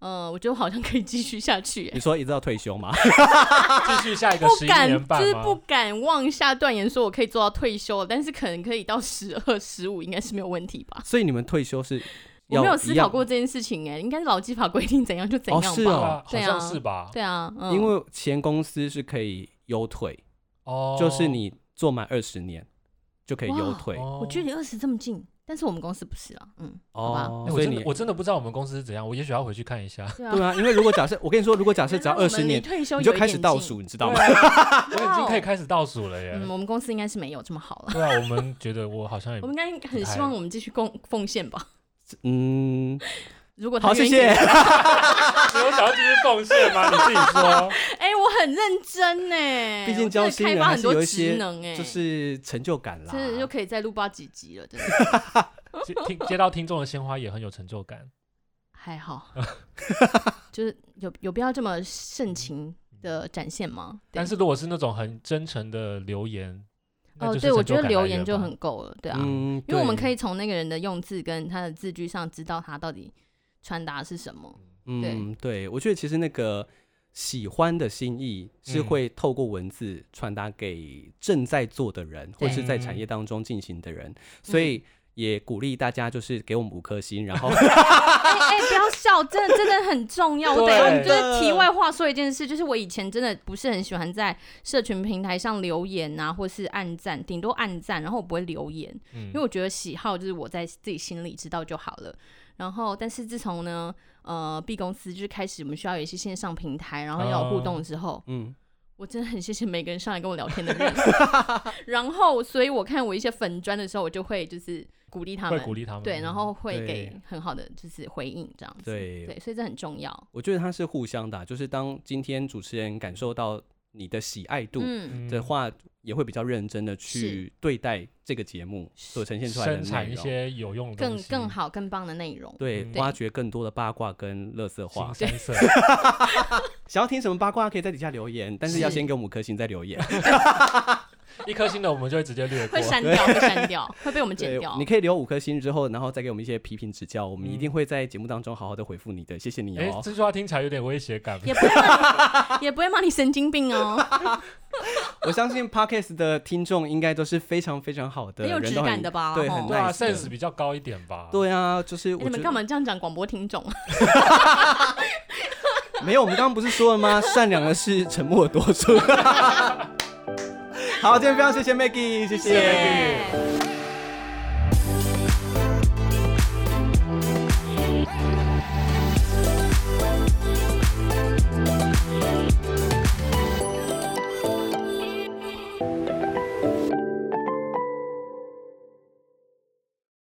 [SPEAKER 4] 呃，我觉得我好像可以继续下去、欸
[SPEAKER 2] 你说一直到退休吗？ <laughs>
[SPEAKER 3] 继续下一个十
[SPEAKER 4] 不
[SPEAKER 3] 一
[SPEAKER 4] 敢
[SPEAKER 3] 年
[SPEAKER 4] 就
[SPEAKER 3] 半
[SPEAKER 4] 是
[SPEAKER 3] 吗
[SPEAKER 4] 不？敢妄下断言说我可以做到退休，但是可能可以到十二、十五，应该是没有问题吧。
[SPEAKER 2] 所以你们退休是
[SPEAKER 4] 我
[SPEAKER 2] 要
[SPEAKER 4] 没有思
[SPEAKER 2] 一
[SPEAKER 4] 考
[SPEAKER 2] 样
[SPEAKER 4] 过这件事情、欸，应该是劳基法规定怎样就怎样吧。
[SPEAKER 2] 哦是
[SPEAKER 3] 对
[SPEAKER 2] 哦
[SPEAKER 3] 啊好
[SPEAKER 4] 对啊
[SPEAKER 3] 像是吧？
[SPEAKER 4] 对啊，嗯、
[SPEAKER 2] 因为前公司是可以优退，
[SPEAKER 3] 哦，
[SPEAKER 2] 就是你做满二十年就可以优退
[SPEAKER 3] 哦，
[SPEAKER 4] 我距离二十这么近，但是我们公司不是啊，嗯，好吧
[SPEAKER 2] 哦
[SPEAKER 3] 哎。我
[SPEAKER 2] 所以
[SPEAKER 3] 真
[SPEAKER 2] 你
[SPEAKER 3] 的我真的不知道我们公司是怎样，我也许要回去看一
[SPEAKER 4] <laughs>
[SPEAKER 3] 下。
[SPEAKER 4] 对
[SPEAKER 2] 对啊，因为如果
[SPEAKER 4] <laughs>
[SPEAKER 2] 假设我跟你说，如果假设只要
[SPEAKER 4] 原来
[SPEAKER 2] 二
[SPEAKER 4] 我们
[SPEAKER 2] 十
[SPEAKER 4] 离
[SPEAKER 2] 年，
[SPEAKER 4] 退休
[SPEAKER 2] 你就
[SPEAKER 4] 有一
[SPEAKER 2] 开始
[SPEAKER 4] 点
[SPEAKER 2] 倒
[SPEAKER 4] 近。啊
[SPEAKER 2] 数，你知道吗？
[SPEAKER 3] 我已经可以开始倒数了耶。
[SPEAKER 4] 哦嗯，我们公司应该是没有这么好了。
[SPEAKER 3] 对啊，我们觉得我好像也
[SPEAKER 4] 我们应该很希望我们继续贡奉献吧。 <laughs>
[SPEAKER 2] 嗯，
[SPEAKER 4] 如果他
[SPEAKER 2] 好，
[SPEAKER 4] 愿
[SPEAKER 2] 谢
[SPEAKER 4] 意
[SPEAKER 2] 谢
[SPEAKER 4] 给。
[SPEAKER 3] 没有想要继续奉献吗？你自己说。
[SPEAKER 4] <laughs> 哎、我很认真呢，
[SPEAKER 2] <laughs> 毕竟
[SPEAKER 4] 哎我真
[SPEAKER 2] 交
[SPEAKER 4] 的
[SPEAKER 2] 心
[SPEAKER 4] 开
[SPEAKER 2] 人
[SPEAKER 4] 发
[SPEAKER 2] 还
[SPEAKER 4] 很
[SPEAKER 2] 是
[SPEAKER 4] 多
[SPEAKER 2] 有一
[SPEAKER 4] 职
[SPEAKER 2] 些
[SPEAKER 4] 能哎，
[SPEAKER 2] 就是成就感啦。
[SPEAKER 4] 真的就可以再录八几集了，
[SPEAKER 2] <laughs>
[SPEAKER 4] 真的。
[SPEAKER 3] 接听接到听众的鲜花也很有成就感。
[SPEAKER 2] <laughs>
[SPEAKER 4] 还好，就是有有必要这么盛情的展现吗？ <laughs> 对
[SPEAKER 3] 但是如果是那种很真诚的留言，那
[SPEAKER 4] 哦，
[SPEAKER 3] 就是
[SPEAKER 4] 对，我
[SPEAKER 3] 成
[SPEAKER 4] 觉
[SPEAKER 3] 就
[SPEAKER 4] 得
[SPEAKER 3] 感
[SPEAKER 4] 留
[SPEAKER 3] 来
[SPEAKER 4] 言
[SPEAKER 3] 源
[SPEAKER 4] 就
[SPEAKER 3] 吧
[SPEAKER 4] 很够了，对啊，
[SPEAKER 2] 嗯，
[SPEAKER 4] 因为我们可
[SPEAKER 2] 以，
[SPEAKER 4] 以从那个人的用字跟他的字句上知道他到底传达是什么。
[SPEAKER 2] 嗯，对，我觉得其实那个喜欢的心意是
[SPEAKER 3] 嗯
[SPEAKER 2] 会透过文字传达给正在做的人，或
[SPEAKER 4] 对
[SPEAKER 2] 是在产业当中进行的
[SPEAKER 4] 嗯
[SPEAKER 2] 人，所以也鼓励大家就是给我们五颗星，然
[SPEAKER 4] <laughs>
[SPEAKER 2] 后
[SPEAKER 4] 哎哎，不要笑，真的真的很重要。我等一下
[SPEAKER 3] 对
[SPEAKER 4] 就是题外话说一件事，就是我以前真的不是很喜欢在社群平台上留言啊，或是按赞，顶多按赞，然后我不会留言。
[SPEAKER 3] 嗯
[SPEAKER 4] 因为我觉得喜好就是我在自己心里知道就好了。然后，但是自从呢，呃，B
[SPEAKER 3] 哦
[SPEAKER 4] 公司就是开始我们需要有一些线上平台，然后要有互动之后，
[SPEAKER 2] 嗯，
[SPEAKER 4] 我真的很谢谢每个人上来跟我聊天的人。 <laughs> 然后，所以我看我一些粉砖的时候，我就会就是鼓励他
[SPEAKER 3] 会
[SPEAKER 4] 们，
[SPEAKER 3] 鼓励他们，嗯
[SPEAKER 4] 对，然后会
[SPEAKER 2] 对
[SPEAKER 4] 给很好的就是回应这样子，
[SPEAKER 2] 对
[SPEAKER 4] 所以这很重要。
[SPEAKER 2] 我觉得它是互相的啊、就是当今天主持人感受到你的喜爱度
[SPEAKER 4] 嗯，
[SPEAKER 3] 嗯
[SPEAKER 2] 的话，也会比较认真的去
[SPEAKER 4] 是
[SPEAKER 2] 对待这个节目所呈现出来的
[SPEAKER 3] 生产
[SPEAKER 2] 内
[SPEAKER 3] 一
[SPEAKER 2] 容。
[SPEAKER 3] 些有用的东
[SPEAKER 4] 更
[SPEAKER 3] 西
[SPEAKER 4] 更好、更棒的内容。
[SPEAKER 2] 对，
[SPEAKER 3] 嗯
[SPEAKER 2] 挖掘更多的八卦跟乐色话
[SPEAKER 3] 新。三色，
[SPEAKER 2] 想要听什么八卦，可以在底下留言，但是
[SPEAKER 4] 是
[SPEAKER 2] 要先给我们五颗星再留言。
[SPEAKER 3] 一颗星的我们就会直接略过
[SPEAKER 4] 会。删掉，会删掉，会被我们 <laughs> 剪
[SPEAKER 2] 对
[SPEAKER 4] 掉，。
[SPEAKER 2] 你可以留五颗星之后，然后再给我们一些批评指教，我们一
[SPEAKER 3] 嗯
[SPEAKER 2] 定会在节目当中好好的回复你的。谢谢你
[SPEAKER 3] 哎
[SPEAKER 2] 哦，。
[SPEAKER 3] 这句话听起来有点威胁感。
[SPEAKER 4] 也不会骂
[SPEAKER 2] <laughs>
[SPEAKER 4] 你，也不会骂你神经病哦，
[SPEAKER 2] 我相信 Podcast 的听众应该都是非常非常好的，
[SPEAKER 4] 很有
[SPEAKER 2] 人
[SPEAKER 4] 质
[SPEAKER 2] 都
[SPEAKER 4] 感的吧
[SPEAKER 2] 对，
[SPEAKER 4] 吼
[SPEAKER 2] 很
[SPEAKER 3] 对啊
[SPEAKER 2] nice 的
[SPEAKER 3] ，sense 比较高一点吧。，
[SPEAKER 2] 对啊，就是
[SPEAKER 4] 哎
[SPEAKER 2] 我
[SPEAKER 4] 你
[SPEAKER 2] 觉
[SPEAKER 4] 们
[SPEAKER 2] 得
[SPEAKER 4] 干嘛这样讲广播听众？
[SPEAKER 2] 没有，我们刚刚不是说了吗？善良的是沉默的多数。 <laughs> 好，今天非常谢谢 Maggie，谢谢。
[SPEAKER 4] <laughs>